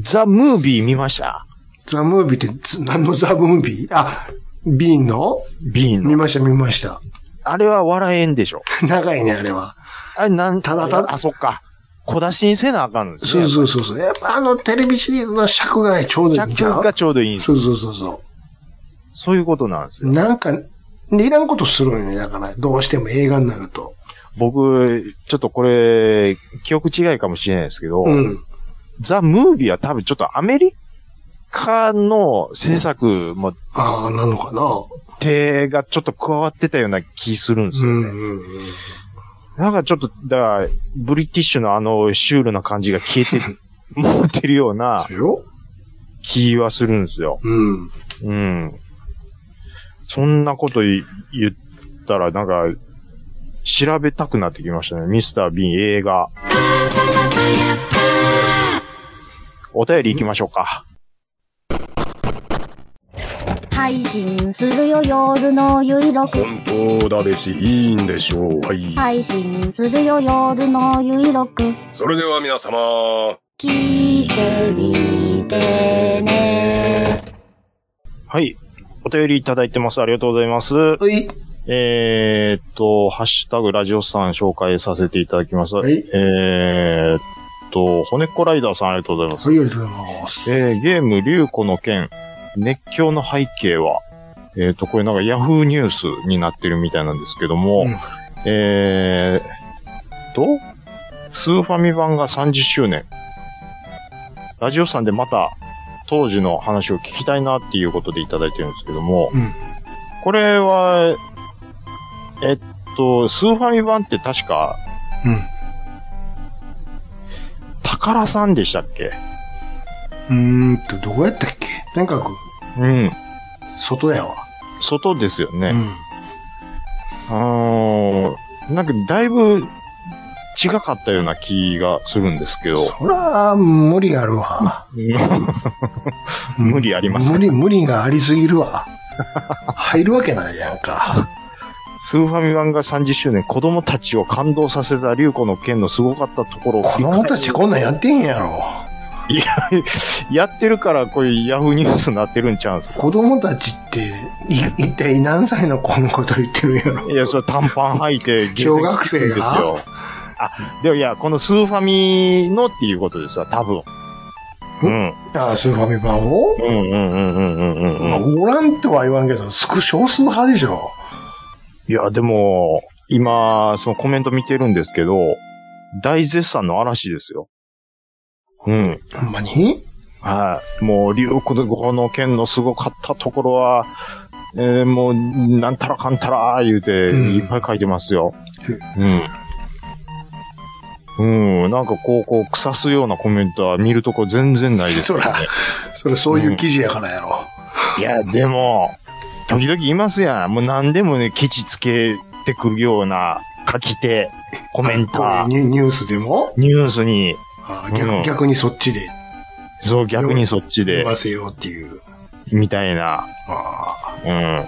Speaker 2: ザ・ムービー見ました
Speaker 3: ザ・ムービーってつ、何のザ・ムービーあ、ビーンの
Speaker 2: ビーン
Speaker 3: 見
Speaker 2: の。
Speaker 3: ました、見ました。 [laughs]
Speaker 2: あれは笑えんでしょ。
Speaker 3: 長いね、あれは。
Speaker 2: あれ、なん、
Speaker 3: ただただ
Speaker 2: あ、そっか。小出しにせなあかんのです
Speaker 3: そ
Speaker 2: ね。
Speaker 3: うそうそうそう。やっぱあのテレビシリーズの尺がちょうどいいん
Speaker 2: 着
Speaker 3: ちゃ
Speaker 2: が
Speaker 3: う
Speaker 2: ちょうどいいんです。
Speaker 3: そうそうそうそ
Speaker 2: そういうことなんです
Speaker 3: う。
Speaker 2: よ。
Speaker 3: なんか、でいらんことするのね、だから、どうしても映画になると。
Speaker 2: 僕、ちょっとこれ、記憶違いかもしれないですけど、
Speaker 3: うん。
Speaker 2: ザ・ムービーは多分ちょっとアメリカの制作も
Speaker 3: ああ、なのかな。
Speaker 2: 手がちょっと加わってたような気するんです
Speaker 3: う
Speaker 2: よ
Speaker 3: ん
Speaker 2: ね。
Speaker 3: うんうん。
Speaker 2: なんかちょっと、だから、ブリティッシュのあのシュールな感じが消えて、持ってるような
Speaker 3: そうよ。
Speaker 2: 気はするんですよ。
Speaker 3: うん。
Speaker 2: うん。そんなこと言言ったら、なんか、調べたくなってきましたね。ミスター・ビーン映画。お便り行きましょうか。
Speaker 4: 配信するよ夜のゆいろく
Speaker 5: 本当だべし、いいんでしょう。はい。
Speaker 4: 配信するよ夜のゆいろく
Speaker 5: それでは皆様、
Speaker 4: 聞いてみてね
Speaker 2: はい。お便りいただいてます。ありがとうございます。
Speaker 3: はい。
Speaker 2: えーっと、ハッシュタグラジオさん紹介させていただきます。
Speaker 3: はい
Speaker 2: えーっと、骨っこライダーさんありがとうございます。
Speaker 3: そういうよりとうございます。
Speaker 2: えーゲーム、竜子の剣、熱狂の背景は、えっ、と、これなんかヤフーニュースになってるみたいなんですけども、
Speaker 3: うん
Speaker 2: えーと、スーファミ版が30周年。ラジオさんでまた当時の話を聞きたいなっていうことでいただいてるんですけども、
Speaker 3: うん
Speaker 2: これは、えっと、スーファミ版って確か、
Speaker 3: うん
Speaker 2: 宝さんでしたっけ
Speaker 3: うーんと、どこやったっけとにかく、
Speaker 2: うん。
Speaker 3: 外やわ。
Speaker 2: 外ですよ
Speaker 3: う
Speaker 2: ね。
Speaker 3: ん。
Speaker 2: あーなんかだいぶ違かったような気がするんですけど、
Speaker 3: そら、無理あるわ。うん
Speaker 2: 無理ありますか
Speaker 3: 無理、無理がありすぎるわ。入るわけないやん [laughs] か。
Speaker 2: スーファミ版が30周年、子供たちを感動させた竜子の剣のすごかったところを
Speaker 3: 子
Speaker 2: 振り返
Speaker 3: 供たちこんなんやってんやろ。
Speaker 2: やってるから、こういうヤフーニュースになってるんちゃうんすか
Speaker 3: 子供たちって、い一体何歳の子のこと言ってるんやろ。
Speaker 2: いや、それ短パン履いて、ゲーセン
Speaker 3: 小学生が
Speaker 2: 行くんですよ。あ、でもいや、このスーファミのっていうことですわ、多分。うん。
Speaker 3: [laughs] ああ、スーファミ版を、
Speaker 2: うんうんうんうんうんうんうん
Speaker 3: まあ、。おらんとは言わんけど、少少数派でしょ。
Speaker 2: いや、でも、今、そのコメント見てるんですけど、大絶賛の嵐ですよ。うん。
Speaker 3: ほんまに
Speaker 2: はい。もう、竜子のこの剣のすごかったところは、えーもう、なんたらかんたら、言うて、
Speaker 3: うん
Speaker 2: いっぱい書いてますよ。うん。うん。なんかこう、こう、腐すようなコメントは見るとこ全然ないです
Speaker 3: [laughs] そ
Speaker 2: よね
Speaker 3: ら。、それそういう記事やからやろ。
Speaker 2: いや、でも、時々いますやん。もう何でもね、ケチつけってくるような書き手、コメンタ
Speaker 3: あ
Speaker 2: ー、
Speaker 3: ニュニュースでも
Speaker 2: ニュースに、
Speaker 3: あ
Speaker 2: うん
Speaker 3: 逆逆にそっちで
Speaker 2: そう逆にそっち
Speaker 3: 読
Speaker 2: で、
Speaker 3: ませようっていう。
Speaker 2: みたいな、
Speaker 3: ああ
Speaker 2: うん。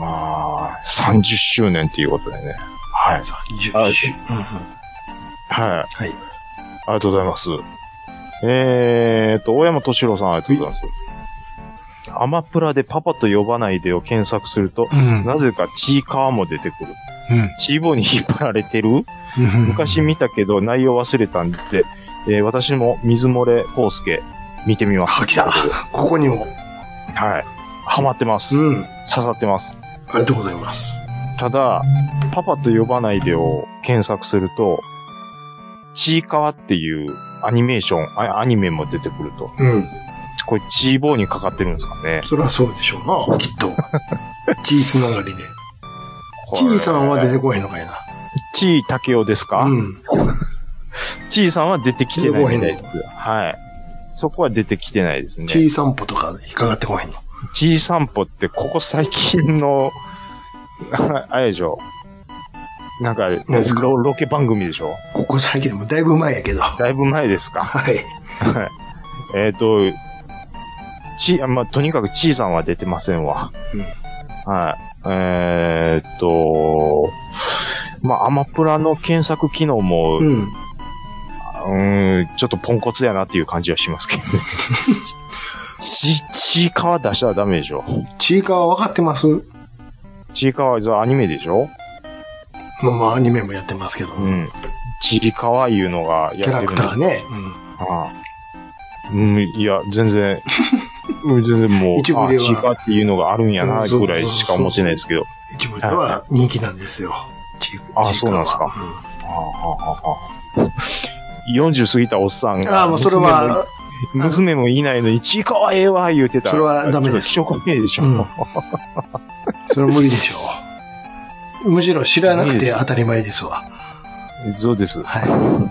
Speaker 2: まあ、30周年っていうことでね。はい。あ
Speaker 3: 10週。うんうん
Speaker 2: はい。
Speaker 3: はい。
Speaker 2: ありがとうございます。えーと、大山敏郎さんありがとうございます。アマプラでパパと呼ばないでを検索すると、
Speaker 3: うん
Speaker 2: なぜかチーカーも出てくる。チーボーに引っ張られてる
Speaker 3: うん。
Speaker 2: 昔見たけど内容忘れたんで、えー私も水漏れ康介見てみます。
Speaker 3: あ、来た。ここにも。
Speaker 2: はい。ハマってます。刺
Speaker 3: うん。
Speaker 2: さってます。
Speaker 3: ありがとうございます。
Speaker 2: ただ、パパと呼ばないでを検索すると、チーカワっていうアニメーション、あアニメも出てくると。
Speaker 3: うん。
Speaker 2: これチーボーにかかってるんですかね。
Speaker 3: そりゃそうでしょうな、き [laughs] っと。チーつながりで。チーさんは出てこへんのかいな。
Speaker 2: チー竹雄ですか、
Speaker 3: うん。
Speaker 2: チーさんは出てきてないみたいです。はい。そこは出てきてないですね。
Speaker 3: チー散歩とか引っかかってこへんの。
Speaker 2: チー散歩って、ここ最近の、 [laughs] ああれでしょなんか
Speaker 3: 何ですか
Speaker 2: ロ、ロケ番組でしょ
Speaker 3: ここ最近でもだいぶ前やけど。は
Speaker 2: だいぶ前ですか
Speaker 3: い。
Speaker 2: えっと、ち、あまあ、とにかくチーさんは出てませんわ。はい。えーっと、まあ、アマプラの検索機能も、
Speaker 3: う。
Speaker 2: うんーん、ちょっとポンコツやなっていう感じはしますけ
Speaker 3: [laughs]
Speaker 2: どね。ち、ちいかわ出したらダメでしょ
Speaker 3: チーカーは分かってます
Speaker 2: ちいかわはアニメでしょ
Speaker 3: まあまあアニメもやってますけど。
Speaker 2: うん。ちりかわいうのが
Speaker 3: キャ
Speaker 2: や
Speaker 3: ラ
Speaker 2: ってる
Speaker 3: ク
Speaker 2: んで
Speaker 3: タ
Speaker 2: す
Speaker 3: ーね。
Speaker 2: ああうん、いや、全
Speaker 3: [laughs]
Speaker 2: 然、うん全然もう、
Speaker 3: 一部では
Speaker 2: あちいかわっていうのがあるんや
Speaker 3: う、
Speaker 2: なん
Speaker 3: そう
Speaker 2: ぐらいしか思ってないですけど。あ
Speaker 3: うん。一部では人気なんですよ。チーチーカーは。
Speaker 2: あそうなんですか
Speaker 3: う
Speaker 2: ああああああ40過ぎたおっさん
Speaker 3: んあ
Speaker 2: が、
Speaker 3: あ、もうそれは、
Speaker 2: 娘も、娘もいないのに、ちいかわええわ、言うてたら
Speaker 3: それはダメです
Speaker 2: ちょっと気色ねえでしょ。
Speaker 3: うんそれは無理でしょう。むしろ知らなくて当たり前ですわ。
Speaker 2: そうです。
Speaker 3: は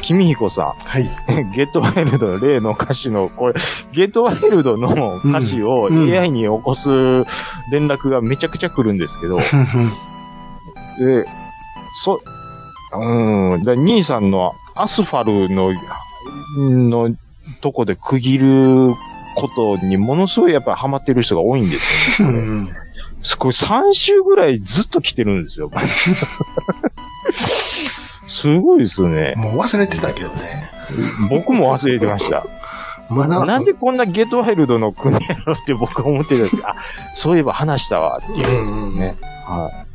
Speaker 2: 君彦さ
Speaker 3: い。はい。
Speaker 2: ん、 [laughs] ゲットワイルドの例の歌詞の、これ、ゲットワイルドの歌詞を
Speaker 3: うん
Speaker 2: AI に起こす連絡がめちゃくちゃ来るんですけど、
Speaker 3: ふんふん
Speaker 2: で、そ、うん、で、兄さんのアスファルの、のとこで区切ることにものすごいやっぱりハマってる人が多いんですよ。
Speaker 3: うん。
Speaker 2: すごい3週ぐらいずっと来てるんですよ。 [laughs] すごいですね。
Speaker 3: もう忘れてたけどね。
Speaker 2: 僕も忘れてました。
Speaker 3: まだ、
Speaker 2: なんでこんなゲットワイルドの国やろって僕は思ってるんです
Speaker 3: [laughs]
Speaker 2: が、あ、そういえば話したわって
Speaker 3: う
Speaker 2: いう。
Speaker 3: んうん。
Speaker 2: ねはい。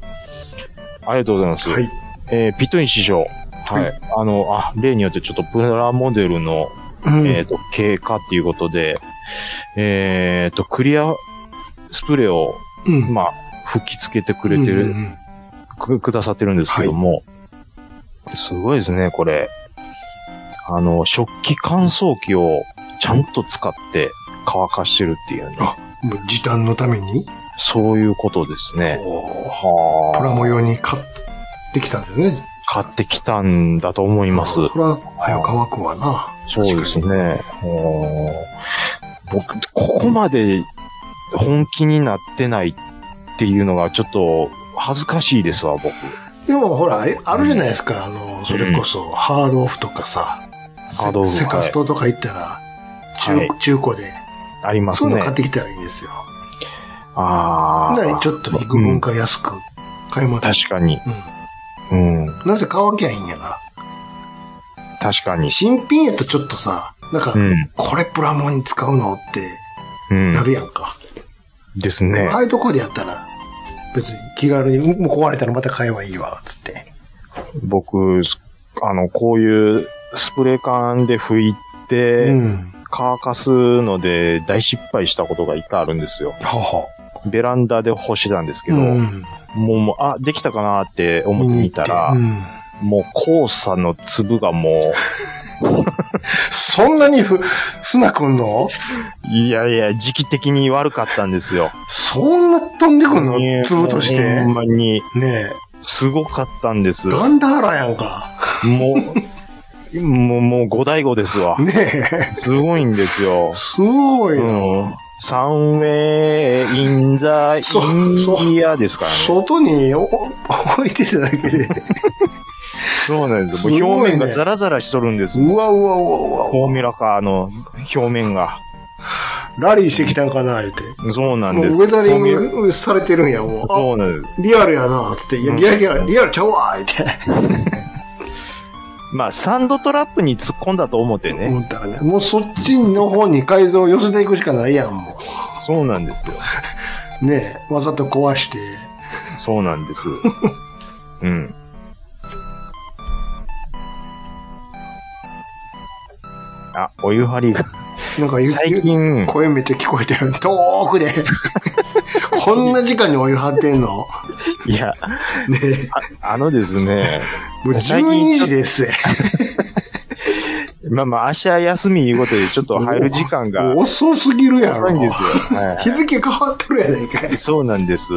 Speaker 2: ありがとうございます。
Speaker 3: はい。
Speaker 2: えーピットイン師匠。はい。
Speaker 3: は
Speaker 2: あの、あ、例によってちょっとプラモデルの、
Speaker 3: うん
Speaker 2: えっ、と、経過っていうことで、えっ、と、クリアスプレーを、
Speaker 3: うん。
Speaker 2: まあ、吹きつけてくれてる、
Speaker 3: うんうん
Speaker 2: く、くださってるんですけども、すごいですね、これ。あの、食器乾燥機をちゃんと使って乾かしてるっていうね。
Speaker 3: あうんもう時短のために、
Speaker 2: そういうことですね。
Speaker 3: お
Speaker 2: は
Speaker 3: ープラ
Speaker 2: あ。
Speaker 3: モ用に買ってきたんですね。
Speaker 2: 買ってきたんだと思います。
Speaker 3: そら、早く乾くわな。
Speaker 2: そうです
Speaker 3: 確か
Speaker 2: ね。うん僕、ここまで本気になってないっていうのがちょっと恥ずかしいですわ、僕。
Speaker 3: に。でもほら、えあるじゃないですか、あの、それこそ、ハードオフとかさ、
Speaker 2: ハードオフ
Speaker 3: セセカストとか行ったら、中、
Speaker 2: はい
Speaker 3: 中古で、
Speaker 2: ありま
Speaker 3: そ
Speaker 2: す
Speaker 3: ういうの
Speaker 2: ね
Speaker 3: 買っ。てきたらいいんですよ。
Speaker 2: あ
Speaker 3: なに
Speaker 2: あ。
Speaker 3: ちょっと幾分か安く買い物。
Speaker 2: 確かに。
Speaker 3: う
Speaker 2: うん。
Speaker 3: ん。なぜ乾きゃいいんやか。
Speaker 2: 確からに。
Speaker 3: 新品やとちょっとさ、なんか
Speaker 2: う、ん。
Speaker 3: これプラモに使うのって
Speaker 2: うん
Speaker 3: な。るやんか。
Speaker 2: ですね
Speaker 3: あ。あいうとこでやったら、別に気軽に、うんもう壊れたらまた買えばいいわ、つって。
Speaker 2: 僕、あの、こういうスプレー缶で拭いて、
Speaker 3: うん。
Speaker 2: 乾かすので大失敗したことが一回あるんですよ。
Speaker 3: ほうほう。
Speaker 2: ベランダで干してたんですけど、
Speaker 3: うん
Speaker 2: もうもう、あ、できたかなって思ってみたら、
Speaker 3: 見に行ってうん
Speaker 2: もう黄砂の粒がも
Speaker 3: そんなにふ、すなくんの
Speaker 2: う、いやいや、時期的に悪かったんですよ。
Speaker 3: そんな飛んでくんの粒とし
Speaker 2: も
Speaker 3: て
Speaker 2: うほん。まに、
Speaker 3: ね
Speaker 2: すごかったんです。
Speaker 3: え。
Speaker 2: も
Speaker 3: ガンダーラやんか。
Speaker 2: う、もう、もう五大五ですわ。
Speaker 3: ねえ。
Speaker 2: すごいんですよ。
Speaker 3: すごいな。
Speaker 2: うんサンウェイ、インザ、イ
Speaker 3: そう
Speaker 2: ンディアですからね。
Speaker 3: 外にお置いてただけで。
Speaker 2: そうなんです。
Speaker 3: すごいね
Speaker 2: もう表面がザラザラしとるんです。
Speaker 3: うわうわうわうわうわ。
Speaker 2: フォーミュラカーの表面が。
Speaker 3: ラリーしてきたんかな、言って。
Speaker 2: そうなん
Speaker 3: もう
Speaker 2: です。
Speaker 3: ウェザリ
Speaker 2: フォーミュラ
Speaker 3: ングされてるんや、もう。
Speaker 2: そうなんで
Speaker 3: リアルやな、つって。いや、
Speaker 2: うん
Speaker 3: リアルや、リアルちゃうわ、言って。
Speaker 2: す。まあ、サンドトラップに突っ込んだと思ってね。
Speaker 3: 思ったらね。もうそっちの方に改造を寄せていくしかないやん、も
Speaker 2: そうなんですよ。
Speaker 3: う。ねえわざと壊して。
Speaker 2: そうなんです。うん。あ、お湯張りが、
Speaker 3: なんか言う
Speaker 2: 最近、
Speaker 3: 声めっちゃ聞こえてる。遠く
Speaker 2: [laughs]
Speaker 3: で。こんな時間にお湯張ってんの
Speaker 2: いや、
Speaker 3: ねえ
Speaker 2: あのですね、
Speaker 3: もう
Speaker 2: 最近
Speaker 3: 12時です。
Speaker 2: まあまあ、明日休みいうことで、ちょっと入る時間が
Speaker 3: もう遅すぎるやろ
Speaker 2: 遅い。んですよ。はい
Speaker 3: 日付変わっとるやないかい。
Speaker 2: そうなんです。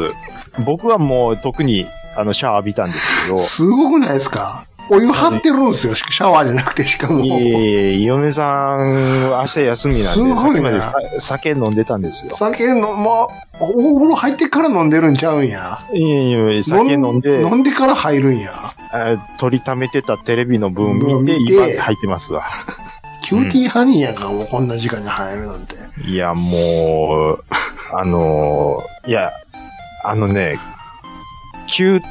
Speaker 2: 僕はもう特に、あの、シャワー浴びたんです
Speaker 3: すごくないですかお湯張ってるんですよ。シャワーじゃなくて、しか
Speaker 2: けど、
Speaker 3: も。
Speaker 2: いえいえいえ、嫁さん、明日休みなんで、
Speaker 3: す
Speaker 2: さ
Speaker 3: ご
Speaker 2: っ
Speaker 3: いな
Speaker 2: きまでさ酒飲んでたんですよ。
Speaker 3: 酒の、まあ、お風呂入ってから飲んでるんちゃうんや。
Speaker 2: いえいえ、酒飲んで、
Speaker 3: 飲んでから入るんや。
Speaker 2: あ取りためてたテレビの分
Speaker 3: うわ
Speaker 2: 見て、
Speaker 3: 見て
Speaker 2: 今入ってますわ。
Speaker 3: キューティーハニーやんか、もうこんな時間に入るなんて。
Speaker 2: いや、もう、あのーいや、あのね、給湯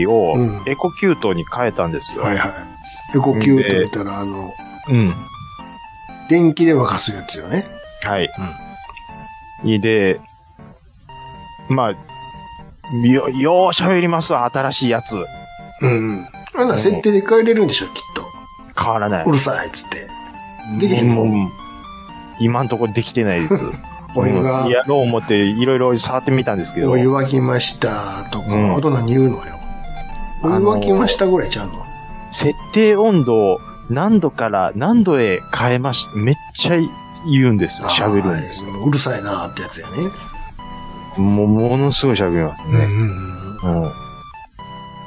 Speaker 2: 器を
Speaker 3: うん
Speaker 2: エコ給湯に変えたんですよ。
Speaker 3: はいはい。エコキューって言ったら、あの、
Speaker 2: うん。
Speaker 3: 電気で沸かすやつよね。
Speaker 2: はい。で、まあ、よ、よう喋りますわ、新しいやつ。
Speaker 3: うんうん。あんな設定で変えれるんでしょ、きっと。。
Speaker 2: 変わらないう
Speaker 3: るさいっつって。できへんの
Speaker 2: うん今んとこできてない
Speaker 3: [laughs]
Speaker 2: です。
Speaker 3: お湯が
Speaker 2: うん、やろう思って、いろいろ触ってみたんですけど
Speaker 3: お、湯沸きましたとか、
Speaker 2: うん
Speaker 3: あと何言うのよ。お湯沸きましたぐらいちゃうの。
Speaker 2: 設定温度を何度から何度へ変えました。めっちゃ言うんですよ。喋るんですよ。
Speaker 3: よ。うるさいなってやつやね。
Speaker 2: もう、ものすごい喋ります
Speaker 3: うんう
Speaker 2: ね。
Speaker 3: んうん。
Speaker 2: うん。っ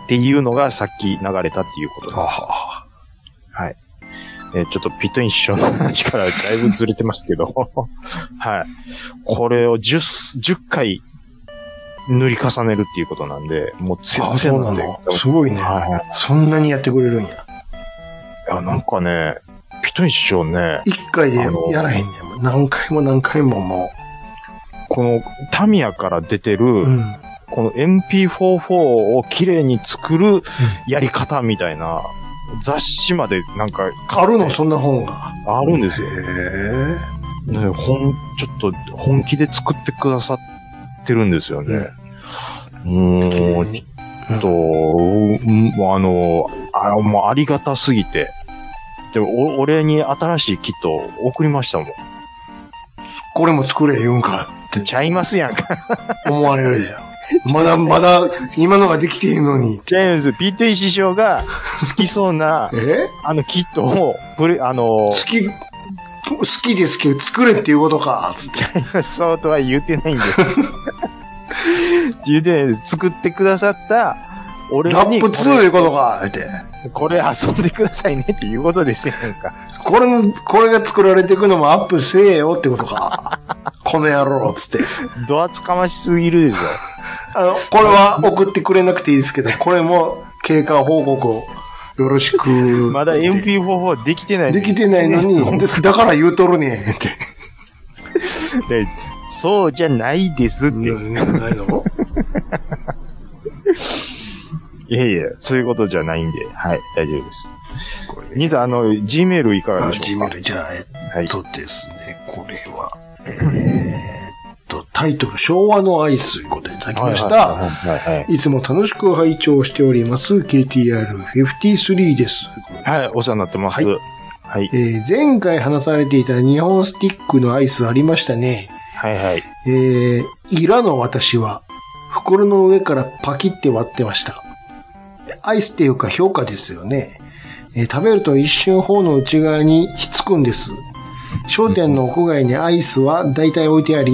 Speaker 2: ていうのがさっき流れたっていうことです。
Speaker 3: あ
Speaker 2: えーちょっとピットイン師匠の話からだいぶずれてますけど、 [laughs] はい。これを10、10回塗り重ねるっていうことなんで、もう全
Speaker 3: あ、そ
Speaker 2: 然
Speaker 3: うな
Speaker 2: なんで。
Speaker 3: の。すごいね。
Speaker 2: は
Speaker 3: そんなにやってくれるんや。
Speaker 2: い。いや、なんかね、ピットイン師匠ね、
Speaker 3: 一回で
Speaker 2: あの
Speaker 3: やらへんねん。もう何回も何回もも
Speaker 2: このタミヤから出てる、
Speaker 3: う。うん。
Speaker 2: この MP44 を綺麗に作るやり方みたいな、雑誌までなんか
Speaker 3: あるの、そんな本が。
Speaker 2: あるんですよ。
Speaker 3: へ
Speaker 2: ね、本、ちょっと本気で作ってくださってるんですよね。もう、ちょっと、うんあの、あもうありがたすぎて。でお、俺に新しいキットを送りましたもん。
Speaker 3: これも作れ言うんかって
Speaker 2: ちゃいますやんか。
Speaker 3: 思われるじゃ
Speaker 2: [laughs]
Speaker 3: ん。まだまだ今のができてへんのに。、
Speaker 2: ちゃいます。PT 師匠が好きそうな [laughs]
Speaker 3: え
Speaker 2: あのキットを、プレ、あの
Speaker 3: 好、き、好きですけど作れっていうことか、つって。
Speaker 2: そうとは言ってないんです。 [laughs] 言ってないです。作ってくださった、俺
Speaker 3: ラ
Speaker 2: に
Speaker 3: ップ
Speaker 2: こ
Speaker 3: 2いうことか、って。
Speaker 2: れ、これ遊んでくださいねっていうことですよ、なんか。
Speaker 3: [laughs] これの、これが作られていくのもアップせえよってことか。 [laughs] この野郎、つって。
Speaker 2: ドアつかましすぎるでしょ。
Speaker 3: あの、これは送ってくれなくていいですけど、これも経過報告をよろしく。
Speaker 2: まだ MP44 できてない。
Speaker 3: できてないの
Speaker 2: [laughs]
Speaker 3: に、ですだから言うとるねんって。
Speaker 2: でそうじゃないですって。
Speaker 3: うんないの
Speaker 2: いやいや、そういうことじゃないんで、はい、大丈夫です。
Speaker 3: これ
Speaker 2: 兄さん、あの、G メールいかが
Speaker 3: あ、
Speaker 2: でし
Speaker 3: ジ
Speaker 2: ょうか
Speaker 3: メル、じゃあ、
Speaker 2: は
Speaker 3: えっ
Speaker 2: い。
Speaker 3: とですね、これは、えーっと、タイトル、昭和のアイスということでいただきました。
Speaker 2: はいはいはい
Speaker 3: いつも楽しく拝聴しております、KTR53 です。
Speaker 2: はい。はい、お世話になってます。
Speaker 3: は
Speaker 2: はい。はい
Speaker 3: え、ー前回話されていた日本スティックのアイスありましたね。
Speaker 2: はい、はい。
Speaker 3: えー、イラの私は、袋の上からパキって割ってました。アイスっていうか評価ですよね。えー食べると一瞬頬の内側にひっつくんです。商店の屋外にアイスは大体置いてあり、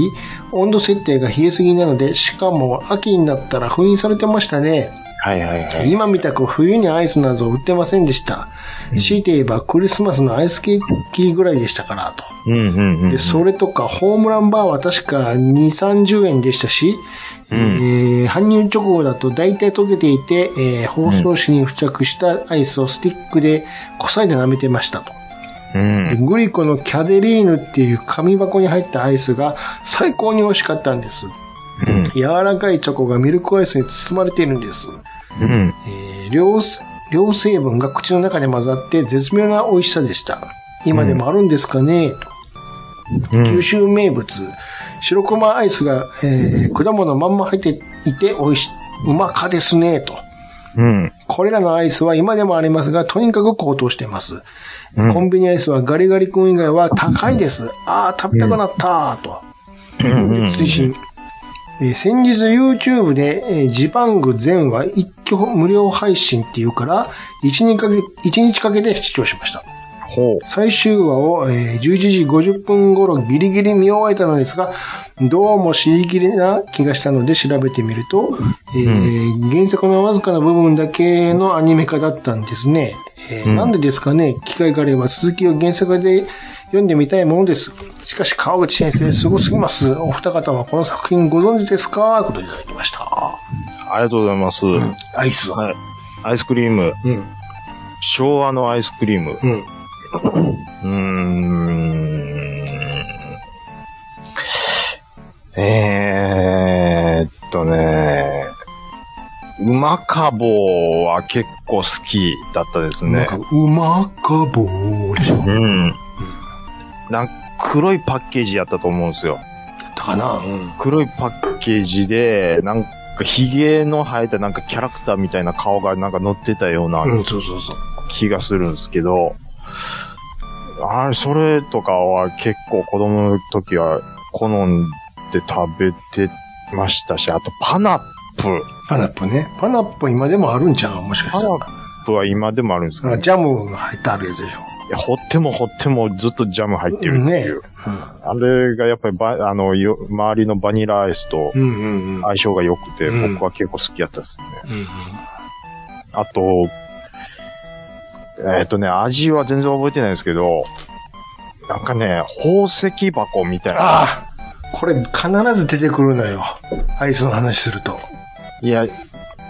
Speaker 3: 温度設定が冷えすぎなので、しかも秋になったら封印されてましたね。
Speaker 2: はいはいはい。
Speaker 3: 今見たく冬にアイスなど売ってませんでした。強いて言えばクリスマスのアイスケーキぐらいでしたから、と。
Speaker 2: うんうんうん。
Speaker 3: で、それとか、ホームランバーは確か2、30円でしたし、えー搬入直後だと大体溶けていて、えー包装紙に付着したアイスをスティックでこさいで舐めてましたと。
Speaker 2: うん
Speaker 3: でグリコのキャデリーヌっていう紙箱に入ったアイスが最高に美味しかったんです。
Speaker 2: うん
Speaker 3: 柔らかいチョコがミルクアイスに包まれているんです。
Speaker 2: うん。
Speaker 3: えー両両成分が口の中で混ざって絶妙な美味しさでした。今でもあるんですかね、と
Speaker 2: うん
Speaker 3: 九州名物、白駒アイスが、えー果物まんま入っていて美味し、うまかですね、と。
Speaker 2: うん。
Speaker 3: これらのアイスは今でもありますが、とにかく高騰しています。
Speaker 2: うん
Speaker 3: コンビニアイスはガリガリ君以外は高いです。ああ、食べたくなった、と。
Speaker 2: うんうん
Speaker 3: 推進。えー先日 YouTube で、えージパング全話一挙無料配信っていうから、1日かけ、1日かけて視聴しました。
Speaker 2: ほう。
Speaker 3: 最終話を、えー11時50分頃ギリギリ見終えたのですが、どうも死にきれな気がしたので調べてみると、えー原作のわずかな部分だけのアニメ化だったんですね。えー
Speaker 2: ん
Speaker 3: なんでですかね機会があれば続きを原作で読んでみたいものです。しかし川口先生すごすぎます。お二方はこの作品ご存知ですかということでいただきました。
Speaker 2: ありがとうございます。
Speaker 3: アイスを。
Speaker 2: はい。アイスクリーム。
Speaker 3: うん。
Speaker 2: 昭和のアイスクリーム。
Speaker 3: うん。
Speaker 2: うーん。えーっとね、うまかぼうは結構好きだったです
Speaker 3: な
Speaker 2: ね
Speaker 3: ん。か、うまかぼーでしょ。
Speaker 2: うん。なんか黒いパッケージやったと思うんですよ。
Speaker 3: だかなうん。
Speaker 2: 黒いパッケージで、なんか髭の生えたなんかキャラクターみたいな顔がなんか乗ってたような
Speaker 3: うん、そうそうそう。
Speaker 2: 気がするんですけど、あれ、それとかは結構子供の時は好んで食べてましたし、あとパナップ。
Speaker 3: パナップね。パナップ今でもあるんちゃうもしかした
Speaker 2: パナ
Speaker 3: ら。
Speaker 2: ップは今でもあるんですか
Speaker 3: あ
Speaker 2: ね。
Speaker 3: ジャムが入ってあるやつでしょ。
Speaker 2: いや掘っても掘ってもずっとジャム入ってるっていう。あれがやっぱりば、あの、よ周りのバニラアイスと
Speaker 3: うんうんうん。
Speaker 2: 相性が良くて、
Speaker 3: うん
Speaker 2: 僕は結構好きやったですね。
Speaker 3: うん
Speaker 2: あと、えっ、とね、味は全然覚えてないですけど、なんかね、宝石箱みたいな。
Speaker 3: ああこれ必ず出てくるのよ。アイスの話すると。
Speaker 2: いや、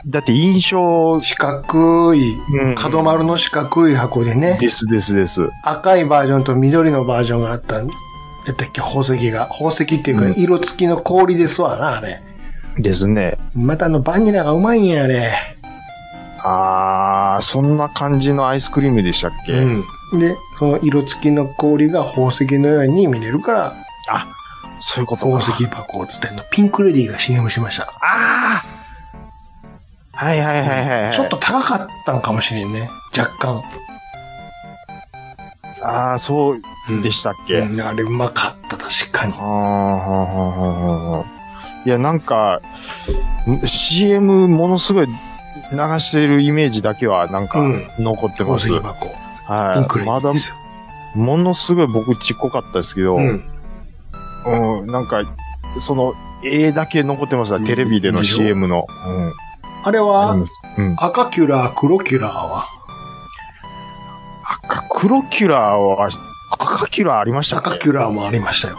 Speaker 2: だって印象
Speaker 3: 四角い、
Speaker 2: うん
Speaker 3: 角丸の四角い箱でね、
Speaker 2: ですですです。
Speaker 3: 赤いバージョンと緑のバージョンがあったんやったっけ宝石が。宝石っていうか、
Speaker 2: うん
Speaker 3: 色付きの氷ですわな、あれ。
Speaker 2: ですね。
Speaker 3: またあのバニラがうまいんや、あれ。
Speaker 2: あー、そんな感じのアイスクリームでしたっけ、
Speaker 3: うん。で、その色付きの氷が宝石のように見れるから、
Speaker 2: あ、そういうこと
Speaker 3: 宝
Speaker 2: か。
Speaker 3: 石箱をつってんの、ピンクレディーが CM しました。
Speaker 2: あーはいはいはいはいはい。
Speaker 3: ちょっと。高かったんかもしれんね。若干。
Speaker 2: あー、そうでしたっけ、
Speaker 3: うんあれうまかった、確かに
Speaker 2: あ。ーはんはんはんはんはんいや、なんか、ん CM ものすごい流してるイメージだけはなんか
Speaker 3: うん
Speaker 2: 残って
Speaker 3: 宝
Speaker 2: ます。
Speaker 3: 石箱。ピンク
Speaker 2: は
Speaker 3: レ
Speaker 2: い。
Speaker 3: ディ
Speaker 2: ま
Speaker 3: ー
Speaker 2: だ
Speaker 3: で、すよ。
Speaker 2: ものすごい僕ちっこかったですけど、
Speaker 3: うん。
Speaker 2: うん、なんか、その、絵だけ残ってました。テレビでの
Speaker 3: でしょ
Speaker 2: CM の。
Speaker 3: あれ
Speaker 2: う
Speaker 3: は
Speaker 2: ん。、うん。
Speaker 3: 赤キュラー、黒キュラーは、
Speaker 2: 赤、黒キュラーは、赤キュラーありました
Speaker 3: 赤
Speaker 2: っ
Speaker 3: キ
Speaker 2: け
Speaker 3: ュラーもありましたよ。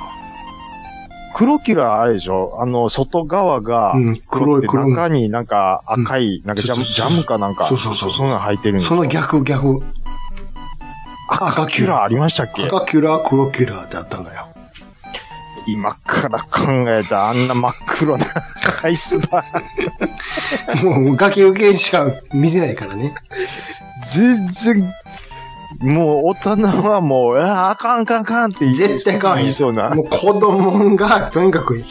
Speaker 2: 黒キュラーあれでしょあの、外側が
Speaker 3: うん黒い
Speaker 2: で
Speaker 3: 黒い
Speaker 2: 中になんか赤い、なんかジャ
Speaker 3: そ
Speaker 2: ム、
Speaker 3: うそ
Speaker 2: ジ
Speaker 3: うそう
Speaker 2: ャムかなんか。
Speaker 3: そうそうそう
Speaker 2: そんなの入ってるんです
Speaker 3: その逆逆。
Speaker 2: 赤キュラーありましたっけ
Speaker 3: 赤キュラー、黒キュラーだったのよ。
Speaker 2: 今から考えたあんな真っ黒なアイス
Speaker 3: [laughs]
Speaker 2: バー。
Speaker 3: もうガキ受けしか見てないからね。
Speaker 2: 全然、もう大人はもう、ああ、あかんあかんあかんって言い
Speaker 3: 絶対買わへん
Speaker 2: 言いそうな。
Speaker 3: もう子供が、とにかく、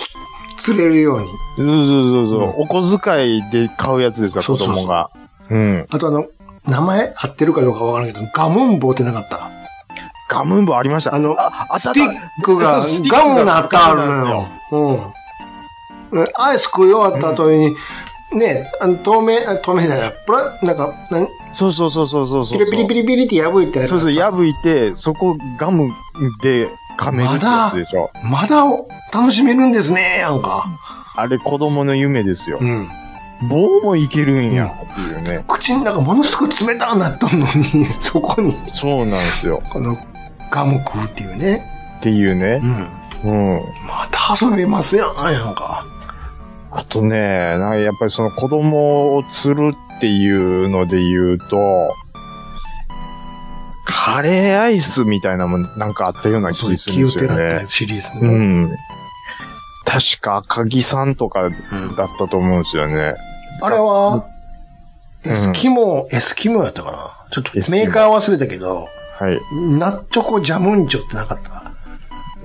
Speaker 3: 釣れるように。
Speaker 2: そうそうそうそう、お小遣いで買うやつですよ、
Speaker 3: そう
Speaker 2: 子
Speaker 3: そうそう
Speaker 2: 供が。うん。
Speaker 3: あとあの、名前合ってるかどうかわからんけど、ガムンボってなかった
Speaker 2: ガムンボありました。
Speaker 3: あの
Speaker 2: あ
Speaker 3: スティックが
Speaker 2: そうス、ティック
Speaker 3: ガ
Speaker 2: が
Speaker 3: ムのあったあるのよ。うん。アイス食い終わった後に、ね、あの、透明、あ透明だよ。プラ、なんか、なん
Speaker 2: そうそうそうそうそうそ
Speaker 3: ピ
Speaker 2: う。
Speaker 3: リピリピリピリって破いてある
Speaker 2: そうそう、破いて、そこガムで噛めるってやつでしょ。
Speaker 3: まだ楽しめるんですね、なんか。
Speaker 2: あれ子供の夢ですよ。
Speaker 3: うん。
Speaker 2: 棒もいけるんや、っていうね。
Speaker 3: 口の中ものすごい冷たくなっとんのに、 [laughs] そこに、
Speaker 2: そうなんですよ。
Speaker 3: この、ガム食うっていうね。
Speaker 2: っていうね
Speaker 3: う。ん。
Speaker 2: うん。
Speaker 3: また遊べますやん、やんか。
Speaker 2: あとね、なんかやっぱりその子供を釣るっていうので言うと、カレーアイスみたいなもん、なんかあったような気
Speaker 3: そうい
Speaker 2: が
Speaker 3: う
Speaker 2: す
Speaker 3: 気
Speaker 2: るん
Speaker 3: を
Speaker 2: です
Speaker 3: て
Speaker 2: よ
Speaker 3: らった
Speaker 2: ね。
Speaker 3: シリーズ
Speaker 2: う
Speaker 3: の。うん。
Speaker 2: ん。確か赤木さんとかだったと思うんですよね。
Speaker 3: あれは、
Speaker 2: うん
Speaker 3: エスキモ、エスキモやったかな。ちょっ
Speaker 2: エス
Speaker 3: と
Speaker 2: キモ
Speaker 3: メーカー忘れたけど、
Speaker 2: はい。
Speaker 3: ナッチョコジャムンチョってなかった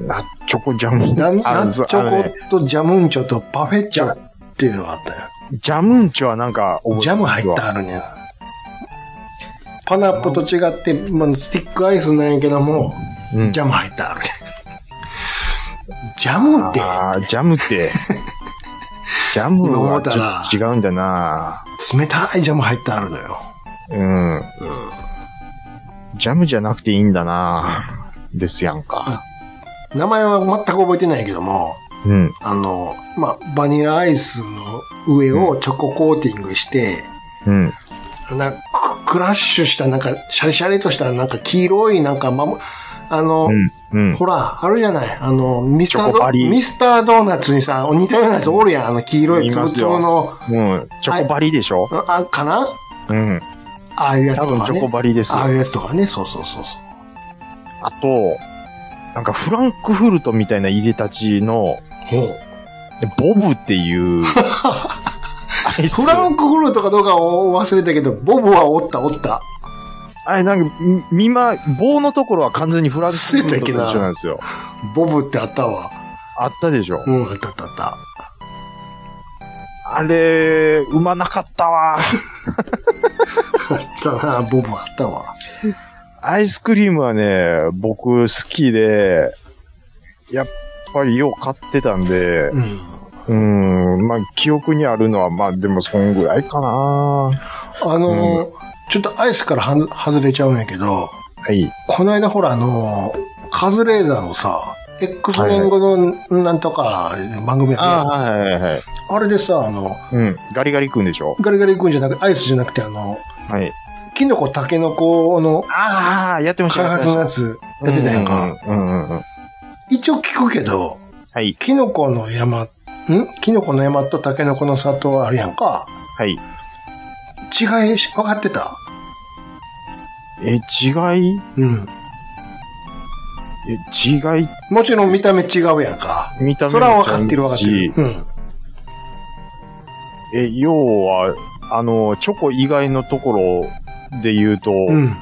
Speaker 2: ナッチョコジャムン [laughs]
Speaker 3: ナナ
Speaker 2: あ
Speaker 3: ッチ
Speaker 2: そうあの
Speaker 3: ョ
Speaker 2: ね
Speaker 3: コとジャムンチョとパフェッチョっていうのがあったよ。
Speaker 2: ジャムンチョはなんか覚え
Speaker 3: ジャ
Speaker 2: て
Speaker 3: ム
Speaker 2: ます
Speaker 3: 入
Speaker 2: わ
Speaker 3: ったあるね。パナップと違って、まあ、スティックアイスなんやけども、
Speaker 2: うん
Speaker 3: ジャム入ったあるね。ジャムって
Speaker 2: ああ、ジャ
Speaker 3: [laughs]
Speaker 2: ムって。ジャム
Speaker 3: 今思
Speaker 2: は
Speaker 3: った
Speaker 2: ちょ
Speaker 3: ら
Speaker 2: っと違うんだな
Speaker 3: 冷たいジャム入ったあるのよ。
Speaker 2: うん。ジャムじゃなくていいんだなですやんか。
Speaker 3: 名前は全く覚えてないけども、
Speaker 2: うん。
Speaker 3: あの、まあ、バニラアイスの上をチョココーティングして、
Speaker 2: うん。
Speaker 3: なククラッシュしたなんか、シャリシャリとしたなんか黄色いなんか、まも、あの、
Speaker 2: うん。うん。
Speaker 3: ほら、あるじゃない。あの、ミスタ
Speaker 2: チョ
Speaker 3: ー
Speaker 2: コ
Speaker 3: ド
Speaker 2: パリ
Speaker 3: ミスタードーナツにさ、似たようなやつおるやん。あの、黄色いつぶつぶの、
Speaker 2: もう、チョコバリでしょ、
Speaker 3: あ、あかな
Speaker 2: うん。
Speaker 3: ああいうやつと
Speaker 2: 多分
Speaker 3: か
Speaker 2: チョコ
Speaker 3: ね。
Speaker 2: バリですよ。
Speaker 3: ああ
Speaker 2: あ
Speaker 3: いうやつとかね。そうそうそうそう。
Speaker 2: と、なんかフランクフルトみたいな入れたちの、
Speaker 3: ほう。
Speaker 2: ボブって [laughs] いう、アイス。
Speaker 3: フランクフルトかどうかを忘れたけど、ボブはおったおった。
Speaker 2: あれ、なんか、み見ま、棒のところは完全にフランクフルトと一緒なんですよ。
Speaker 3: ボブってあったわ。
Speaker 2: あったでしょ。
Speaker 3: うん、あったあったあった。 [laughs]
Speaker 2: あれ、うまなかったわ。
Speaker 3: あったな、ボブあったわ。
Speaker 2: アイスクリームはね、僕好きで、やっぱりよう買ってたんで、
Speaker 3: うん。
Speaker 2: うん、まあ記憶にあるのは、まあでもそんぐらいかな。
Speaker 3: あのー、ちょっとアイスからは外れちゃうんやけど、
Speaker 2: はい。
Speaker 3: この間ほらあのー、カズレーザーのさ、X 年後のなんとか番組やったやん
Speaker 2: ああ、はいはいはい。
Speaker 3: あれでさ、あの、
Speaker 2: うん。ガリガリ君でしょ
Speaker 3: ガリガリ君じゃなくて、アイスじゃなくて、あの、
Speaker 2: はい。
Speaker 3: キノコ、タケノコの
Speaker 2: ああ、やってました。
Speaker 3: 開発のやつやってたやんか。。
Speaker 2: うんうんうん。
Speaker 3: 一応聞くけど、
Speaker 2: はい。
Speaker 3: キノコの山、んキノコの山とタケノコの里はあるやんか。
Speaker 2: はい。
Speaker 3: 違い、分かってた
Speaker 2: え、違い
Speaker 3: うん。
Speaker 2: え、違い
Speaker 3: もちろん見た目違うやんか。
Speaker 2: 見た目
Speaker 3: それは分かってる分かって
Speaker 2: 違う
Speaker 3: る
Speaker 2: し。
Speaker 3: うん。
Speaker 2: え、要は、あの、チョコ以外のところで言うと、
Speaker 3: うん。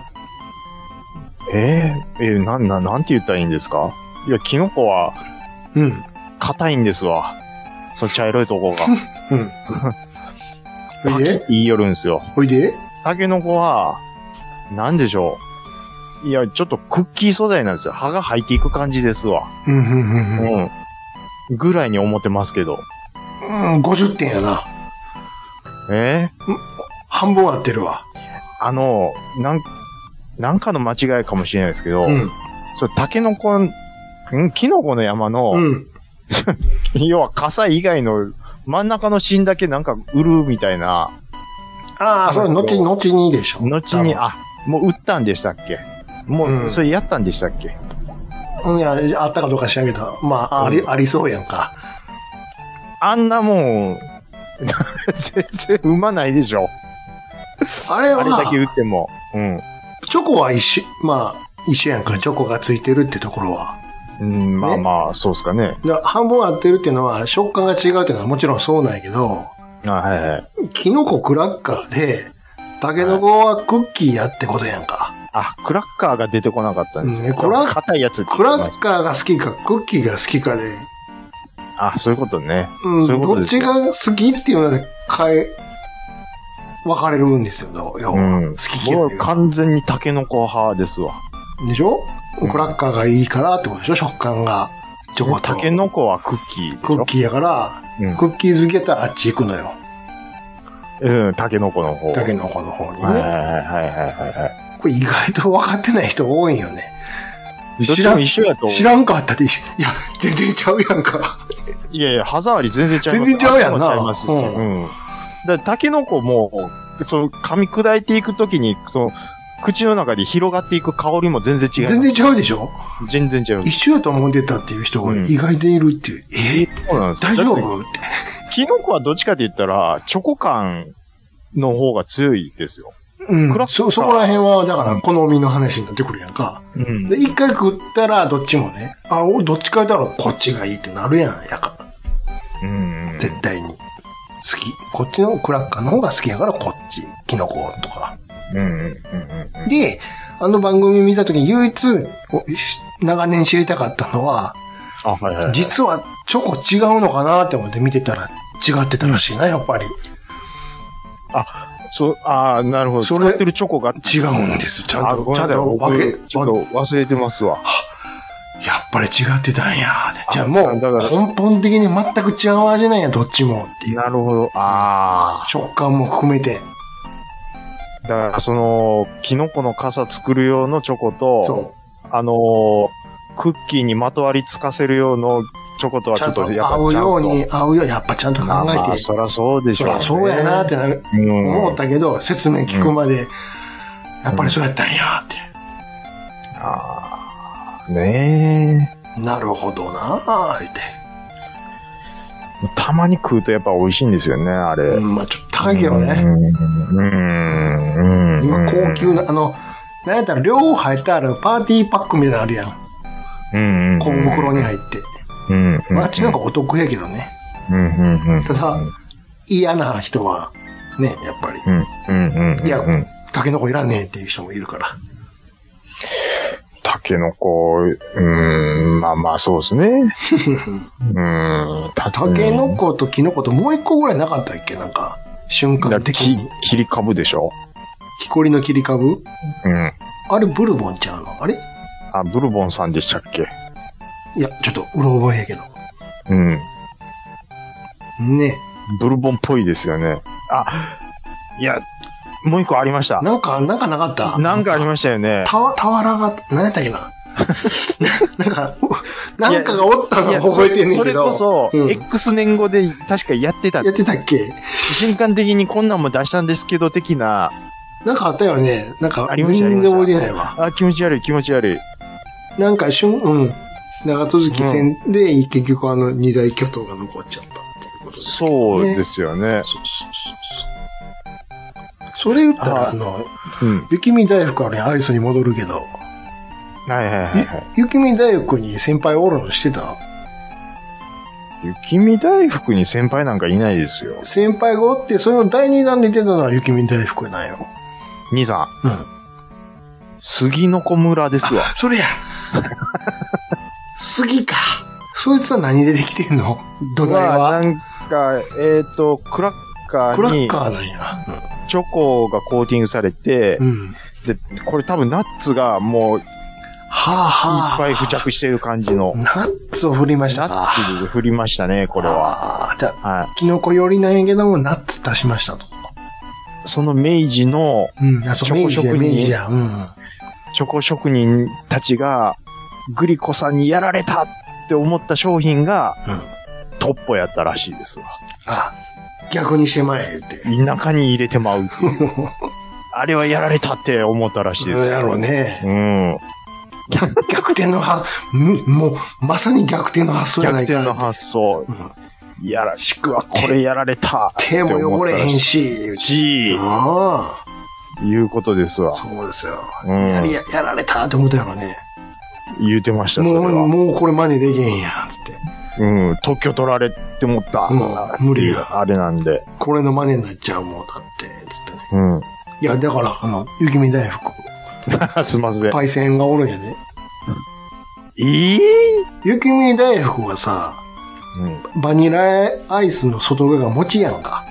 Speaker 2: えー、えー、なん、なん、なんて言ったらいいんですかいや、キノコは
Speaker 3: うん。
Speaker 2: 硬いんですわ。その茶色い
Speaker 3: [laughs]
Speaker 2: とこが。
Speaker 3: うん。おいで
Speaker 2: 言いよるんですよ。
Speaker 3: おいで
Speaker 2: タケノコは、なんでしょう。いや、ちょっとクッキー素材なんですよ。葉が入っていく感じですわ。
Speaker 3: うん、うん、うん
Speaker 2: うん。ぐらいに思ってますけど。
Speaker 3: うん。うん、50点やな。
Speaker 2: えー、
Speaker 3: 半分合ってるわ。
Speaker 2: あの、なん、なんかの間違いかもしれないですけど、
Speaker 3: うん。
Speaker 2: それタケノコ、んキノコの山の、
Speaker 3: うん。
Speaker 2: 要は傘以外の真ん中の芯だけなんか売るみたいな、
Speaker 3: ああ、それ後に、後にでしょ。
Speaker 2: 後に、あ、もう打ったんでしたっけも
Speaker 3: う
Speaker 2: う、
Speaker 3: ん
Speaker 2: それやったんでしたっけ、
Speaker 3: うん、いや、あったかどうか知らんけど、まあ、あり、
Speaker 2: うん
Speaker 3: ありそうやんか。
Speaker 2: あんなもん、 [laughs] 全然生まないでしょ。
Speaker 3: あれ
Speaker 2: あ
Speaker 3: は、
Speaker 2: れだけ打っても。うん。
Speaker 3: チョコは一緒、まあ、一緒やんか、チョコがついてるってところは。
Speaker 2: うん、まあまあ、そうっすかね。
Speaker 3: だから半分合ってるっていうのは、食感が違うっていうのはもちろんそうなんやけど、
Speaker 2: あはいはい。
Speaker 3: キノコクラッカーで、タケノコはクッキーやってことやんか。
Speaker 2: あ、クラッカーが出てこなかったんです
Speaker 3: う
Speaker 2: ね。
Speaker 3: んクラッ
Speaker 2: 硬いやつって
Speaker 3: ク
Speaker 2: 言っ
Speaker 3: ラ
Speaker 2: てまし
Speaker 3: ッカーが好きか、クッキーが好きかで、
Speaker 2: たあ、そういうことね。
Speaker 3: うん、
Speaker 2: そういうこと
Speaker 3: どっ
Speaker 2: です
Speaker 3: ち
Speaker 2: ね
Speaker 3: が好きっていうので、変え、分かれるんですよ、要は
Speaker 2: うん
Speaker 3: 好き嫌
Speaker 2: もう
Speaker 3: いが。
Speaker 2: 完全にタケノコ派ですわ。
Speaker 3: でしょクラッカーがいいからってことでしょ食感が。チョコと
Speaker 2: タケノコはクッキーでし
Speaker 3: クッ
Speaker 2: ょ
Speaker 3: キーやから、
Speaker 2: うん
Speaker 3: クッキー好きやったらあっち行くのよ。
Speaker 2: うん、タケノコの方。
Speaker 3: タケノコの方に
Speaker 2: はいはい
Speaker 3: ね。
Speaker 2: はいはいはいはい。
Speaker 3: これ意外と分かってない人多いんよね。
Speaker 2: ど
Speaker 3: 知
Speaker 2: っち
Speaker 3: ら
Speaker 2: も
Speaker 3: ん
Speaker 2: 一緒やと。
Speaker 3: 知らんかったでしょ。いや、全然ちゃうやんか。
Speaker 2: いやいや、歯触り全然ちゃいます。
Speaker 3: 全然ちゃうやんな
Speaker 2: 頭ちゃいますし
Speaker 3: う
Speaker 2: うんん。だからタケノコも、その噛み砕いていくときに、その、口の中で広がっていく香りも全然違う。
Speaker 3: 全然違うでしょ
Speaker 2: 全然違う
Speaker 3: 一。緒やと思ってたっていう人が
Speaker 2: うん
Speaker 3: 意外でいるっていう。え
Speaker 2: そうなんですよ
Speaker 3: 大丈
Speaker 2: だって
Speaker 3: 夫って。
Speaker 2: キノコはどっちかって言ったら、チョコ感の方が強いですよ。
Speaker 3: うん
Speaker 2: クラッカー
Speaker 3: そ、そこら辺は、だから、好みの話になってくるやんか。
Speaker 2: うん
Speaker 3: で、一回食ったら、どっちもね、あ、俺どっちかやったら、こっちがいいってなるやん、やから。
Speaker 2: うん。
Speaker 3: 絶対に。好き。こっちのクラッカーの方が好きやから、こっち。キノコとか。
Speaker 2: うんうんうんうん
Speaker 3: で、あの番組見た時に唯一、こうし長年知りたかったのは、
Speaker 2: あ、はいはい。
Speaker 3: 実はチョコ違うのかなって思って見てたら、違ってたらしいな、やっぱり。
Speaker 2: そう、ああ、なるほど。
Speaker 3: それ
Speaker 2: 使ってるチョコが
Speaker 3: 違うんですよ。ちゃん
Speaker 2: あ、ご
Speaker 3: と、
Speaker 2: め
Speaker 3: ちゃ
Speaker 2: んなんさい。
Speaker 3: と分け、
Speaker 2: 僕、ちょっと忘れてますわ。
Speaker 3: やっぱり違ってたんやって。じゃあもう、
Speaker 2: だから
Speaker 3: 根本的に全く違う味なんや、どっちもっていう。
Speaker 2: なるほど。あ
Speaker 3: 食感も含めて。
Speaker 2: あ。だから、その、キノコの傘作る用のチョコと、
Speaker 3: そ
Speaker 2: あのー、クッキーにまとわりつかせる用のチョコと
Speaker 3: う。
Speaker 2: は
Speaker 3: ち
Speaker 2: ち
Speaker 3: ゃ
Speaker 2: ょ
Speaker 3: ん
Speaker 2: っ
Speaker 3: と
Speaker 2: と、やっぱ
Speaker 3: 合う
Speaker 2: ちゃん
Speaker 3: よ
Speaker 2: と
Speaker 3: うに、合うよう、やっぱちゃんと考
Speaker 2: まあ
Speaker 3: えて。
Speaker 2: まあ、そらそうでし
Speaker 3: そ
Speaker 2: ょう、ね。
Speaker 3: らそうやなってなる、
Speaker 2: うん。
Speaker 3: 思ったけど、説明聞くまで、やっぱりそうやったんやって。
Speaker 2: ああ、ね
Speaker 3: なるほどなあ言って。
Speaker 2: え。たまに食うとやっぱ美味しいんですよね、あれ。
Speaker 3: うん、まあちょっと高いけど
Speaker 2: う
Speaker 3: ね。
Speaker 2: ん。うんうん。
Speaker 3: 今高級な、あの、なんやったら量入ったらパーティーパックみたいなのあるやん。
Speaker 2: うん。
Speaker 3: 小袋に入って。
Speaker 2: うん。うん。
Speaker 3: まああっちなんかお得やけどね。
Speaker 2: うんうんうん。
Speaker 3: ただ、嫌な人は、ね、やっぱり、
Speaker 2: うんうんうん。
Speaker 3: いや
Speaker 2: うん、
Speaker 3: タケノコいらねえっていう人もいるから。
Speaker 2: タケノコ、うーん、まあまあそうですね。
Speaker 3: [laughs]
Speaker 2: うーん、タ
Speaker 3: タケノコとキノコともう一個ぐらいなかったっけなんか、瞬
Speaker 2: だ
Speaker 3: 間
Speaker 2: から
Speaker 3: 的
Speaker 2: き
Speaker 3: に。
Speaker 2: 切り株でしょ
Speaker 3: 木こりの切り株
Speaker 2: うん。
Speaker 3: あれブルボンちゃうのあれ
Speaker 2: あ、ブルボンさんでしたっけ
Speaker 3: いや、ちょっと、うろ覚えやけど。
Speaker 2: うん。
Speaker 3: ね
Speaker 2: ブルボンっぽいですよね。あ、いや、もう一個ありました。
Speaker 3: なんか、なんかなかった
Speaker 2: なんかありましたよね。
Speaker 3: たわ、たわらが、何やったっけな [laughs] ななんか、うなんかがおったの
Speaker 2: いや
Speaker 3: 覚えてんねん
Speaker 2: そ
Speaker 3: け
Speaker 2: れ
Speaker 3: ど。
Speaker 2: こそ、
Speaker 3: うん
Speaker 2: X 年後で確かやってた
Speaker 3: や。ってたっけ
Speaker 2: 瞬間的にこんなんも出したんですけど、的な。
Speaker 3: なんかあったよね。なんか
Speaker 2: あ、りま
Speaker 3: 全
Speaker 2: したあり
Speaker 3: 然
Speaker 2: ま
Speaker 3: 覚
Speaker 2: した
Speaker 3: えてないわ。
Speaker 2: あ、気持ち悪い、気持ち悪い。
Speaker 3: なんか、しゅん、うん。長続き戦で、結局あの、二大巨頭が残っちゃったっていうことですけ
Speaker 2: そ
Speaker 3: ど
Speaker 2: う
Speaker 3: ね。。
Speaker 2: ですすよね。
Speaker 3: そうそうそうそう。それ言ったら、
Speaker 2: あ
Speaker 3: あの、
Speaker 2: うん。
Speaker 3: 雪見大福はね、アイスに戻るけど、
Speaker 2: はいはいはいはい。
Speaker 3: 雪見大福に先輩おるのしてた
Speaker 2: 雪見大福に先輩なんかいないですよ。
Speaker 3: 先輩がおって、それの第二弾で出たのは雪見大福なんよ。
Speaker 2: 兄さん、
Speaker 3: うん。
Speaker 2: 杉の子村ですわ。
Speaker 3: それ [laughs] や。杉か。そいつは何でできてんの土台
Speaker 2: は、
Speaker 3: は。
Speaker 2: なんか、えっ、と、クラッカ
Speaker 3: クラ
Speaker 2: ー
Speaker 3: ッ
Speaker 2: に
Speaker 3: カーなんや。
Speaker 2: チョコがコーティングされて
Speaker 3: う、ん。
Speaker 2: で、これ多分ナッツがもういっ
Speaker 3: はあはあ。
Speaker 2: ぱい付着してる感じの、
Speaker 3: ナッツを振りました
Speaker 2: ナ
Speaker 3: か。
Speaker 2: ッツで振りましたね、これは。
Speaker 3: は。じゃあ
Speaker 2: は
Speaker 3: キノコ寄りなんやけども、ナッツ足しましたと。
Speaker 2: い。その明治の
Speaker 3: うん。あ、そう、
Speaker 2: チョ
Speaker 3: 明
Speaker 2: コ
Speaker 3: 治
Speaker 2: 職
Speaker 3: や、
Speaker 2: 人
Speaker 3: 明治や。うん。
Speaker 2: チョコ職人たちが、グリコさんにやられたって思った商品が、
Speaker 3: うん
Speaker 2: トッポやったらしいですわ。
Speaker 3: あ、逆にしてまえって。
Speaker 2: 中に入れて
Speaker 3: [laughs]
Speaker 2: まうっていう。あれはやられたって思ったらしいです。
Speaker 3: やろう。ね。
Speaker 2: うん。
Speaker 3: 逆逆転の発、むもう、まさに逆転の発想や
Speaker 2: 逆
Speaker 3: ない
Speaker 2: 転の
Speaker 3: か。
Speaker 2: 発想。やら、
Speaker 3: しくは
Speaker 2: これやられたって
Speaker 3: 手
Speaker 2: 思
Speaker 3: も汚れへんし。言う
Speaker 2: し。
Speaker 3: て
Speaker 2: し、
Speaker 3: あ
Speaker 2: いうことです
Speaker 3: あ、
Speaker 2: わ。
Speaker 3: そうですよ。
Speaker 2: う
Speaker 3: やり
Speaker 2: ん。
Speaker 3: ややられたって思ったやろね。
Speaker 2: 言うてました、それ
Speaker 3: もう、
Speaker 2: は。
Speaker 3: もうこれ真似できへんやん、つって。
Speaker 2: うん。特許取られって思った。
Speaker 3: うん無理や
Speaker 2: あれなんで。
Speaker 3: これの真似になっちゃうもんだって、つってね。
Speaker 2: うん。 [laughs]
Speaker 3: いや、だから、あの、雪見大福、
Speaker 2: すんません。
Speaker 3: パイセンがおるんやで。
Speaker 2: ええ
Speaker 3: 雪見大福はさ、
Speaker 2: うん。
Speaker 3: バニラアイスの外側が餅やんか。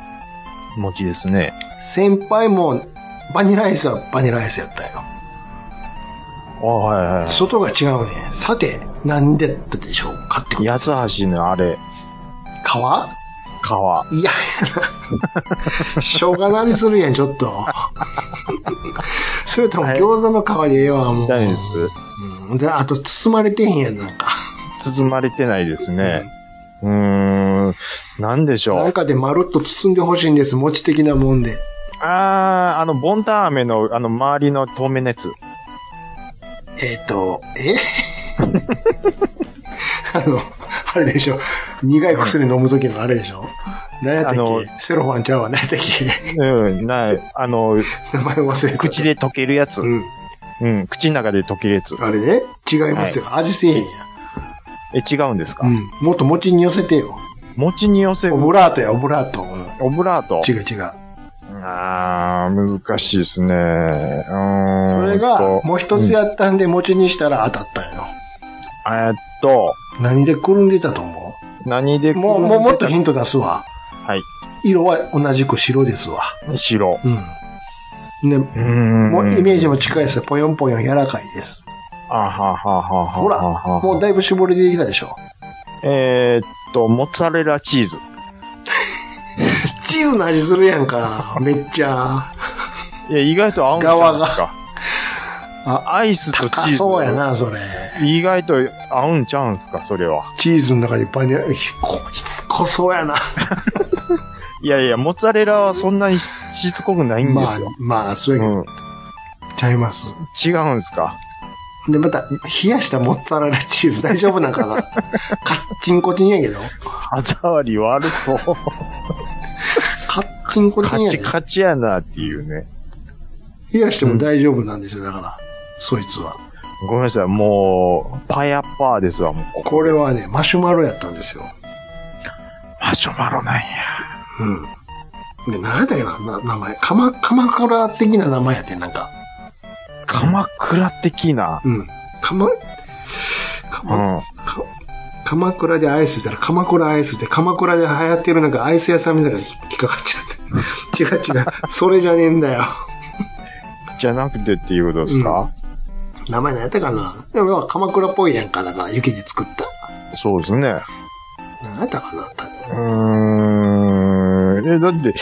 Speaker 2: 餅ですね。
Speaker 3: 先輩も、バニラアイスはバニラアイスやったんよ。
Speaker 2: あはいはいはい。
Speaker 3: 外が違うね。さて、なんでだったでしょうかってこと。
Speaker 2: 八つ橋のあれ、
Speaker 3: 皮
Speaker 2: 川。
Speaker 3: いや、しょうが何するやん、ちょっと。それとも餃子の皮でええわ、もう。
Speaker 2: 大丈夫です。
Speaker 3: うんで、あと包まれてへんやん、なんか。
Speaker 2: 包まれてないですね。うーん、うん、なんでしょ
Speaker 3: なん
Speaker 2: う。
Speaker 3: かでまるっと包んでほしいんです。餅的なもんで。
Speaker 2: あー、あの、ボンターメの、あの、周りの透明なやつ。
Speaker 3: えっ、と、え [laughs] あの、あれでしょ。苦い薬飲む時のあれでしょ。何やったっ
Speaker 2: あの
Speaker 3: けセロファンちゃうわ。何やったっけ [laughs]
Speaker 2: うん、ない、あの、
Speaker 3: 名前忘れた。
Speaker 2: 口。で溶けるやつ。
Speaker 3: うん。
Speaker 2: うん、口の中で溶けるやつ。
Speaker 3: あれね。違いますよ。味せえへんや。
Speaker 2: え、違うんですか、
Speaker 3: うん。もっと餅に寄せてよ。
Speaker 2: 餅に寄せる
Speaker 3: オ、ブラートや、オブラート。うん
Speaker 2: オブラート。
Speaker 3: 違う違う。
Speaker 2: あー、難しいですね。うーん。
Speaker 3: それが
Speaker 2: と、
Speaker 3: もう一つやったんで、餅にしたら当たったんよ。
Speaker 2: えーっと、
Speaker 3: 何でくるんでたと思
Speaker 2: 何で
Speaker 3: うもう、もう、もっとヒント出すわ。
Speaker 2: はい。
Speaker 3: 色は同じく白ですわ。
Speaker 2: 白。
Speaker 3: うん。ね、
Speaker 2: うーん。
Speaker 3: もうイメージも近いです。ぽよんぽよん柔らかいです。
Speaker 2: あははははは
Speaker 3: ほら、もうだいぶ絞り出てきたでしょ。
Speaker 2: えーっと、モッツァレラチーズ。
Speaker 3: チーズの味するやんか。めっちゃ。
Speaker 2: いや、意外と合うんじゃないですか。
Speaker 3: あ、
Speaker 2: アイスとチ
Speaker 3: 高
Speaker 2: ーズ。
Speaker 3: そうや。な、それ。
Speaker 2: 意外と合うんちゃうんすか、それは。
Speaker 3: チーズの中にバニラ、しつこそうやな。
Speaker 2: いやいや、モッツァレラはそんなにししつこくないんで
Speaker 3: まあ
Speaker 2: すよ。、
Speaker 3: まあ、そうやけど、
Speaker 2: うん。
Speaker 3: ちゃいます。
Speaker 2: 違うんすか。
Speaker 3: で、また、冷やしたモッツァレラチーズ大丈夫なんか
Speaker 2: [laughs]
Speaker 3: なカッチンコチンやけど。
Speaker 2: 歯触り悪そう。
Speaker 3: カッチンコチ
Speaker 2: カ
Speaker 3: ンや
Speaker 2: チ
Speaker 3: けど。
Speaker 2: カチやなっていうね。
Speaker 3: 冷やしても大丈夫なんですよ、だから。そいつは。
Speaker 2: ごめんなさい、もう、パヤッパーですわ、もう。
Speaker 3: これはね、マシュマロやったんですよ。
Speaker 2: マシュマロなんや。
Speaker 3: うん。で、何やったっけな、な名前。かま、鎌倉的な名前やってん、なんか。
Speaker 2: 鎌倉的な。
Speaker 3: うん。かま、か
Speaker 2: う
Speaker 3: ま、
Speaker 2: ん。
Speaker 3: か鎌倉でアイスしたら鎌倉アイスって鎌倉で流行ってるなんかアイス屋さんみたいなのが引っ [laughs] かかっち
Speaker 2: [laughs]
Speaker 3: ゃって。違う違う。それじゃねえんだよ。
Speaker 2: じゃなくてっていうことですか、
Speaker 3: 名前何やったかなでも要は鎌倉っぽいやんか。だから雪で作った。
Speaker 2: そうですね。
Speaker 3: 何やったかな多分
Speaker 2: うーん。え、だって、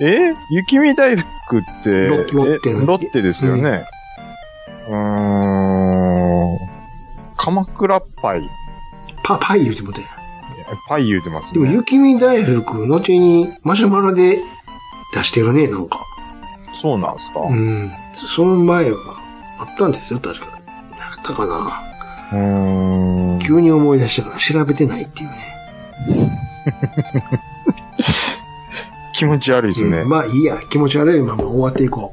Speaker 2: え雪見大福って、
Speaker 3: ロロッテ
Speaker 2: え
Speaker 3: の
Speaker 2: ロッテですよね。うーん。鎌倉パイ。
Speaker 3: パパイ言うてもたやん。
Speaker 2: パイ言うてます
Speaker 3: でも
Speaker 2: ね。
Speaker 3: 雪見大福、後にマシュマロで出してるね、なんか。
Speaker 2: そうなんですか、う
Speaker 3: うん。その前はあったんですよ、確か。あったかな。
Speaker 2: ーん。
Speaker 3: 急に思い出したから調べてないっていうね。
Speaker 2: 気持ち悪いですね。
Speaker 3: うんまあいいや、気持ち悪いまま終わっていこ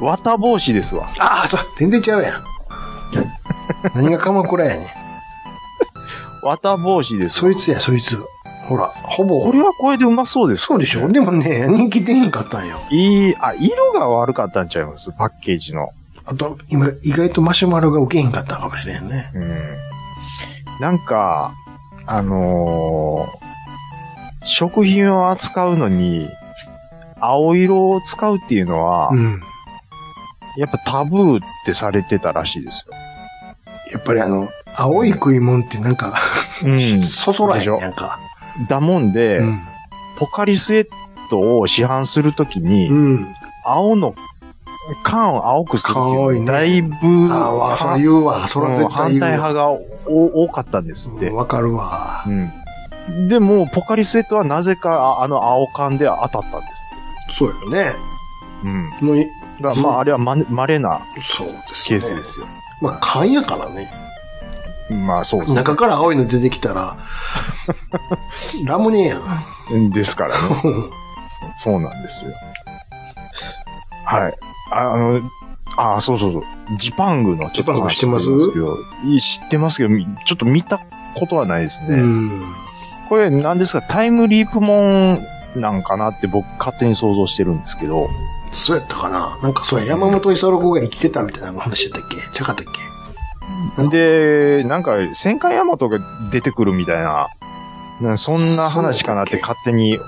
Speaker 3: う。
Speaker 2: 綿帽子ですわ。
Speaker 3: ああ、そう、全然違うやん。 [laughs] 何が鎌倉やねん。
Speaker 2: 綿帽子です
Speaker 3: そ
Speaker 2: わ。
Speaker 3: いつや、そいつ。ほら、ほ
Speaker 2: こ
Speaker 3: ぼ
Speaker 2: れ。はこれでうまそうです、
Speaker 3: そうでしょでもね、人気出へんかったんよ。
Speaker 2: いい、あ、色が悪かったんちゃいますパッケージの。
Speaker 3: あと、今、意外とマシュマロが受けへんかったんかもしれんね。
Speaker 2: うん。なんか、あのー食品を扱うのに、青色を使うっていうのは、
Speaker 3: うん。
Speaker 2: やっぱタブーってされてたらしいですよ。
Speaker 3: やっぱりあの、青い食い物ってなんか、
Speaker 2: うん
Speaker 3: そそらへ
Speaker 2: で
Speaker 3: ん
Speaker 2: しょ
Speaker 3: やんか。
Speaker 2: だもんで、
Speaker 3: うん。
Speaker 2: ポカリスエットを市販するときに、
Speaker 3: うん。
Speaker 2: 青の、缶を青くするっ
Speaker 3: 可
Speaker 2: て
Speaker 3: 愛
Speaker 2: い
Speaker 3: いうね
Speaker 2: のだいぶ、
Speaker 3: ああ、わかる
Speaker 2: は
Speaker 3: 言うわ。そら
Speaker 2: うん
Speaker 3: 絶
Speaker 2: 反
Speaker 3: 対
Speaker 2: 対
Speaker 3: 言うわ。
Speaker 2: 派がお多かったんですって
Speaker 3: うん。わかるわ。
Speaker 2: うん。でも、ポカリスエットはなぜか、ああの青缶で当たったんですって。
Speaker 3: そうよね。
Speaker 2: うん。
Speaker 3: のい
Speaker 2: だ
Speaker 3: そう
Speaker 2: まあ、あれはま、稀な
Speaker 3: そうですね。
Speaker 2: ケースですよ。
Speaker 3: まあ、缶やからね。
Speaker 2: まあ、そうですね。
Speaker 3: 中から青いの出てきた
Speaker 2: [laughs]
Speaker 3: ら、ラムネやん。
Speaker 2: ですから
Speaker 3: [laughs]
Speaker 2: ね。そうなんですよ。はい。ああの、ああ、そうそうそう。ジパングのちょ
Speaker 3: ジ
Speaker 2: っと
Speaker 3: パング知ってます
Speaker 2: 話してけどいい知ってますけど、みちょっと見たことはないですね。
Speaker 3: うん。
Speaker 2: これ何ですかタイムリープもんなんかなって僕勝手に想像してるんですけど、
Speaker 3: そうやったかな。なんかそうや、山本五十六が生きてたみたいな話やったっけちゃかったっけうん
Speaker 2: で、なんか戦艦ヤマトが出てくるみたいな、なそんな話かなって勝手に、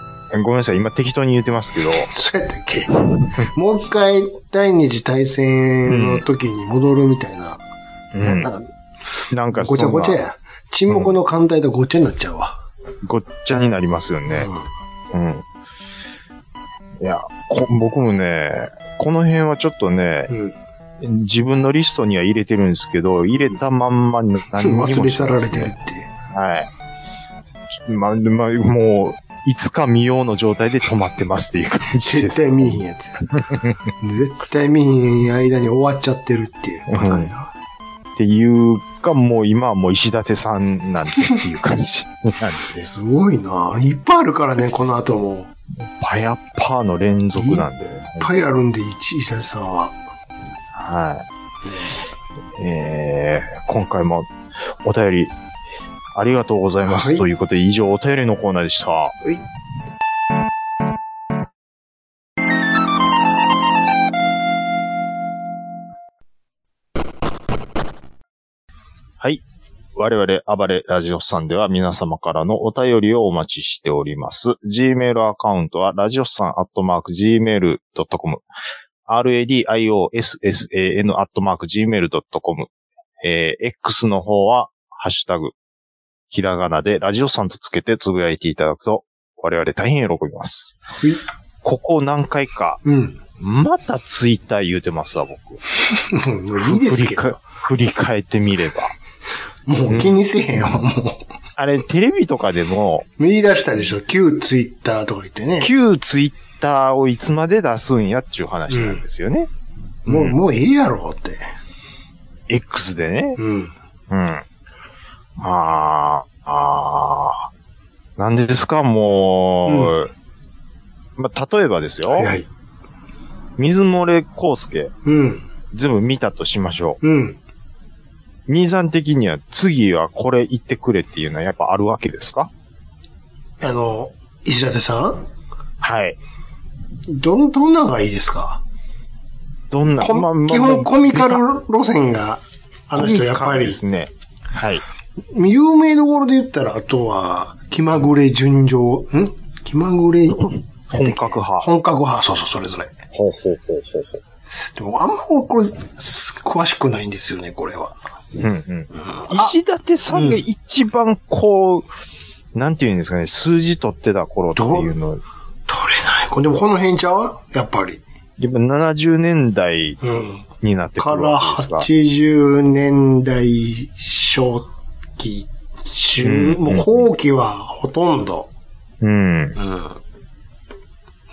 Speaker 2: ごめんなさい、今適当に言ってますけど、
Speaker 3: そうやったっ
Speaker 2: [laughs]
Speaker 3: けもう一回、第二次大戦の時に戻るみたいな。
Speaker 2: うん
Speaker 3: なんか
Speaker 2: なんかそ
Speaker 3: ご
Speaker 2: ん
Speaker 3: ちゃ
Speaker 2: な
Speaker 3: ごちゃや。沈黙の艦隊とごっちゃになっちゃうわ。
Speaker 2: ごっちゃになりますよね。うん。いや、こ僕もね、この辺はちょっとね
Speaker 3: う、ん。うん
Speaker 2: 自分のリストには入
Speaker 3: [laughs]
Speaker 2: れてるんですけど、入れたまんま何にもしない
Speaker 3: 忘れ去られてるって。
Speaker 2: はい。ま、ま、もう、いつか見ようの状態で止まってますっていう感じで
Speaker 3: 絶
Speaker 2: す。
Speaker 3: 対見えへんやつ
Speaker 2: [laughs]
Speaker 3: や。絶対見えへん間に終わっちゃってるっていうパターンや。
Speaker 2: っていうか、もう今はもう石立さんなんてっていう感じなんで、
Speaker 3: すごいないっぱいあるからね、この後も。
Speaker 2: [laughs] パヤッパーの連続なんで。
Speaker 3: いっぱいあるんで、一石田さんは。
Speaker 2: はい。えー、今回もお便りありがとうございます。
Speaker 3: はい
Speaker 2: ということで、以上お便りのコーナーでした。
Speaker 3: い
Speaker 2: はい。我々、暴れラジオスさんでは皆様からのお便りをお待ちしております。Gmail アカウントは、ラジオスさんアットマーク Gmail.com、radiossan アットマーク Gmail.com、えー X の方は、ハッシュタグ、ひらがなでラジオさんとつけてつぶやいていただくと、我々大変喜びます。
Speaker 3: い
Speaker 2: ここ何回か、
Speaker 3: うん。
Speaker 2: またツイッター言うてますわ、僕。
Speaker 3: もういいです
Speaker 2: 振り
Speaker 3: け
Speaker 2: か
Speaker 3: ど。
Speaker 2: 振り返ってみれば。
Speaker 3: もう気にせえへんわ、も
Speaker 2: あれ、テレビとかでも、
Speaker 3: う。見出したでしょ、旧ツイッターとか言ってね。
Speaker 2: 旧ツイッターをいつまで出すんやっちゅう話なんですよね。
Speaker 3: もう、
Speaker 2: うん
Speaker 3: もうええやろって。
Speaker 2: X でね。
Speaker 3: うん。
Speaker 2: うん。あー、あー。なんでですか、もう。まあ、例えばですよ。
Speaker 3: はいはい。
Speaker 2: 水漏れ康介、
Speaker 3: うん。
Speaker 2: 全部見たとしましょ
Speaker 3: うん。
Speaker 2: う。兄さん的には次はこれ言ってくれっていうのはやっぱあるわけですか
Speaker 3: あの、石田さん
Speaker 2: はい。
Speaker 3: ど、どんなのがいいですか
Speaker 2: どんな、
Speaker 3: こ
Speaker 2: まあまあ
Speaker 3: 基本コミカル
Speaker 2: まあ
Speaker 3: 路線が、あの人やっ
Speaker 2: コミカ
Speaker 3: ぱ
Speaker 2: ル
Speaker 3: り
Speaker 2: で、すね。はい。
Speaker 3: 有名どころで言ったら、あとは、気まぐれ純情、ん気まぐれ、
Speaker 2: 本格派。
Speaker 3: 本格派、そうそう、それぞれ。
Speaker 2: ほうほうほうほうほう。
Speaker 3: でも、あんま俺これ、す詳しくないんですよね、これは。
Speaker 2: うんうん。石立さんが一番こう、なんていうんですかね、数字取ってた頃っていうの、
Speaker 3: 取れない。これでも、この辺ちゃうやっぱり。
Speaker 2: やっぱ70年代
Speaker 3: うん。
Speaker 2: になってく
Speaker 3: か
Speaker 2: る
Speaker 3: ら、
Speaker 2: わけですが。
Speaker 3: 80年代初期、中、
Speaker 2: うん
Speaker 3: もう後期はほとんど、
Speaker 2: うん。
Speaker 3: うん。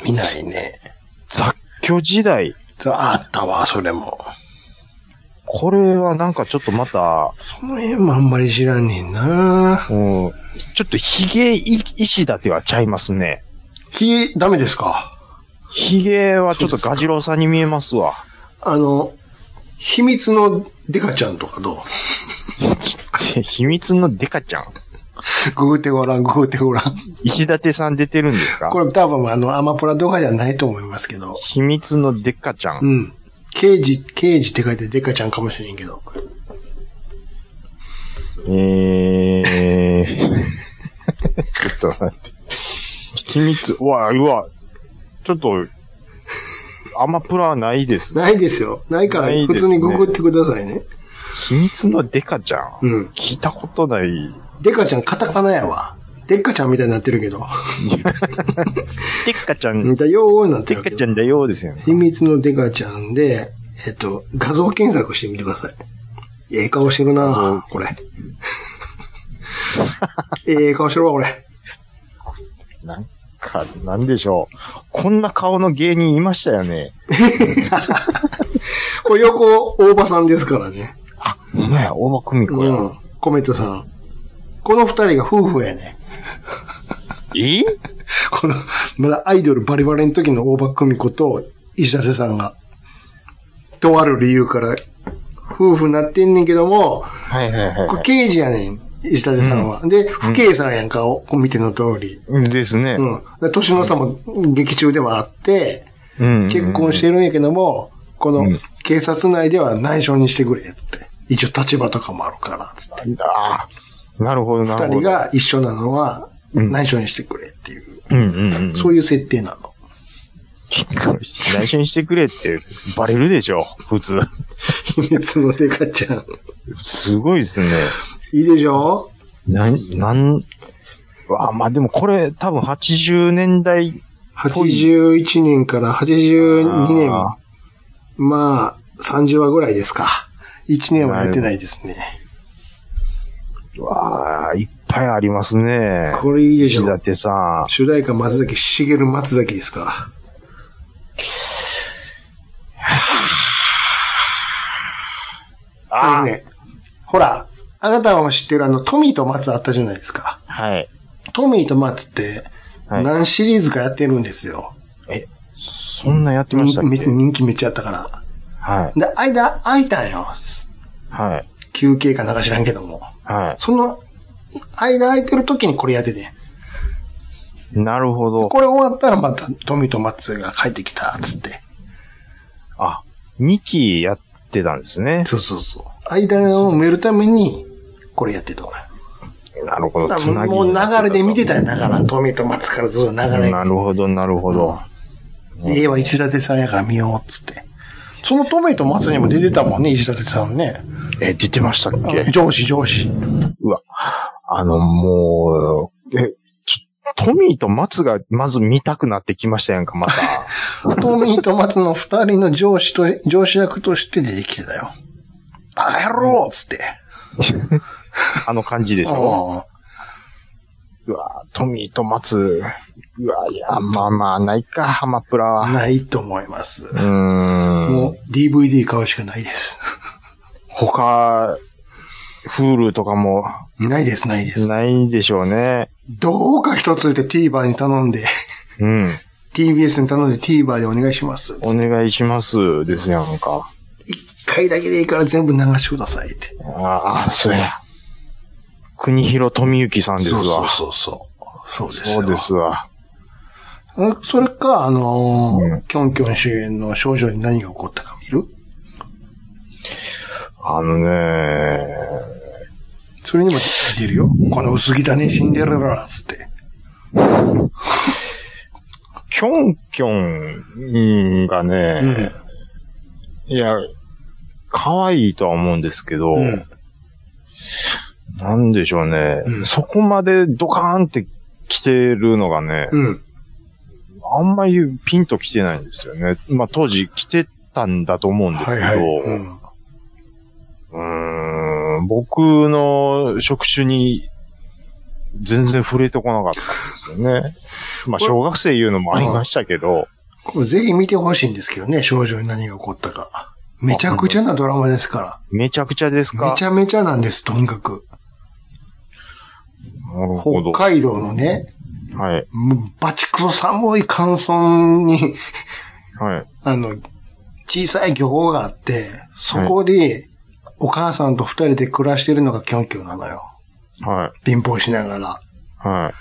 Speaker 3: 見ないね。
Speaker 2: 雑居時代。
Speaker 3: ざあったわ、それも。
Speaker 2: これはなんかちょっとまた、
Speaker 3: その辺もあんまり知らんねんな
Speaker 2: うん、ちょっとヒゲ石立てはちゃいますね。
Speaker 3: ひ、ダメですか
Speaker 2: ヒゲはちょっとガジロウさんに見えますわ。
Speaker 3: あの、秘密のデカちゃんとかど
Speaker 2: 秘密のデカちゃん。
Speaker 3: う [laughs] グーテごらん、グーテごらん。
Speaker 2: 石立さん出てるんですか
Speaker 3: これ多分あの、アマプラ動画じゃないと思いますけど。
Speaker 2: 秘密のデカちゃん。
Speaker 3: うん。刑事、刑事って書いてデカちゃんかもしれんけど。
Speaker 2: えー、 [laughs] ちょっと待って。秘密、うわ、うわ、ちょっと、アマプラはないです。
Speaker 3: ないですよ。ないから
Speaker 2: ないです
Speaker 3: 普
Speaker 2: ね
Speaker 3: 通にググってくださいね。
Speaker 2: 秘密のデカちゃん。
Speaker 3: うん。
Speaker 2: 聞いたことない。
Speaker 3: デカちゃんカタカナやわ。デッカちゃんみたいになってるけど。
Speaker 2: デカちゃん、
Speaker 3: 似たようになって
Speaker 2: デ
Speaker 3: る
Speaker 2: カ
Speaker 3: け
Speaker 2: ちゃ
Speaker 3: ど。
Speaker 2: んだよーですよね。
Speaker 3: 秘密のデカちゃんで、えっと、画像検索してみてください。ええ顔してるなこれ。 [laughs] ええ顔してるわ、これ。
Speaker 2: なんか、なんでしょう。こんな顔の芸人いましたよね。
Speaker 3: これ横、大場さんですからね。
Speaker 2: あ、ほんまや、大場久美子
Speaker 3: う
Speaker 2: や。
Speaker 3: ん。コメントさん。この二人が夫婦やね。
Speaker 2: え
Speaker 3: この、まだアイドルバリバリの時の大場久美子と石田瀬さんが、とある理由から、夫婦になってんねんけども、
Speaker 2: はいはいはい
Speaker 3: これ
Speaker 2: は
Speaker 3: 刑事やねん、石田瀬さんは。で、不敬さんやんか、こう見ての通り。
Speaker 2: い。ですね
Speaker 3: う。ん。で年の差も劇中ではあって、
Speaker 2: うん
Speaker 3: 結婚してるんやけども、こ
Speaker 2: う
Speaker 3: の
Speaker 2: ん
Speaker 3: 警察内では内緒にしてくれって。一応立場とかもあるから、つって。
Speaker 2: ああ、なるほどなるほ
Speaker 3: 二
Speaker 2: ど。
Speaker 3: 人が一緒なのは
Speaker 2: うん
Speaker 3: 内緒にしてくれっていう、
Speaker 2: うんうんうん。
Speaker 3: そういう設定なの。
Speaker 2: 内緒にしてくれってバレるでしょ、普通。
Speaker 3: 秘密のデカちゃん。 [laughs]
Speaker 2: すごいですね。
Speaker 3: いいでしょ
Speaker 2: なん、なん、わあ、まあでもこれ多分80年代、
Speaker 3: ?81 年から82年、
Speaker 2: あ
Speaker 3: まあ、30話ぐらいですか。1年はやってないですね。
Speaker 2: わあ、いっぱいありますね。
Speaker 3: これいいでし
Speaker 2: 石
Speaker 3: ょ。
Speaker 2: 立さん。
Speaker 3: 主題歌松崎、しげる松崎ですか。あ
Speaker 2: あ
Speaker 3: のね、ほら、あなたも知ってるあの、トミーと松あったじゃないですか。
Speaker 2: はい。
Speaker 3: トミーと松って、
Speaker 2: はい
Speaker 3: 何シリーズかやってるんですよ。
Speaker 2: そんなやってましたっ
Speaker 3: 人
Speaker 2: け
Speaker 3: 気人気めっちゃあったから。
Speaker 2: はい。
Speaker 3: で、間、空いたんよ。
Speaker 2: はい。
Speaker 3: 休憩かなんか知らんけども。
Speaker 2: は
Speaker 3: その、間空いてる時にこれやってて。
Speaker 2: い。なるほど。
Speaker 3: これ終わったらまた、トミーと松が帰ってきた、つって。
Speaker 2: あ、2期やってたんですね。
Speaker 3: そうそうそう。間を埋めるために、これやってたのよ
Speaker 2: なるほど。
Speaker 3: だ
Speaker 2: つ
Speaker 3: から
Speaker 2: なぎ
Speaker 3: もう
Speaker 2: に
Speaker 3: 流
Speaker 2: なって
Speaker 3: れで見てた
Speaker 2: と
Speaker 3: んやだから、トミーと松からずっと流れ。
Speaker 2: なるほど、なるほど。
Speaker 3: うん家は石立さんやから見よう、つって。そのトミーと松にも出てたもんね、石立さんね。
Speaker 2: え、出てましたっけ
Speaker 3: 上司、上司。
Speaker 2: うわ。あの、もう、え、ちょ、トミーと松がまず見たくなってきましたやんか、また。
Speaker 3: [laughs] トミーと松の二人の上司と、上司役として出てきてたよ。バカ野郎つって。
Speaker 2: あの感じでしょ。
Speaker 3: う
Speaker 2: うわ、トミーと松。うわ、いや、まあまあ、ないか、ハマプラ
Speaker 3: ん。
Speaker 2: は。
Speaker 3: ないと思います。
Speaker 2: うーん。
Speaker 3: もう DVD 買うしかないです。
Speaker 2: 他、Hulu とかも
Speaker 3: ないです、ないです。
Speaker 2: ないでしょうね。
Speaker 3: どうか一つで TVer に頼んで、
Speaker 2: うん。
Speaker 3: TBS に頼んで TVer でお願いします。
Speaker 2: お願いします、ですやんか。
Speaker 3: 一回だけでいいから全部流してくださいって。
Speaker 2: ああ、そうや。国広富幸さんですわ。
Speaker 3: そうそうそう。そうです
Speaker 2: そ
Speaker 3: よ。
Speaker 2: うですわ。
Speaker 3: それか、あのー
Speaker 2: うん
Speaker 3: キョンキョン主演の少女に何が起こったか見る
Speaker 2: あのね、
Speaker 3: それにも似てるよ。この薄着だね、シンデレラ、つって。
Speaker 2: キョンキョンがね、いや、可愛いとは思うんですけど、
Speaker 3: うん
Speaker 2: なんでしょうね、
Speaker 3: うん
Speaker 2: そこまでドカーンって来てるのがね、
Speaker 3: うん。
Speaker 2: あんまりピンと来てないんですよね。まあ当時来てたんだと思うんですけ
Speaker 3: はい
Speaker 2: ど、
Speaker 3: はい。うん
Speaker 2: うーん僕の職種に全然触れてこなかったんですよね。まあ、小学生いうのもありましたけど、
Speaker 3: これぜひ見てほしいんですけどね、少女に何が起こったか。めちゃくちゃなドラマですか
Speaker 2: めちゃくちゃです
Speaker 3: ら。
Speaker 2: か
Speaker 3: めちゃめちゃなんです、とにかく。
Speaker 2: なるほど
Speaker 3: 北。海道のね、
Speaker 2: はい。
Speaker 3: もうバチクソ寒い乾村に、 [laughs]
Speaker 2: はい。
Speaker 3: あの、小さい漁港があって、そこで、お母さんと二人で暮らしてるのがキョンキョンなのよ。
Speaker 2: はい。
Speaker 3: 貧乏しながら。
Speaker 2: は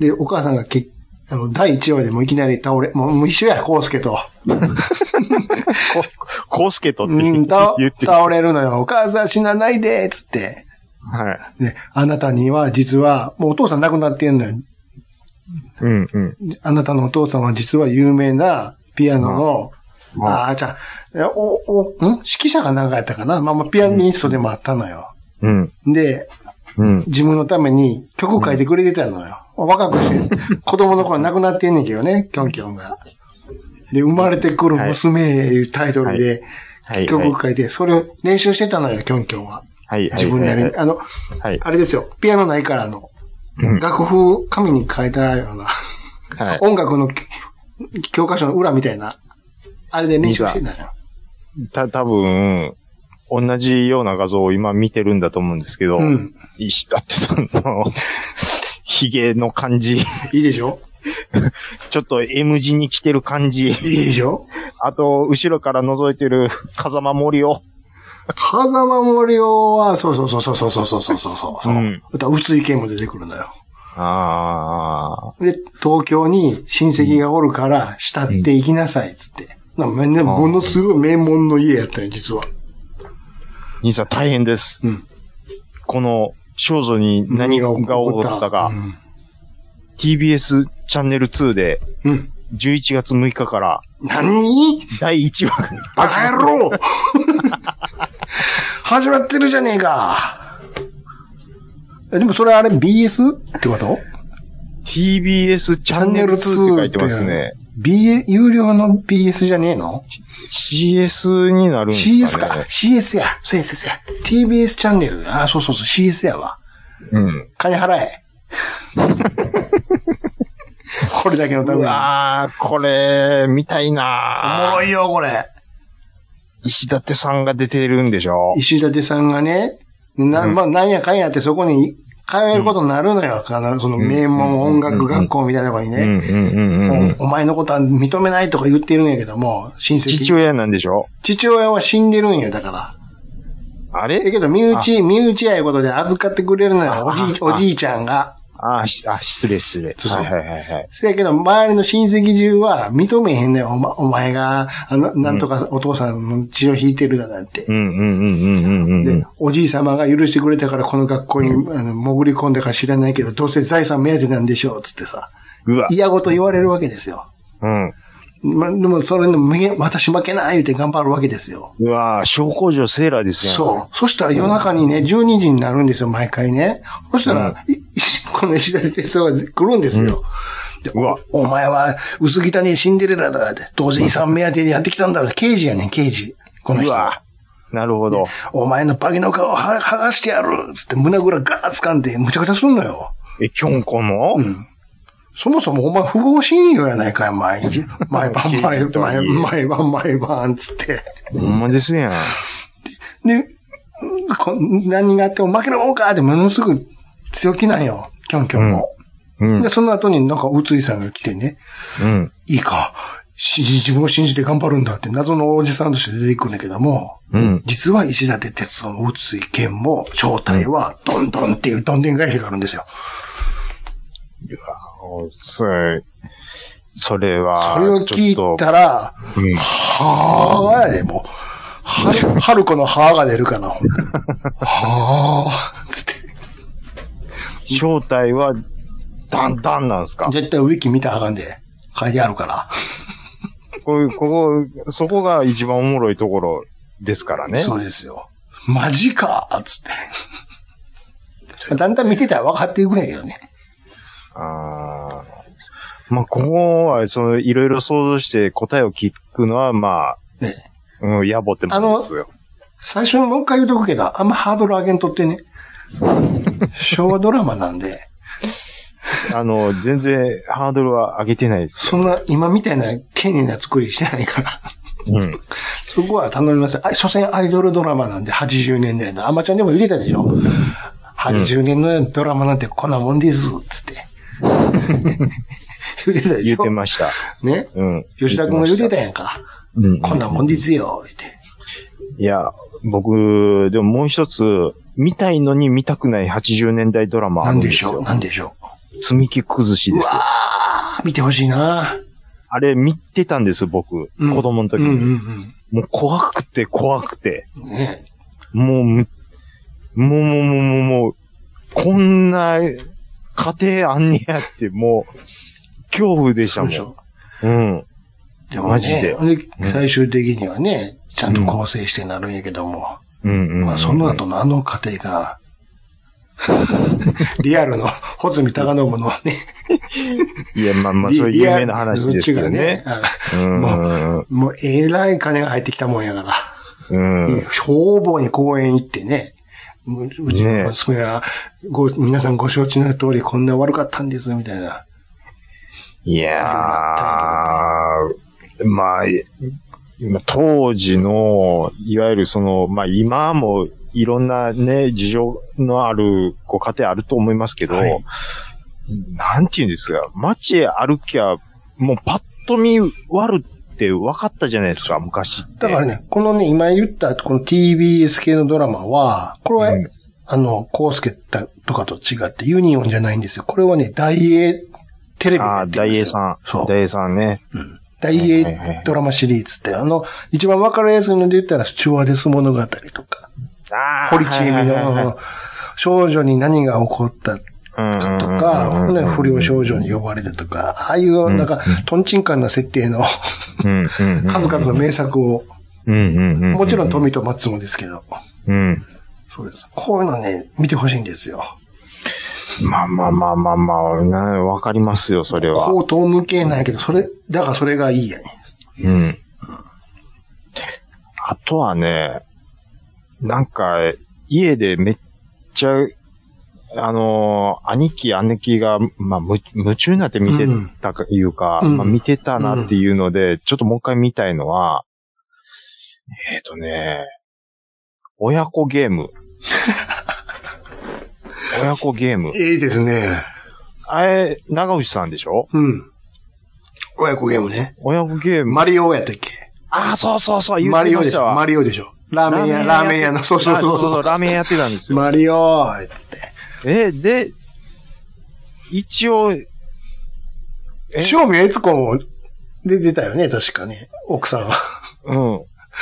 Speaker 2: い。
Speaker 3: で、お母さんがけあの、第1話でもいきなり倒れ、もうもう一緒や、コウスケと。
Speaker 2: こ、こうすけとって
Speaker 3: う
Speaker 2: 言
Speaker 3: ん、 [laughs] 倒
Speaker 2: 言って、は
Speaker 3: 倒れるのよ。お母さん死なないで、つって。
Speaker 2: い。
Speaker 3: ね、あなたには実は、もうお父さん亡くなってんのよ。
Speaker 2: うん、うん。
Speaker 3: あなたのお父さんは実は有名なピアノの、
Speaker 2: うん
Speaker 3: ああ、じゃあ、お、お、ん指揮者が何かやったかなまあまあ、ピアニストでもあったのよ。
Speaker 2: うん、
Speaker 3: で、
Speaker 2: うん。
Speaker 3: 自分のために曲書いてくれてたのよ。若く
Speaker 2: [laughs]
Speaker 3: して、子供の頃亡くなってんねんけどね、キョンキョンが。で、生まれてくる娘いうタイトルで
Speaker 2: はい。はい。
Speaker 3: 曲書いて、それを練習してたのよ、キョンキョンは。
Speaker 2: はい。
Speaker 3: 自分なり
Speaker 2: は
Speaker 3: に。
Speaker 2: い
Speaker 3: あの、
Speaker 2: はい。
Speaker 3: あれですよ、ピアノないからの、
Speaker 2: うん
Speaker 3: 楽譜紙に書いたような、
Speaker 2: はい。
Speaker 3: 音楽の教科書の裏みたいな、あれで練習してたのよ。
Speaker 2: た、多分、同じような画像を今見てるんだと思うんですけど、
Speaker 3: うん。
Speaker 2: 石立さんの、髭の感じ、
Speaker 3: いいでしょ
Speaker 2: ちょっと M 字に来てる感じ、
Speaker 3: いいでし
Speaker 2: [laughs]
Speaker 3: ょ
Speaker 2: あと、後ろから覗いてる風間森を、
Speaker 3: 風間森夫は、そうそうそうそうそうそうそうそうそう。
Speaker 2: うん
Speaker 3: また、宇津井健も出てくるのよ。
Speaker 2: あ
Speaker 3: で、東京に親戚がおるから、慕って行きなさい、つって。なみんな、ものすごい名門の家やったよ、実は。
Speaker 2: あ、兄さん大変です。
Speaker 3: うん
Speaker 2: この少女に何が起こったか、
Speaker 3: うん。
Speaker 2: TBS チャンネル2で
Speaker 3: うん
Speaker 2: 11月6日から
Speaker 3: 何
Speaker 2: 第1話が
Speaker 3: バカ野
Speaker 2: [laughs]
Speaker 3: 郎始まってるじゃねえか。えでもそれあれ BS ってこと
Speaker 2: TBS チャンネル2って書いてますね。。
Speaker 3: B、有料の BS じゃねえの
Speaker 2: CS になるんです
Speaker 3: ?CS
Speaker 2: かね
Speaker 3: か。。CS や。そうや、そうや。そうや TBS チャンネル。あ、そうそうそう、CS やわ。
Speaker 2: うん。
Speaker 3: 金払
Speaker 2: [laughs]
Speaker 3: え。これだけのため
Speaker 2: う
Speaker 3: に。
Speaker 2: わー、これ、見たい
Speaker 3: おも
Speaker 2: な
Speaker 3: ろいよ、これ。
Speaker 2: ー石立さんが出てるんでしょ
Speaker 3: 石立さんがね、な、
Speaker 2: うん
Speaker 3: まあ、なんやかんやってそこに通えることになるのよ。必ずその名門音楽学校みたいなとこに
Speaker 2: うんう
Speaker 3: ね。
Speaker 2: んうんうんうん。
Speaker 3: おお前のことは認めないとか言ってるんやけども、親戚。
Speaker 2: 父親なんでしょ
Speaker 3: 父親は死んでるんよ、だから。
Speaker 2: あ
Speaker 3: ええ
Speaker 2: れ
Speaker 3: けど、身内、身内やいうことで預かってくれるのよ、おじい、
Speaker 2: あ
Speaker 3: おじいちゃんが。
Speaker 2: あしあ、失礼失礼。
Speaker 3: そうそう
Speaker 2: はいはいはいはい。
Speaker 3: せやけど、周りの親戚中は認めへんねん、お,、ま、お前が、あの、なんとかお父さんの血を引いてるだなんて
Speaker 2: う。んうんうんうんうんうん
Speaker 3: で。、おじい様が許してくれたからこの学校に、あの潜り込んだか知らないけど、どうせ財産目当てなんでしょう、つってさ、
Speaker 2: うわ。
Speaker 3: 嫌ごと言われるわけですよ。
Speaker 2: うん。
Speaker 3: ま、でも、それでも、めげ私負けない言うて頑張るわけですよ。
Speaker 2: うわー小工場セーラーですよ。
Speaker 3: そう。そしたら夜中にね、12時になるんですよ、毎回ね。そしたら、いこの石田哲夫が来るんですよ。で
Speaker 2: うわ
Speaker 3: おお前は、薄汚ねシンデレラだって、当然遺産目当てでやってきたんだろ、刑事やねん、刑事。この
Speaker 2: う
Speaker 3: 人。
Speaker 2: わなるほど。
Speaker 3: お前のバゲの皮をは剥がしてやるつって胸ぐらガーッ掴んで、むちゃくちゃすんのよ。
Speaker 2: え、キョンコの
Speaker 3: そもそもお前不法侵入やないかい、毎日。毎晩、毎
Speaker 2: 刑事とはいえ
Speaker 3: 晩、毎晩、毎晩、つって。
Speaker 2: ほんまですやん。
Speaker 3: で、こ何があっても負けるもんかってものすごく強気なんよ。キョンキョンも。
Speaker 2: うん。
Speaker 3: で、その後になんか、うついさんが来てね、
Speaker 2: うん。
Speaker 3: いいか、し自分を信じて頑張るんだって謎のおじさんとして出てくるんだけども、
Speaker 2: うん。
Speaker 3: 実は石立哲夫のうつい剣も、正体は、どんどんっていうどんでん返しがあるんですよ。
Speaker 2: それ、それは、
Speaker 3: それを聞
Speaker 2: ちょっ
Speaker 3: い
Speaker 2: と
Speaker 3: たら、
Speaker 2: うん
Speaker 3: はぁーやで、もう。はる、はるこのはぁが出るか
Speaker 2: [laughs]
Speaker 3: な、ほんではぁーつって。
Speaker 2: 正体は、ダンダンなんですか
Speaker 3: 絶対ウィキ見たらあかんで、書いてあるから。
Speaker 2: こういう、ここ、そこが一番おもろいところですからね。
Speaker 3: そうですよ。マジかーっ [laughs] つって。だんだん見てたら分かっていくんやけどね。
Speaker 2: あーまあ、ここは、その、いろいろ想像して答えを聞くのは、まあ、
Speaker 3: ね
Speaker 2: うん、野暮ってもんですよ。
Speaker 3: 最初にもう一回言うとくけど、あんまハードル上げんとって [laughs] ね。昭和ドラマなんで、
Speaker 2: あの、全然ハードルは上げてないです
Speaker 3: そんな今みたいな丁寧な作りしてないから、
Speaker 2: よ。うん。
Speaker 3: そこは頼みません。あ、所詮アイドルドラマなんで80年代の、あまちゃんでも言ってたでしょ。80年のドラマなんてこんなもんです、つって。 [laughs] 言ってたでし
Speaker 2: 言
Speaker 3: ょ。
Speaker 2: ってました。
Speaker 3: ね。
Speaker 2: うん。
Speaker 3: 吉田君が言ってたやんか。
Speaker 2: うん。
Speaker 3: こんなもんですよ、言って。
Speaker 2: いや、僕、でももう一つ、見たいのに見たくない80年代ドラマあ
Speaker 3: な
Speaker 2: る
Speaker 3: ん
Speaker 2: んで
Speaker 3: ですしょ
Speaker 2: よ
Speaker 3: う、。なんでしょう。
Speaker 2: 積み木崩しですよ。
Speaker 3: あ見てほしいな。
Speaker 2: あれ見てたんです、僕。
Speaker 3: うん
Speaker 2: 子供の
Speaker 3: う
Speaker 2: 時
Speaker 3: ん
Speaker 2: に、
Speaker 3: うん
Speaker 2: もう怖くて怖くて。
Speaker 3: うん。ね
Speaker 2: もうむ、もうもうもうもうもう、こんな家庭あんねやって、もう、恐怖でし
Speaker 3: そ
Speaker 2: た
Speaker 3: う
Speaker 2: も
Speaker 3: でし
Speaker 2: ん。
Speaker 3: ょ。
Speaker 2: うん。
Speaker 3: でもね
Speaker 2: マジでん
Speaker 3: 最終的にはね、ちゃんと構成してなるんやけども、
Speaker 2: うんうん、うん。
Speaker 3: まあその後のあの過程が、 [laughs] リアルの、穂積高信のね、
Speaker 2: いや、まあまあ、
Speaker 3: リ
Speaker 2: そういう有名な話ですけど
Speaker 3: リアル
Speaker 2: ね。
Speaker 3: あ
Speaker 2: うんうんうん。
Speaker 3: もうえらい金が入ってきたもんやから。
Speaker 2: うん。
Speaker 3: 消防に公園行ってね、ううちの娘は、ご、皆さんご承知の通りこんな悪かったんです、みたいな。
Speaker 2: いやー、まあ、い今当時の、いわゆるその、まあ今もいろんなね、事情のあるご家庭あると思いますけど、
Speaker 3: はい
Speaker 2: なんて言うんですか、街へ歩きゃ、もうパッと見悪って分かったじゃないですか、昔って。
Speaker 3: だからね、このね、今言った、この TBS 系のドラマは、これは、
Speaker 2: うん
Speaker 3: あの、コウスケとかと違ってユニオンじゃないんですよ。これはね、大英テレビで
Speaker 2: あ
Speaker 3: や
Speaker 2: あ、
Speaker 3: ってるん
Speaker 2: 大
Speaker 3: で
Speaker 2: 栄
Speaker 3: すよ
Speaker 2: さ
Speaker 3: そ
Speaker 2: ん。
Speaker 3: う。
Speaker 2: 大栄さんね。
Speaker 3: 大英ドラマシリーズって、あの、一番わかりやすいので言ったら、スチュワーデス物語とか、
Speaker 2: ああ。
Speaker 3: 堀ちえみ
Speaker 2: はいはいはいは
Speaker 3: の
Speaker 2: い、
Speaker 3: 少女に何が起こった
Speaker 2: うん
Speaker 3: と
Speaker 2: うん
Speaker 3: か、
Speaker 2: うんうんう
Speaker 3: ね
Speaker 2: ん
Speaker 3: 不良少女に呼ばれてとか、ああいう、なんか、トンチンカンな設定の
Speaker 2: うんうんうんうん
Speaker 3: 数々の名作を、
Speaker 2: うんうんうん。
Speaker 3: もちろん富と松もですけど、
Speaker 2: うん。
Speaker 3: そうです。こういうのね、見てほしいんですよ。
Speaker 2: まあまあまあまあまあ、なわかりますよ、それは。
Speaker 3: 高等無形なんやけど、それ、だからそれがいいやね。
Speaker 2: うん。あとはね、なんか、家でめっちゃ、あのー兄貴、姉貴が、まあ、む夢中になって見てたか、いうか、
Speaker 3: うん
Speaker 2: まあ、見てたなっていうので、ちょっともう一回見たいのは、えっ、とね、親子ゲーム。親子ゲーム。
Speaker 3: いいですね。
Speaker 2: あれ、長内さんでしょ
Speaker 3: うん。親子ゲームね。
Speaker 2: 親子ゲーム。
Speaker 3: マリオやったっけ
Speaker 2: ああ、そうそうそう、言
Speaker 3: マ
Speaker 2: って
Speaker 3: リオ
Speaker 2: ま
Speaker 3: で
Speaker 2: し
Speaker 3: したょ
Speaker 2: わ
Speaker 3: マリオでしょラーメン屋、ラーメン屋の、そうそう
Speaker 2: あそう
Speaker 3: そ
Speaker 2: ラーメン屋やってたんです
Speaker 3: う。
Speaker 2: よ。
Speaker 3: マリオー
Speaker 2: え、で、一応、え、
Speaker 3: 正味悦子で出たよね、確かね。奥さんは。
Speaker 2: うん。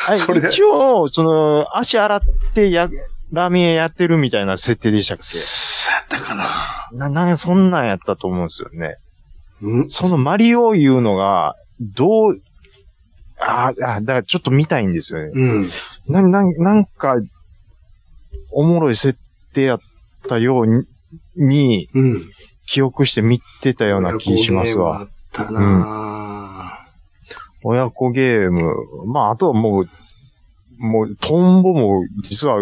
Speaker 2: あ
Speaker 3: それで
Speaker 2: 一応、その、足洗ってや、ラーメン屋やってるみたいな設定でしたっけ
Speaker 3: そうやったかな
Speaker 2: な、な、そんなんやったと思うんですよね。
Speaker 3: うん
Speaker 2: そのマリオいうのが、どう、ああ、だからちょっと見たいんですよね。
Speaker 3: うん。
Speaker 2: な、な、なんか、おもろい設定やったように、に
Speaker 3: うん。
Speaker 2: 記憶して見てたような気しますわ。
Speaker 3: あったな
Speaker 2: 親子ゲーム。まあ、あとはもう、もう、トンボも、実は、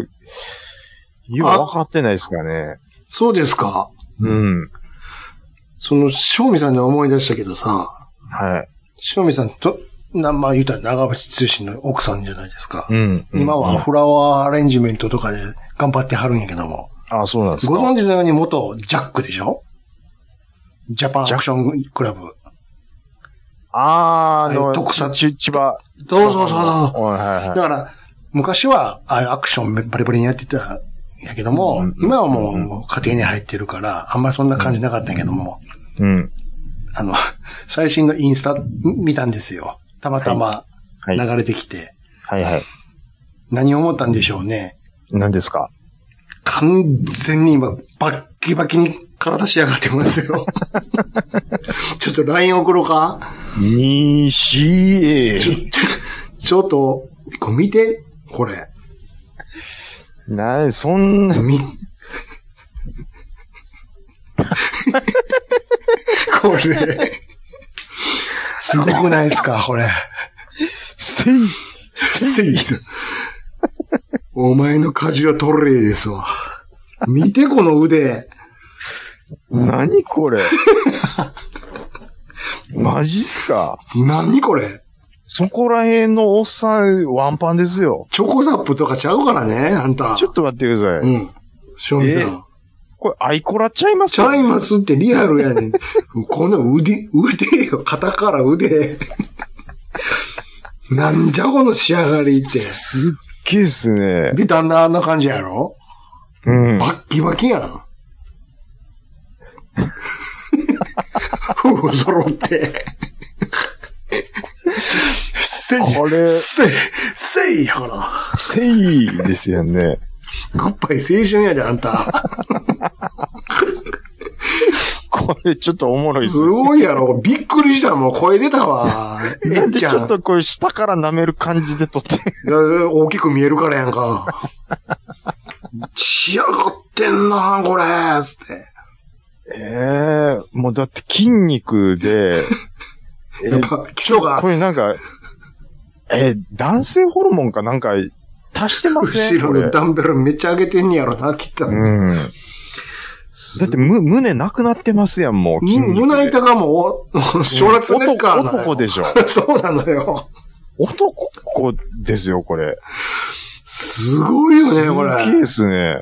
Speaker 2: よう
Speaker 3: あ
Speaker 2: 分かってないですかね。
Speaker 3: そうですか。
Speaker 2: うん。
Speaker 3: その、正味さんで思い出したけどさ、
Speaker 2: はい。
Speaker 3: 正味さんと、な、まあ言うたら長渕剛の奥さんじゃないですか。
Speaker 2: うん。
Speaker 3: 今
Speaker 2: うん
Speaker 3: はフラワーアレンジメントとかで頑張ってはるんやけども。
Speaker 2: あ、そうなんですか。
Speaker 3: ご存知のように元ジャックでしょジャパンアクションクラブ。
Speaker 2: あー、あ
Speaker 3: は
Speaker 2: の、
Speaker 3: い特撮
Speaker 2: ち千葉。
Speaker 3: そうそうそうそう。
Speaker 2: はいはい
Speaker 3: だ
Speaker 2: はい。
Speaker 3: から、昔は、ああいうアクションバリバリにやってたんやけども、
Speaker 2: うんうんうん
Speaker 3: 今はもう家庭に入ってるから、あんまりそんな感じなかったんやけども、
Speaker 2: うん。
Speaker 3: あの、最新のインスタ見たんですよ。たまたま
Speaker 2: は
Speaker 3: 流
Speaker 2: い。は
Speaker 3: れてきて。
Speaker 2: いはい。
Speaker 3: 何を思ったんでしょうね。
Speaker 2: 何ですか
Speaker 3: 完全に今、バッキバキに体しやがってますよ。ちょっと LINE 送ろうか
Speaker 2: にしえ。
Speaker 3: ちょっと、これ見て、これ。
Speaker 2: なに、そんな、
Speaker 3: み、これ、すごくないですか、これ。
Speaker 2: せい、
Speaker 3: せいお前の舵は取れですわ。見て、この腕。
Speaker 2: 何
Speaker 3: [laughs]
Speaker 2: これ。マジっすか
Speaker 3: 何これ。
Speaker 2: そこら辺のおっさん、ワンパンですよ。
Speaker 3: チョコザップとかちゃうからね、あんた。
Speaker 2: ちょっと待ってください。
Speaker 3: うん。正味さん。
Speaker 2: これ、アイコラちゃいます
Speaker 3: ちゃいますってリアルや
Speaker 2: [laughs]
Speaker 3: ねん。こんな腕、腕よ。肩から腕。 [laughs] なんじゃこの仕上がりって。
Speaker 2: すっげえっすね。
Speaker 3: で、旦那あんな感じやろ
Speaker 2: うん。
Speaker 3: バッキバキや
Speaker 2: [laughs]
Speaker 3: ん。夫婦揃って。せい、
Speaker 2: これ
Speaker 3: せい、せいやから。
Speaker 2: せいですよね。
Speaker 3: グッバイ青春やで、あんた。
Speaker 2: これ、ちょっとおもろいっす
Speaker 3: す
Speaker 2: ね。
Speaker 3: ごいやろ。びっくりした。もう声出たわ。え
Speaker 2: [laughs] な
Speaker 3: っ
Speaker 2: んで
Speaker 3: ち
Speaker 2: ち
Speaker 3: ゃん。
Speaker 2: ょっとこれ下から舐める感じで
Speaker 3: [laughs]
Speaker 2: 撮って。
Speaker 3: いや大きく見えるからやん
Speaker 2: [laughs]
Speaker 3: か。仕上がってんな、これ、つって。
Speaker 2: ええもうだって筋肉で、え
Speaker 3: [laughs] やっぱ基礎が
Speaker 2: これなんか、えー男性ホルモンかなんか足してません
Speaker 3: 後
Speaker 2: こ
Speaker 3: ろの
Speaker 2: れ。
Speaker 3: ダンベルめっちゃ上げてんねやろな、きっと。
Speaker 2: うん。だってむ、胸なくなってますやん、もう。筋肉で
Speaker 3: 胸板がもう、お小列ネッカーなの
Speaker 2: 男男で
Speaker 3: し
Speaker 2: しょ。
Speaker 3: ょ。 [laughs] そうなのよ。
Speaker 2: 男子ですよ、これ。
Speaker 3: すごいよね、こ
Speaker 2: すっげえ
Speaker 3: れ
Speaker 2: っ。すね。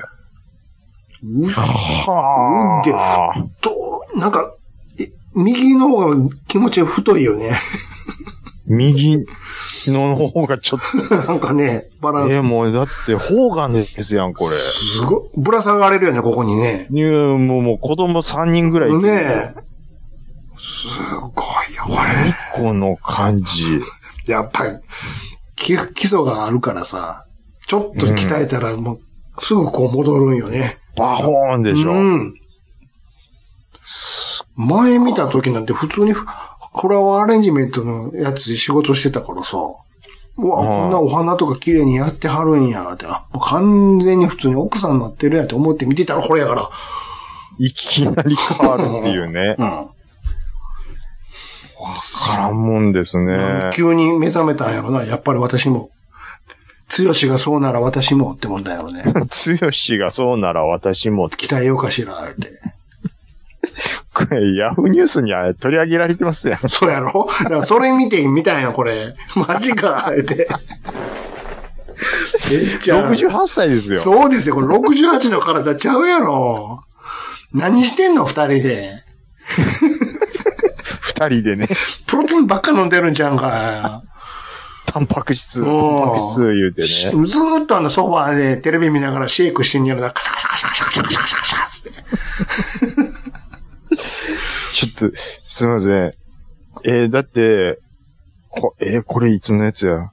Speaker 3: う
Speaker 2: はあ。
Speaker 3: と、なんか、え右の方が気持ち太いよね。 [laughs]
Speaker 2: 右の方がちょっ
Speaker 3: なんかね、バラ [laughs]
Speaker 2: と、
Speaker 3: ン
Speaker 2: え
Speaker 3: ス。
Speaker 2: ー、もうだって、方眼ですやん、これ。
Speaker 3: すごい、ぶら下がれるよね、ここにね。
Speaker 2: いやもう、もう子供3人ぐらい。
Speaker 3: ねえ。すごいよ、これ。
Speaker 2: この感じ。
Speaker 3: やっぱり、基基礎があるからさ、ちょっと鍛えたらもう、すぐこう戻るんよね。
Speaker 2: バホーンでしょ。
Speaker 3: うん。前見た時なんて普通にフ、フラワーアレンジメントのやつで仕事してたからさ、うわ、
Speaker 2: うん
Speaker 3: こんなお花とか綺麗にやってはるんや、って、あもう完全に普通に奥さんになってるやんって思って見てたらこれやから。
Speaker 2: いきなり変わるっていうね。
Speaker 3: うん。
Speaker 2: 絡むんですね。
Speaker 3: 急に目覚めたんやろな、やっぱり私も。つよしがそうなら私もってもんだよ
Speaker 2: [laughs]
Speaker 3: ね。
Speaker 2: つよしがそうなら私も、
Speaker 3: 期待ようかしら、って。
Speaker 2: これ、ヤフーニュースには取り上げられてますやん。
Speaker 3: そうやろだからそれ見てみたいな、これ。マジか、って。えっちゃん。
Speaker 2: 68歳ですよ。
Speaker 3: そうですよ、これ68の体ちゃうやろ。何してんの、二人で。
Speaker 2: 二人でね、
Speaker 3: プロテインばっか飲んでるんちゃうんか。
Speaker 2: タンパク質、
Speaker 3: う
Speaker 2: タ
Speaker 3: ん
Speaker 2: ンパク質言うて
Speaker 3: しず
Speaker 2: ね。
Speaker 3: ーっとあのソファーでテレビ見ながらシェイクしてんやろな。カシャカシャカシャカシャカシャカシャカシャカシャつって。
Speaker 2: ちょっと、すいません。えーだって、こえーこれいつのやつや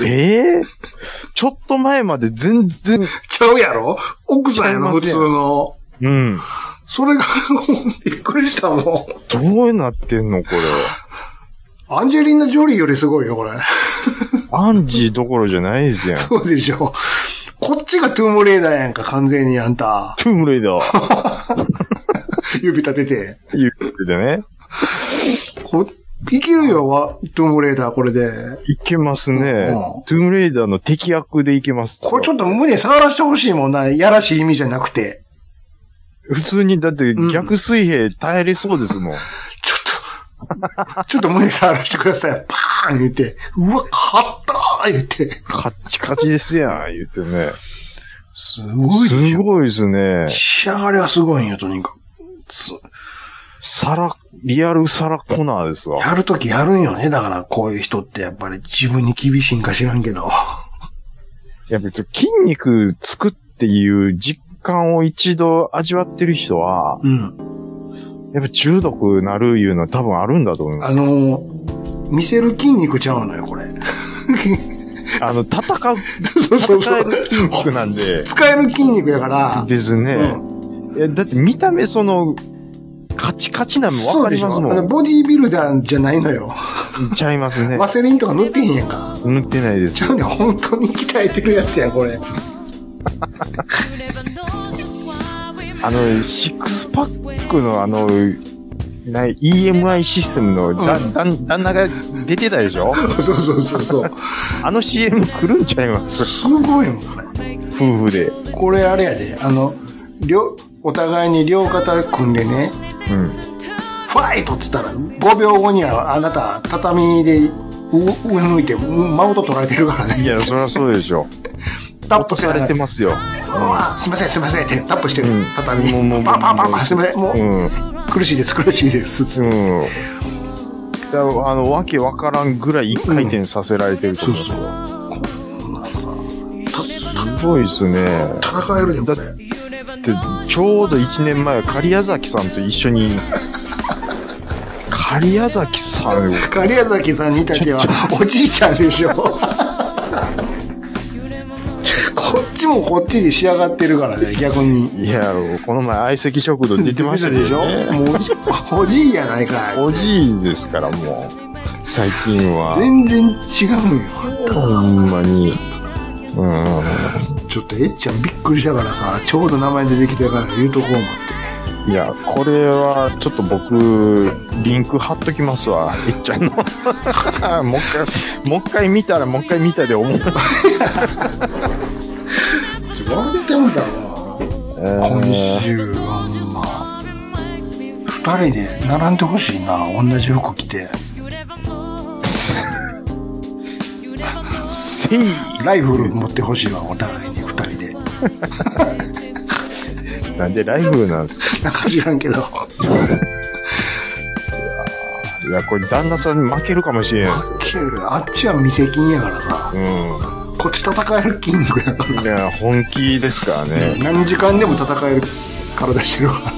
Speaker 2: えーちょっと前まで全然、
Speaker 3: ちゃうやろ奥さんやろ、普
Speaker 2: ちゃいま
Speaker 3: 通
Speaker 2: すやん
Speaker 3: の。
Speaker 2: うん。
Speaker 3: それが、びっくりしたもん。
Speaker 2: どうなってんのこれ。
Speaker 3: アンジェリーナ・ジョリーよりすごいよ、これ。
Speaker 2: アンジーどころじゃないですやん。
Speaker 3: そうでしょ。こっちがトゥームレーダーやんか、完全にあんた。
Speaker 2: トゥームレイダー。
Speaker 3: 指立てて。
Speaker 2: 言うてね。
Speaker 3: こいけるよ、わトゥームレーダー、これで。
Speaker 2: いけますね
Speaker 3: うん。
Speaker 2: トゥームレイダーの敵役でいけます。
Speaker 3: これちょっと胸触らしてほしいもんな。やらしい意味じゃなくて。
Speaker 2: 普通に、だって
Speaker 3: うん
Speaker 2: 逆水平耐えれそうですもん。
Speaker 3: ちょ
Speaker 2: [laughs]
Speaker 3: っと、ちょっと胸触らしてください。パーン言って。うわ、勝ったー言って。
Speaker 2: カッチカチですやん、言ってね。
Speaker 3: すごいでし
Speaker 2: す
Speaker 3: ょ。
Speaker 2: ごいですね。
Speaker 3: 仕上がりはすごいんよ、とにかく。す
Speaker 2: サラ、リアルサラコナーですわ。
Speaker 3: やるときやるんよね。だから、こういう人ってやっぱり自分に厳しいんか知らんけど。
Speaker 2: いや別に筋肉つくっていう実感を一度味わってる人は、
Speaker 3: うん。
Speaker 2: やっぱ中毒なるいうのは多分あるんだと思います
Speaker 3: あ。の見せる筋肉ちゃうのよ、こ
Speaker 2: [laughs]
Speaker 3: れ。
Speaker 2: あの、戦う、
Speaker 3: そう [laughs] そう
Speaker 2: 戦える筋肉なんで、
Speaker 3: 使える筋肉やから。
Speaker 2: ですね。
Speaker 3: うん
Speaker 2: いやだって見た目その、カチカチなの分
Speaker 3: そ
Speaker 2: か
Speaker 3: うで
Speaker 2: り
Speaker 3: しょ
Speaker 2: ますも
Speaker 3: あの
Speaker 2: ん。
Speaker 3: ボディービルダーじゃないのよ。
Speaker 2: ちゃいますね
Speaker 3: ワ。セリンとか塗ってへんやんか。
Speaker 2: 塗ってないです
Speaker 3: ちゃ。うねん、本当に鍛えてるやつやん、これ。
Speaker 2: あの、シックスパックのあの、ない EMI システムのだ、
Speaker 3: うん
Speaker 2: だん旦那が出てたでし
Speaker 3: [laughs]
Speaker 2: ょ
Speaker 3: そうそうそうそう。
Speaker 2: あの CM 来るんちゃいます
Speaker 3: すごいもん、これ。
Speaker 2: 夫婦で。
Speaker 3: これあれやで、あの、両、お互いに両肩組んでね、
Speaker 2: うん。
Speaker 3: ファイトっつったら、5秒後にはあなた、畳で、う上向いて、うマウント取られてるから
Speaker 2: い
Speaker 3: ね。
Speaker 2: や、そりゃそうでしょ。
Speaker 3: タップせ
Speaker 2: さ
Speaker 3: ら
Speaker 2: れ
Speaker 3: れ
Speaker 2: て
Speaker 3: て、
Speaker 2: ますよ。
Speaker 3: あすいません、すいませんって、タップしてる
Speaker 2: うん。
Speaker 3: 畳
Speaker 2: もうもうも
Speaker 3: に。
Speaker 2: う
Speaker 3: パンパンパンパン、すいません、も
Speaker 2: う
Speaker 3: う、
Speaker 2: ん。うん。
Speaker 3: 苦しいです、苦しいです。つって
Speaker 2: だあの、わけわからんぐらい一回転させられてると思いますよ。
Speaker 3: そんなんさ
Speaker 2: すごいですね。
Speaker 3: 戦えるで、これ。
Speaker 2: でちょうど1年前、狩矢崎さんと一
Speaker 3: [laughs]
Speaker 2: 緒に、狩矢崎さん、
Speaker 3: 狩矢崎さんにいたけはおじいちゃんでしょこっちもこっちで仕上がってるからね逆に
Speaker 2: いや、この前、相席食堂出てましたけ
Speaker 3: でし
Speaker 2: ど
Speaker 3: ょ
Speaker 2: ね。
Speaker 3: もうおじおじいやないかい
Speaker 2: おじいですから、もう。最近は。
Speaker 3: 全然違うんよあんた
Speaker 2: ほんまに。うん。
Speaker 3: ちょっとえっちゃんびっくりしたからさちょうど名前出てきたから言うとこう思って
Speaker 2: いや、これは、ちょっと僕、リンク貼っときますわ。いっちゃんの。もう一回、 [laughs] もう一回見たら、もう一回見たで思う。
Speaker 3: 笑ってもだろ今週はほんま二人で並んでほしいな同じ服着て
Speaker 2: せい、
Speaker 3: ライフル持ってほしいわお互いに二人で
Speaker 2: なんでライブなんですか
Speaker 3: なんか知らんけど
Speaker 2: いや、これ旦那さんに負けるかもしれないですよ。
Speaker 3: けどあっちは未成金やからさ
Speaker 2: う
Speaker 3: こっち戦える筋肉やか
Speaker 2: ん。いや、本気ですから
Speaker 3: ら
Speaker 2: ね。
Speaker 3: 何時間でも戦える体してるか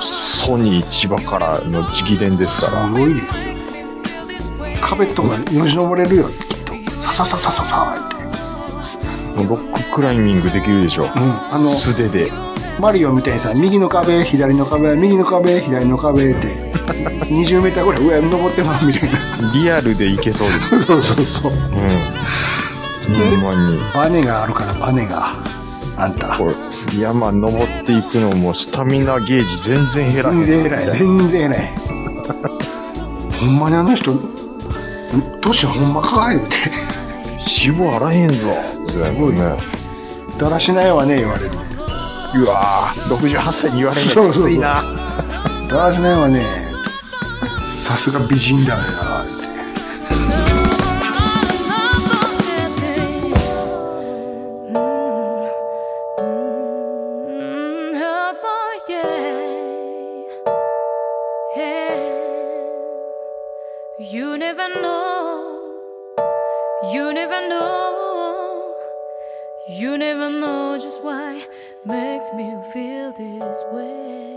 Speaker 2: ソニー千葉からの直伝ですからら。
Speaker 3: すごいですよ壁とかよじ登れるよってきっとささささささってうん
Speaker 2: もうロッククライミングできるでしょ。
Speaker 3: あの
Speaker 2: 素手で。
Speaker 3: マリオみたいにさ右の壁左の壁右の壁左の壁って 20m ぐらい上に登ってまうみたいな
Speaker 2: リアルでいけそうです。うん。
Speaker 3: そうそうそう
Speaker 2: ほんまに。
Speaker 3: バネがあるからバネがあんた
Speaker 2: こう山登っていくのもスタミナゲージ全然減らへん
Speaker 3: 全然偉い全然偉いほんまにあの人年ほんまかいって
Speaker 2: 渋あらへんぞ。す
Speaker 3: ごいね。だらしないわね、言われる。
Speaker 2: うわぁ、68歳に言われる
Speaker 3: そう
Speaker 2: の
Speaker 3: そうそう
Speaker 2: きついな。
Speaker 3: だらしないわね。さすが美人だねな、って。
Speaker 6: You never know, you never know, you never know just why makes me feel this way.